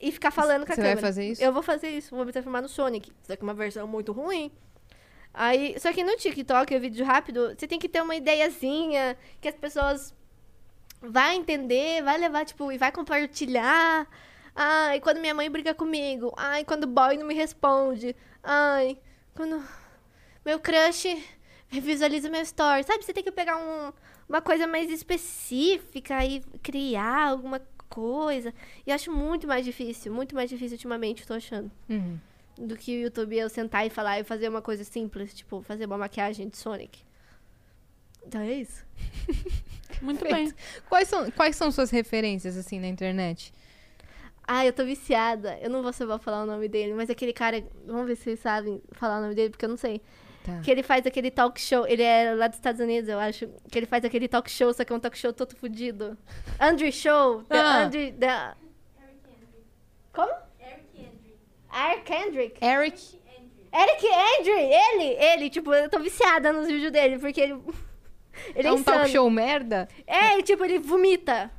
S4: E ficar falando com a
S3: Você vai
S4: câmera.
S3: fazer isso?
S4: Eu vou fazer isso. Vou me transformar no Sonic. Só que é uma versão muito ruim. Aí, só que no TikTok, o vídeo rápido, você tem que ter uma ideiazinha que as pessoas vai entender, vai levar, tipo, e vai compartilhar. Ai, quando minha mãe briga comigo. Ai, quando o boy não me responde. Ai, quando meu crush visualiza meu story. Sabe, você tem que pegar um- uma coisa mais específica e criar alguma coisa. E eu acho muito mais difícil, muito mais difícil ultimamente, eu tô achando.
S3: Uhum.
S4: Do que o YouTube eu sentar e falar e fazer uma coisa simples, tipo, fazer uma maquiagem de Sonic. Então é isso.
S2: Muito bem.
S3: Quais são, quais são suas referências, assim, na internet?
S4: Ah, eu tô viciada. Eu não vou saber falar o nome dele, mas aquele cara. Vamos ver se vocês sabem falar o nome dele, porque eu não sei.
S3: Tá.
S4: Que ele faz aquele talk show. Ele é lá dos Estados Unidos, eu acho. Que ele faz aquele talk show, só que é um talk show todo fudido. Andrew Show. The
S3: Ah.
S4: Andrew. The... Como? Eric Kendrick.
S3: Eric.
S4: Eric Andrew, ele, ele, tipo, eu tô viciada nos vídeos dele, porque ele. Ele é,
S3: é um
S4: insano.
S3: talk show merda?
S4: É, e, tipo, ele vomita.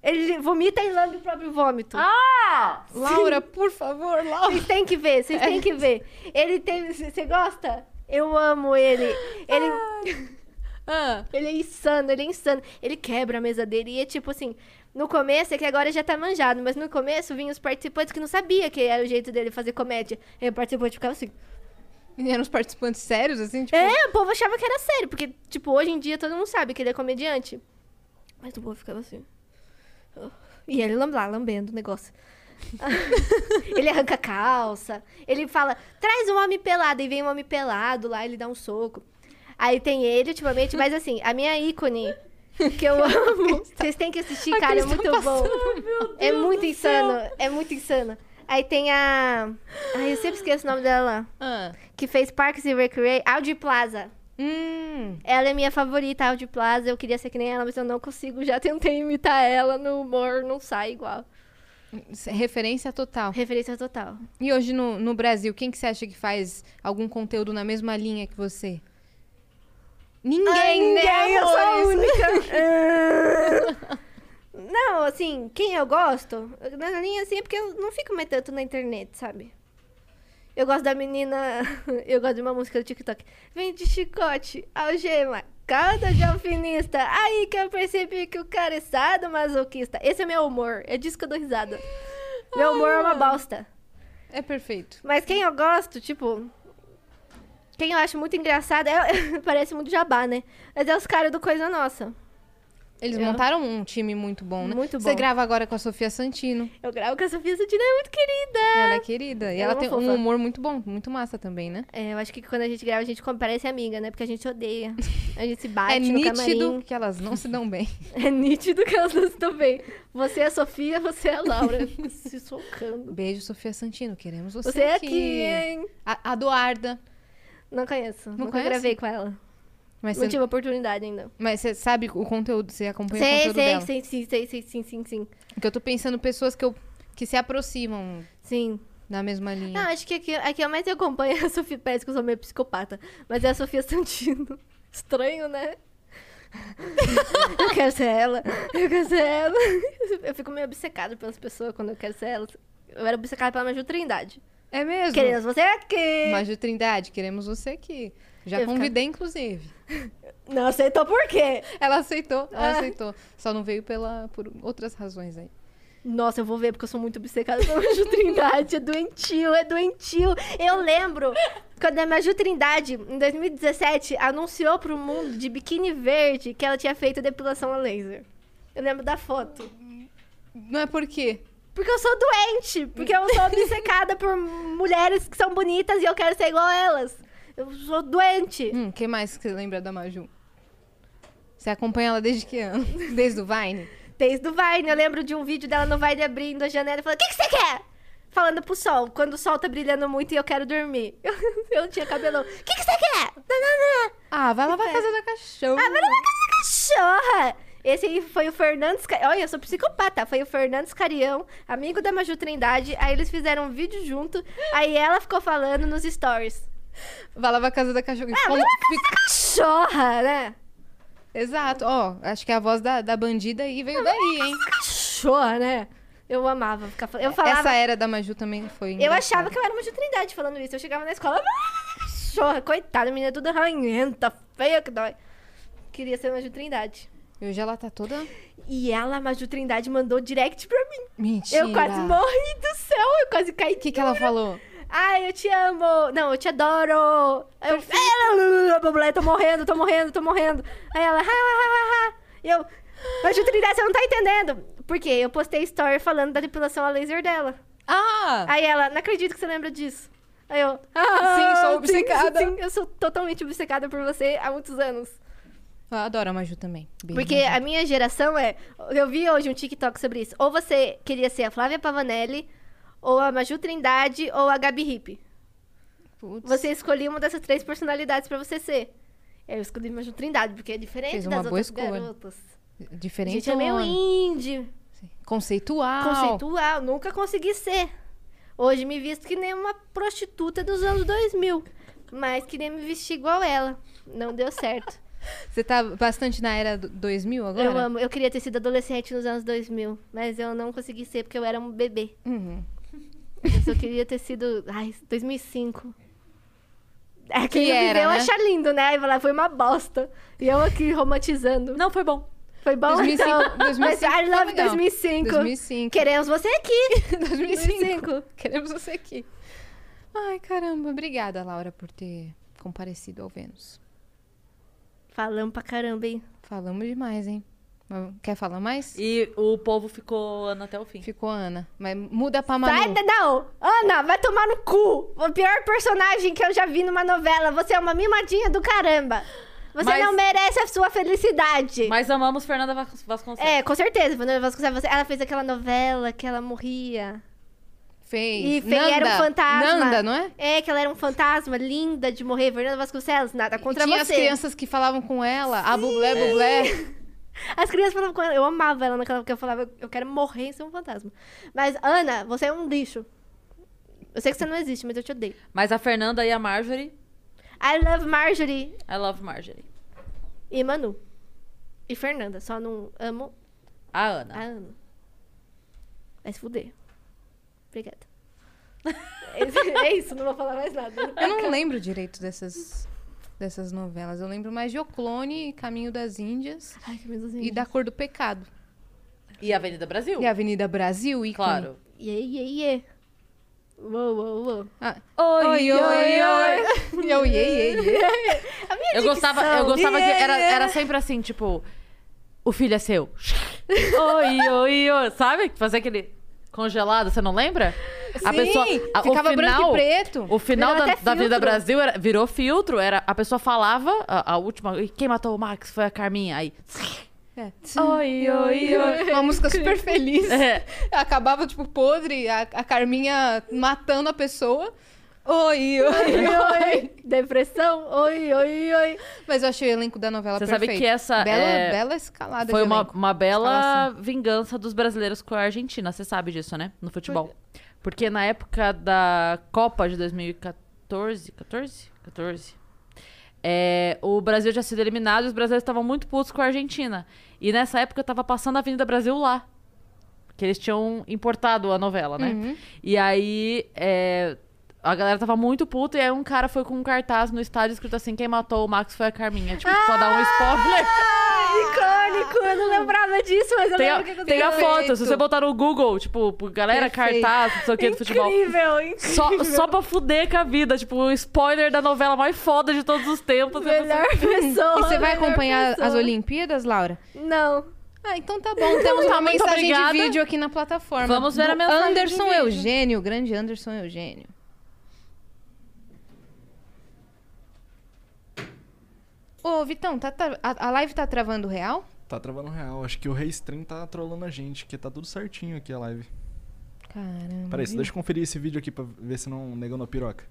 S4: Ele vomita e lambe o próprio vômito.
S2: Ah!
S3: Laura, por favor, Laura.
S4: Vocês têm que ver, vocês têm que ver. Ele tem. Você gosta? Eu amo ele. Ele,
S3: Ah,
S4: ele é insano, ele é insano. Ele quebra a mesa dele. E é tipo assim, no começo é que agora já tá manjado, mas no começo vinham os participantes que não sabia que era o jeito dele fazer comédia. E o participante ficava assim.
S3: e eram os participantes sérios, assim? Tipo,
S4: É, o povo achava que era sério, porque, tipo, hoje em dia todo mundo sabe que ele é comediante. Mas o povo ficava assim. E ele lam- lá, lambendo o negócio. ele arranca a calça. Ele fala, traz um homem pelado. E vem um homem pelado lá, ele dá um soco. Aí tem ele ultimamente, mas assim, a minha ícone, que eu amo. Vocês têm que assistir,
S3: A
S4: cara, é
S3: Cris tá
S4: muito bom. É muito insano, é muito insano. Aí tem a. Ai, eu sempre esqueço o nome dela
S3: ah.
S4: que fez Parks and Recreation, Audi Plaza.
S3: Hum.
S4: Ela é minha favorita, Audi Plaza. Eu queria ser que nem ela, mas eu não consigo. Já tentei imitar ela no humor, não sai igual.
S3: Referência total.
S4: Referência total.
S3: E hoje no, no Brasil, quem que você acha que faz algum conteúdo na mesma linha que você? Ninguém, né,
S4: eu sou a
S3: amores?
S4: única. não, assim, quem eu gosto, na linha assim, é porque eu não fico mais tanto na internet, sabe? Eu gosto da menina. Eu gosto de uma música do TikTok. Vem de chicote, algema, cauda de alfinista. Aí que eu percebi que o cara é sado masoquista. Esse é meu humor. É disso que eu dou risada. Meu humor é uma bosta.
S3: É perfeito.
S4: Mas quem eu gosto, tipo. Quem eu acho muito engraçado é. Parece muito jabá, né? Mas é os caras do Coisa Nossa.
S3: Eles
S4: Eu-
S3: montaram um time muito bom, né?
S4: Muito
S3: Você
S4: bom.
S3: grava agora com a Sofia Santino.
S4: Eu gravo com a Sofia Santina, é muito querida.
S3: Ela é querida. E ela
S4: Ela é uma
S3: tem
S4: fofa.
S3: um humor muito bom, muito massa também, né?
S4: É, eu acho que quando a gente grava, a gente parece amiga, né? Porque a gente odeia. A gente se bate
S3: é
S4: no
S3: nítido
S4: camarim.
S3: que elas não se dão bem.
S4: É nítido que elas não estão bem. Você é a Sofia, você é a Laura. se socando.
S3: Beijo, Sofia Santino. Queremos você,
S4: Você é aqui, hein?
S3: A, a Eduarda.
S4: Não conheço. Nunca
S3: conhece?
S4: gravei com ela.
S3: Mas
S4: não
S3: você,
S4: tive oportunidade ainda.
S3: mas você sabe o conteúdo, você acompanha o
S4: Sei,
S3: conteúdo
S4: sei,
S3: dela.
S4: sei, sim, sei, sei, sim, sim, sim.
S3: Porque eu tô pensando pessoas que, eu, que se aproximam
S4: Sim.
S3: da mesma linha.
S4: Não, acho que aqui, aqui eu mais eu acompanho é a Sofia Pérez, que eu sou meio psicopata. Mas é a Sofia Santino. Estranho, né? eu quero ser ela. Eu quero ser ela. Eu fico meio obcecada pelas pessoas quando eu quero ser elas. Eu era obcecada pela Maju Trindade.
S3: É mesmo?
S4: Queremos você aqui.
S3: Mas Trindade, queremos você aqui. Já
S4: Eu ficar-
S3: convidei, inclusive.
S4: Não aceitou por quê?
S3: Ela aceitou, ela
S4: Ah.
S3: aceitou. Só não veio pela, por outras razões aí.
S4: Nossa, eu vou ver, porque eu sou muito obcecada pela Maju Trindade. É doentio, é doentio. Eu lembro quando a Maju Trindade, em 2017, anunciou pro mundo de biquíni verde que ela tinha feito depilação a laser. Eu lembro da foto.
S3: Não é por quê?
S4: Porque eu sou doente, porque eu sou obcecada por mulheres que são bonitas e eu quero ser igual a elas. Eu sou doente.
S3: Hum, que mais que você lembra da Maju? Você acompanha ela desde que ano? Desde o Vine?
S4: Desde o Vine, eu lembro de um vídeo dela no Vine abrindo a janela e falando: O que, que você quer? Falando pro sol, quando o sol tá brilhando muito e eu quero dormir. Eu, eu não tinha cabelão. O que, que você quer? Nananã.
S3: Ah, vai lavar a casa da cachorra.
S4: É. Ah, mas não vai cachorra! Esse aí foi o Fernandes. Ca- Olha, eu sou psicopata. Foi o Fernandes Carião, amigo da Maju Trindade. Aí eles fizeram um vídeo junto. Aí ela ficou falando nos stories.
S3: Vai lavar a casa da cachorra.
S4: Ah,
S3: Ficou-
S4: vai lavar a
S3: ficou-
S4: Cachorra, né?
S3: Exato, ó. acho que a voz da, da bandida aí veio daí, hein?
S4: Cachorra, né? Eu amava ficar falando. Eu falava.
S3: Essa era da Maju também foi.
S4: Eu achava que eu era uma de Trindade falando isso. Eu chegava na escola, "Ah, cachorra, coitada, a menina é toda ranhenta, feia que dói. Queria ser uma de Trindade.
S3: E hoje ela tá toda.
S4: E ela, a Maju Trindade, mandou direct pra mim.
S3: Mentira.
S4: Eu quase morri do céu, eu quase caí.
S3: O que, que ela falou?
S4: Ai, eu te amo. Não, eu te adoro. Aí Eu, "Ah, blá, blá, blá, tô morrendo, tô morrendo, tô morrendo. Aí ela, ha, ha, ha, ha, ha. E eu, Maju Trindade, você não tá entendendo. Porque eu postei story falando da depilação a laser dela.
S3: Ah!
S4: Aí ela, não acredito que você lembra disso. Aí eu,
S3: Sim, sou
S4: sim,
S3: obcecada.
S4: Sim, eu sou totalmente obcecada por você há muitos anos.
S3: Eu adoro a Maju também. Beijo,
S4: Porque
S3: Maju.
S4: a minha geração é. Eu vi hoje um TikTok sobre isso. Ou você queria ser a Flávia Pavanelli, ou a Maju Trindade, ou a Gabi Hipp.
S3: Putz,
S4: Você escolhia uma dessas três personalidades pra você ser. Eu escolhi a Maju Trindade, porque é diferente
S3: Fez
S4: das
S3: uma boa
S4: outras
S3: escolha.
S4: garotas. A
S3: Diferente.
S4: gente é meio
S3: ou-
S4: indie,
S3: Conceitual.
S4: conceitual, nunca consegui ser. Hoje me visto que nem uma prostituta dos anos 2000, mas queria me vestir igual ela. Não deu certo.
S3: Você tá bastante na era do 2000 agora?
S4: Eu amo, eu queria ter sido adolescente nos anos 2000, mas eu não consegui ser porque eu era um bebê.
S3: Uhum.
S4: Eu só queria ter sido, ai, 2005. É, quem
S3: Que
S4: não
S3: era,
S4: viveu
S3: né?
S4: acha lindo, né? E falar, foi uma bosta. E eu aqui romantizando.
S2: Não foi bom.
S4: Foi bom
S3: 2005,
S4: então.
S3: 2005
S4: mas I
S3: foi
S4: love
S3: legal.
S4: 2005.
S3: 2005.
S4: Queremos você aqui.
S3: 2005. Queremos você aqui. Ai, caramba. Obrigada, Laura, por ter comparecido ao Vênus.
S4: Falamos pra caramba, hein?
S3: Falamos demais, hein? Mas Quer falar mais?
S2: E o povo ficou Ana até o fim.
S3: Ficou Ana. Mas muda pra Manu.
S4: Sai, da- não! Ana, vai tomar no cu! O pior personagem que eu já vi numa novela. Você é uma mimadinha do caramba. Você
S2: Mas-
S4: não merece a sua felicidade.
S2: Mas amamos Fernanda Vas- Vasconcelos.
S4: É, com certeza. Fernanda Vasconcelos, você- Ela fez aquela novela que ela morria.
S3: Fei.
S4: E Fei era um
S3: Nanda.
S4: fantasma.
S3: Nanda, não é?
S4: É, que ela era um fantasma linda de morrer. Fernanda Vasconcelos, nada contra
S3: e tinha
S4: você.
S3: as crianças que falavam com ela. A bublé, bublé.
S4: As crianças falavam com ela. Eu amava ela naquela época. Eu falava, eu quero morrer e ser um fantasma. Mas, Ana, você é um lixo. Eu sei que você não existe, mas eu te odeio.
S2: Mas a Fernanda e a Marjorie,
S4: I love Marjorie
S2: I love Marjorie.
S4: e Manu. E Fernanda. Só não amo
S2: A
S4: a
S2: Ana.
S4: Ana. Vai se fuder. Obrigada. é isso, não vou falar mais nada.
S3: Eu não lembro direito dessas, dessas novelas. Eu lembro mais de O Clone, Caminho das Índias
S4: Ai, que medozinho.
S3: e Da Cor do Pecado.
S2: E a Avenida Brasil.
S3: Ah. E Avenida Brasil, ícone.
S2: Claro.
S4: Iê, iê, iê. Uou, uou, uou.
S3: Ah,
S2: Oi, oi,
S3: oi. Eu, iê, iê, iê.
S4: A minha
S2: Eu gostava, eu
S4: dicção.
S2: gostava que era, era sempre assim, tipo, o filho é seu. oi, oi, oi. Sabe? Fazer aquele congelado, você não lembra? a
S3: Sim,
S2: pessoa, a-
S3: ficava
S2: o
S3: branco
S2: final,
S3: e preto.
S2: O final
S4: Virou
S2: da,
S4: até
S2: da Avenida
S4: filtro.
S2: Brasil era- virou filtro, era a pessoa falava a, a última, e quem matou o Max foi a Carminha aí.
S3: É.
S2: Oi, oi, oi.
S3: Uma música super feliz.
S2: É.
S3: Acabava, tipo, podre, a, a Carminha matando a pessoa. Oi, oi.
S4: Oi, oi. Depressão? Oi, oi, oi.
S3: Mas eu achei o elenco da novela
S2: Você
S3: perfeito.
S2: sabe que essa
S3: Bela,
S2: é-
S3: bela escalada
S2: Foi
S3: de
S2: uma,
S3: elenco.
S2: uma bela
S3: Escalação.
S2: vingança dos brasileiros com a Argentina. Você sabe disso, né? No futebol. Porque na época da Copa de 2014, 14? 14. é, o Brasil já sido eliminado e os brasileiros estavam muito putos com a Argentina. E nessa época eu tava passando a Avenida Brasil lá.
S3: Uhum.
S2: Que eles tinham importado a novela, né? E aí é, A galera tava muito puta e aí um cara foi com um cartaz no estádio escrito assim: quem matou o Max foi a Carminha. Tipo, só dá
S3: Ah!
S2: um spoiler.
S4: Icônico, eu não lembrava disso, mas eu
S2: Tem a,
S4: lembro que aconteceu.
S2: tem a foto, se você botar no Google, tipo, galera,
S3: Perfeito.
S2: cartaz, não sei o que do futebol.
S4: é Incrível, incrível.
S2: Só, só pra fuder com a vida, tipo, o spoiler da novela mais foda de todos os tempos. né?
S4: Melhor pessoa.
S3: E você vai
S4: melhor
S3: acompanhar
S4: pessoa.
S3: as Olimpíadas, Laura?
S4: Não.
S3: Ah, então tá bom. Temos uma
S2: Muito
S3: mensagem
S2: obrigada.
S3: de vídeo aqui na plataforma.
S2: Vamos ver
S3: do
S2: a mensagem de
S3: Anderson
S2: vídeo.
S3: Eugênio, o grande Anderson Eugênio. Ô, Vitão, tá tra- a, a live tá travando real?
S5: Tá travando real. Acho que o Reistream tá trolando a gente, que tá tudo certinho aqui a live.
S3: Hum. Caramba.
S5: Peraí, só deixa eu conferir esse vídeo aqui pra ver se não negou na piroca.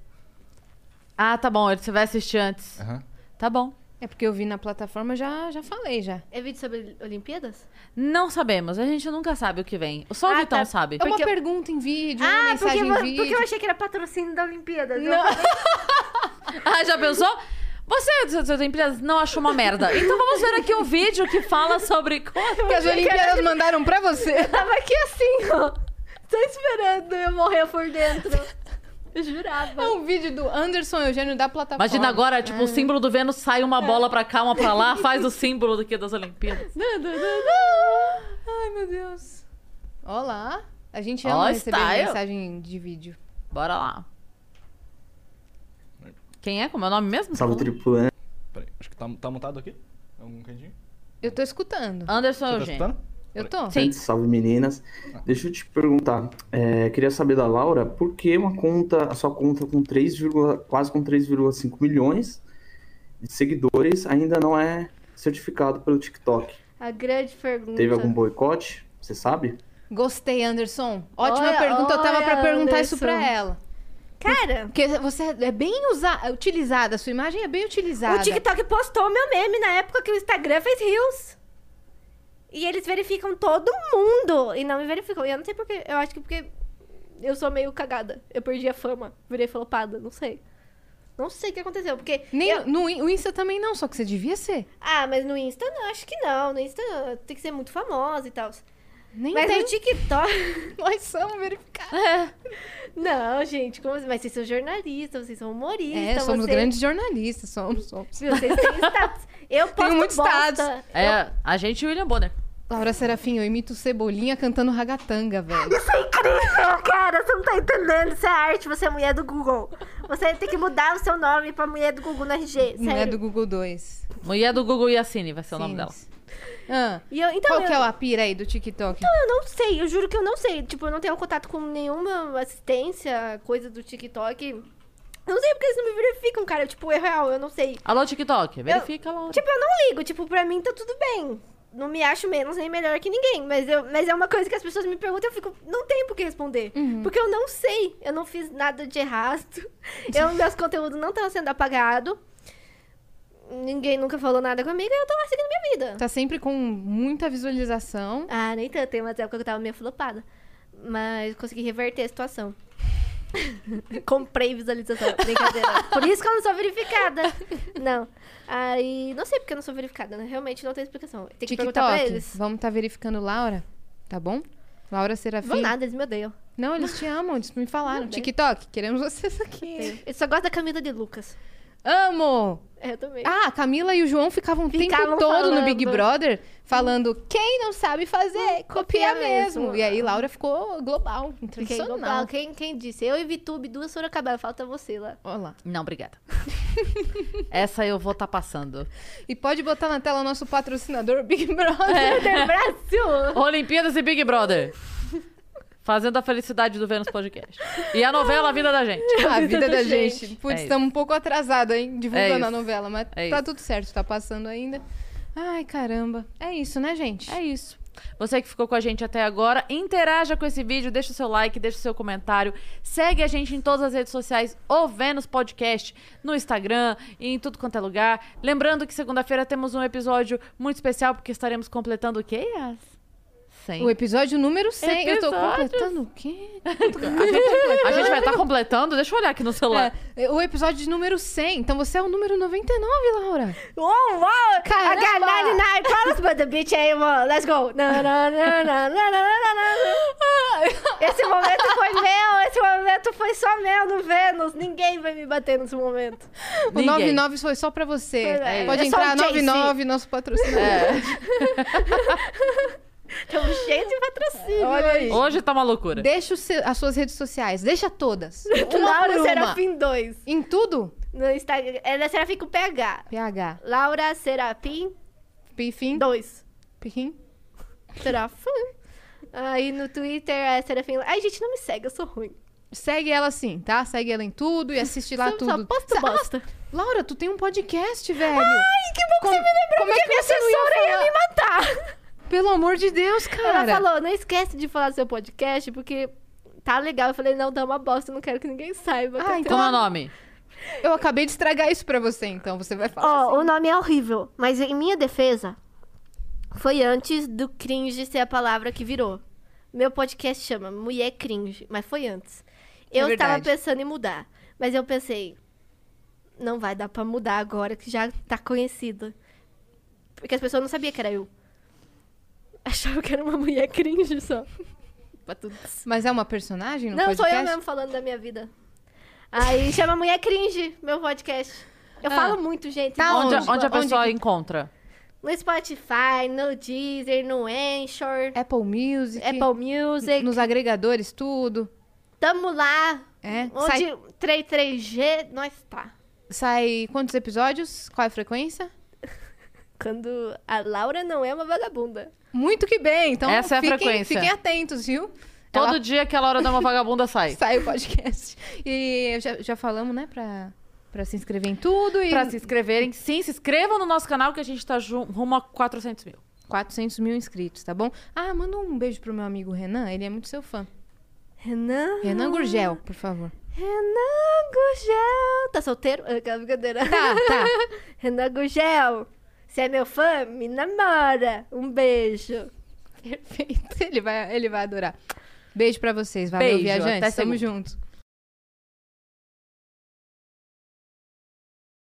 S2: Ah, tá bom, você vai assistir antes.
S5: Aham.
S2: Tá bom.
S3: É porque eu vi na plataforma, já, já falei já.
S4: É vídeo sobre Olimpíadas?
S2: Não sabemos, a gente nunca sabe o que vem. Só o
S4: Ah,
S2: Vitão
S4: tá.
S2: sabe.
S3: É uma
S4: Porque-
S3: pergunta em vídeo, uma
S4: Ah, porque,
S3: mensagem
S4: vo-
S3: em vídeo.
S4: porque eu achei que era patrocínio da Olimpíadas. Eu-
S2: Ah, já pensou? Você, seu- seu empresa, não achou uma merda. Então vamos ver aqui um vídeo que fala sobre.
S3: Porque as Olimpíadas mandaram pra você.
S4: Eu tava aqui assim, ó. Tô esperando eu morrer por dentro. Eu jurava.
S3: É um vídeo do Anderson Eugênio da plataforma.
S2: Imagina agora,
S4: é.
S2: tipo, o símbolo do Vênus sai uma bola pra cá, uma pra lá, faz o símbolo do que das Olimpíadas.
S3: Ai, meu Deus. Olá. A gente
S2: Ó,
S3: ama receber
S2: style.
S3: mensagem de vídeo.
S2: Bora lá. Quem é? Como é o nome mesmo?
S9: Salve tripulante.
S5: Peraí, acho que tá, tá montado aqui? Em Algum cantinho?
S3: Eu tô escutando.
S2: Anderson
S5: Você tá
S2: Eugênio.
S5: escutando?
S3: Eu tô.
S2: Sim.
S9: Salve meninas. Deixa eu te perguntar. é, queria saber da Laura por que uma conta, a sua conta com 3, quase com 3,5 milhões de seguidores ainda não é certificado pelo TikTok.
S4: A grande pergunta.
S9: Teve algum boicote? Você sabe?
S3: Gostei, Anderson. Ótima
S4: Olha,
S3: pergunta. Eu tava pra
S4: olha,
S3: perguntar isso pra
S4: Anderson.
S3: ela.
S4: Cara,
S3: Porque você é bem usa... utilizada, a sua imagem é bem utilizada.
S4: o TikTok postou meu meme na época que o Instagram fez reels. E eles verificam todo mundo. E não me verificam. E eu não sei porquê. Eu acho que porque eu sou meio cagada. Eu perdi a fama. Virei flopada. Não sei. Não sei o que aconteceu. Porque.
S3: Nem,
S4: eu-
S3: no, In- o Insta também não, só que você devia ser.
S4: Ah, mas no Insta não. Acho que não. No Insta não. Tem que ser muito famosa e tal.
S3: Nem
S4: Mas
S3: tem. É,
S4: no TikTok.
S3: Nós somos verificados.
S4: Não, gente, como assim? Mas vocês são jornalistas, vocês são humoristas.
S3: É, somos
S4: vocês...
S3: grandes jornalistas, somos, somos.
S4: Vocês têm status. Eu posto
S3: muito
S4: bosta.
S3: status.
S2: É, a gente e o William Bonner.
S3: Laura Serafim, eu imito Cebolinha cantando ragatanga, velho.
S4: Isso é incrível, cara. Você não tá entendendo. Isso é arte, você é mulher do Google. Você tem que mudar o seu nome pra mulher do Google na RG. Sério.
S3: Não é do Google 2.
S2: Mulher do Google Yassine vai ser Então, o nome dela.
S3: Sims. Ah,
S4: E eu, então,
S3: qual
S4: eu, Então
S3: que é a pira aí do TikTok?
S4: eu não sei, eu juro que eu não sei. Tipo, eu não tenho contato com nenhuma assistência, coisa do TikTok. Eu não sei porque eles não me verificam, cara. Tipo, é real, eu não sei.
S2: Alô, TikTok, verifica lá.
S4: Tipo, eu não ligo. Tipo, pra mim tá tudo bem. Não me acho menos nem melhor que ninguém. Mas, eu, mas é uma coisa que as pessoas me perguntam e eu fico... Não tem por que responder. Porque eu não sei. Eu não fiz nada de errado. Eu, meus conteúdos não estão sendo apagados. Ninguém nunca falou nada comigo e eu tô lá seguindo minha vida.
S3: Tá sempre com muita visualização.
S4: Ah, nem tanto. Tem uma época que eu tava meio flopada. Mas consegui reverter a situação. Comprei visualização. Brincadeira. Por isso que eu não sou verificada. Não. Aí, não sei porque eu não sou verificada, né? Realmente não tem explicação. Tem que perguntar pra
S3: TikTok,
S4: eles.
S3: vamos tá verificando Laura, tá bom? Laura Serafim.
S4: Vão nada, eles me odeiam.
S3: Não, eles te amam, eles me falaram.
S4: Meu Deus.
S3: TikTok, queremos vocês aqui.
S4: Eu só gosto da camisa de Lucas.
S3: Amo!
S4: É, Eu também.
S3: Ah, a Camila e o João ficavam o tempo
S4: Ficavam
S3: todo no Big
S4: falando. Hum,
S3: Brother falando quem não sabe fazer, copia
S4: copia
S3: mesmo.
S4: mesmo.
S3: E aí Laura ficou global,
S4: Fiquei
S3: internacional.
S4: global. Quem, quem disse? Eu e Vitube, duas Sorocaba. Falta você lá.
S3: Olá.
S2: Não, obrigada. Essa eu vou tá passando.
S3: E pode botar na tela o nosso patrocinador Big Brother.
S4: É. Brasil!
S2: Olimpíadas e Big Brother. Fazendo a felicidade do Vênus Podcast. E a novela A Vida da Gente.
S3: A vida da gente.
S2: É
S3: Putz,
S2: isso.
S3: estamos um pouco atrasado, hein?
S2: É
S3: Divulgando
S2: isso.
S3: a novela, mas
S2: É
S3: tá
S2: isso.
S3: tudo certo, tá passando ainda. Ai, caramba. É isso, né, gente?
S2: É isso. Você que ficou com a gente até agora, interaja com esse vídeo, deixa o seu like, deixa o seu comentário, segue a gente em todas as redes sociais, o Vênus Podcast, no Instagram e em tudo quanto é lugar. Lembrando que segunda-feira temos um episódio muito especial, porque estaremos completando o quê, Yas? 100.
S3: O episódio número 100. Eu tô
S2: Episódios.
S3: completando o quê?
S2: A gente vai estar completando? Deixa eu olhar aqui no celular.
S3: É, o episódio número 100. Então você é o número 99, Laura.
S4: Uou, uou! I
S3: Caramba!
S4: got 99 problems, but the bitch ain't one. Let's go! Na, na, na, na, na, na, na, na. Esse momento foi meu, esse momento foi só meu no Vênus. Ninguém vai me bater nesse momento.
S3: O 99 foi só pra você.
S4: É,
S3: Pode
S4: é só
S3: entrar
S4: o JC.
S3: 99, nosso patrocinador.
S2: É.
S4: Estamos cheios de patrocínio.
S3: Olha aí.
S2: Hoje tá uma loucura.
S3: Deixa os seu- as suas redes sociais, deixa todas. Uma por
S4: Laura
S3: uma.
S4: Serafim 2.
S3: Em tudo?
S4: No Instagram. Ela é Serafim com PH.
S3: PH.
S4: Laura Serafim
S3: Pifim.
S4: 2.
S3: Pifim.
S4: Serafim. Aí no Twitter é Serafim. Ai, gente, não me segue, eu sou ruim.
S3: Segue ela sim, tá? Segue ela em tudo e assiste lá
S4: Só-
S3: tudo.
S4: Só posto
S3: Sa-
S4: bosta.
S3: Nossa, Laura, tu tem um podcast, velho.
S4: Ai, que bom que você me lembrou,
S3: como é
S4: porque
S3: que
S4: minha
S3: você não ia
S4: assessora ia,
S3: falar?
S4: me matar.
S3: Pelo amor de Deus, cara.
S4: Ela falou, não esquece de falar do seu podcast, porque tá legal. Eu falei, não, dá uma bosta, eu não quero que ninguém saiba.
S3: Ah,
S4: que eu
S3: então
S2: Como é
S4: tenho-
S2: o nome?
S3: Eu acabei de estragar isso pra você, então você vai falar.
S4: Ó, o nome é horrível, mas em minha defesa, foi antes do cringe ser a palavra que virou. Meu podcast chama Mulher Cringe, mas foi antes.
S3: É
S4: Eu estava
S3: verdade.
S4: pensando em mudar, mas eu pensei, não vai dar pra mudar agora que já tá conhecida. Porque as pessoas não sabiam que era eu. Achava que era uma mulher cringe só. pra tudo.
S3: Mas é uma personagem no
S4: Não, sou
S3: podcast?
S4: eu mesmo falando da minha vida. Aí chama Mulher Cringe, meu podcast. Eu
S3: Ah.
S4: falo muito, gente.
S3: Tá
S4: desculpa.
S2: Onde,
S3: onde-
S2: onde a
S3: onde
S2: pessoa
S3: que-
S2: encontra?
S4: No Spotify, no Deezer, no Anchor,
S3: Apple Music.
S4: Apple Music.
S3: É, Nos agregadores, tudo.
S4: Tamo lá.
S3: É.
S4: Onde
S3: Sai,
S4: 33G nós tá.
S3: sai quantos episódios? Qual é a frequência?
S4: Quando a Laura não é uma vagabunda.
S3: Muito que bem, então
S2: Essa é a
S3: fiquem,
S2: frequência.
S3: fiquem atentos, viu?
S2: Todo
S3: Ela
S2: dia aquela hora da uma vagabunda sai.
S3: sai o podcast. E já, já falamos, né, pra, pra se inscrever em tudo e
S2: Pra se inscreverem, sim, se inscrevam no nosso canal que a gente tá ju- rumo a 400 mil.
S3: 400 mil inscritos, tá bom? Ah, manda um beijo pro meu amigo Renan, ele é muito seu fã.
S4: Renan.
S2: Ah.
S3: Renan Gurgel, por favor.
S4: Renan Gugel. Tá solteiro? Ah, aquela brincadeira.
S3: Tá, tá.
S4: Renan Gugel. Se é meu fã, me namora. Um beijo.
S3: Perfeito. Ele vai, ele vai adorar. Beijo pra vocês, valeu,
S2: Beijo,
S3: viajantes.
S2: até segunda.
S3: Tamo junto.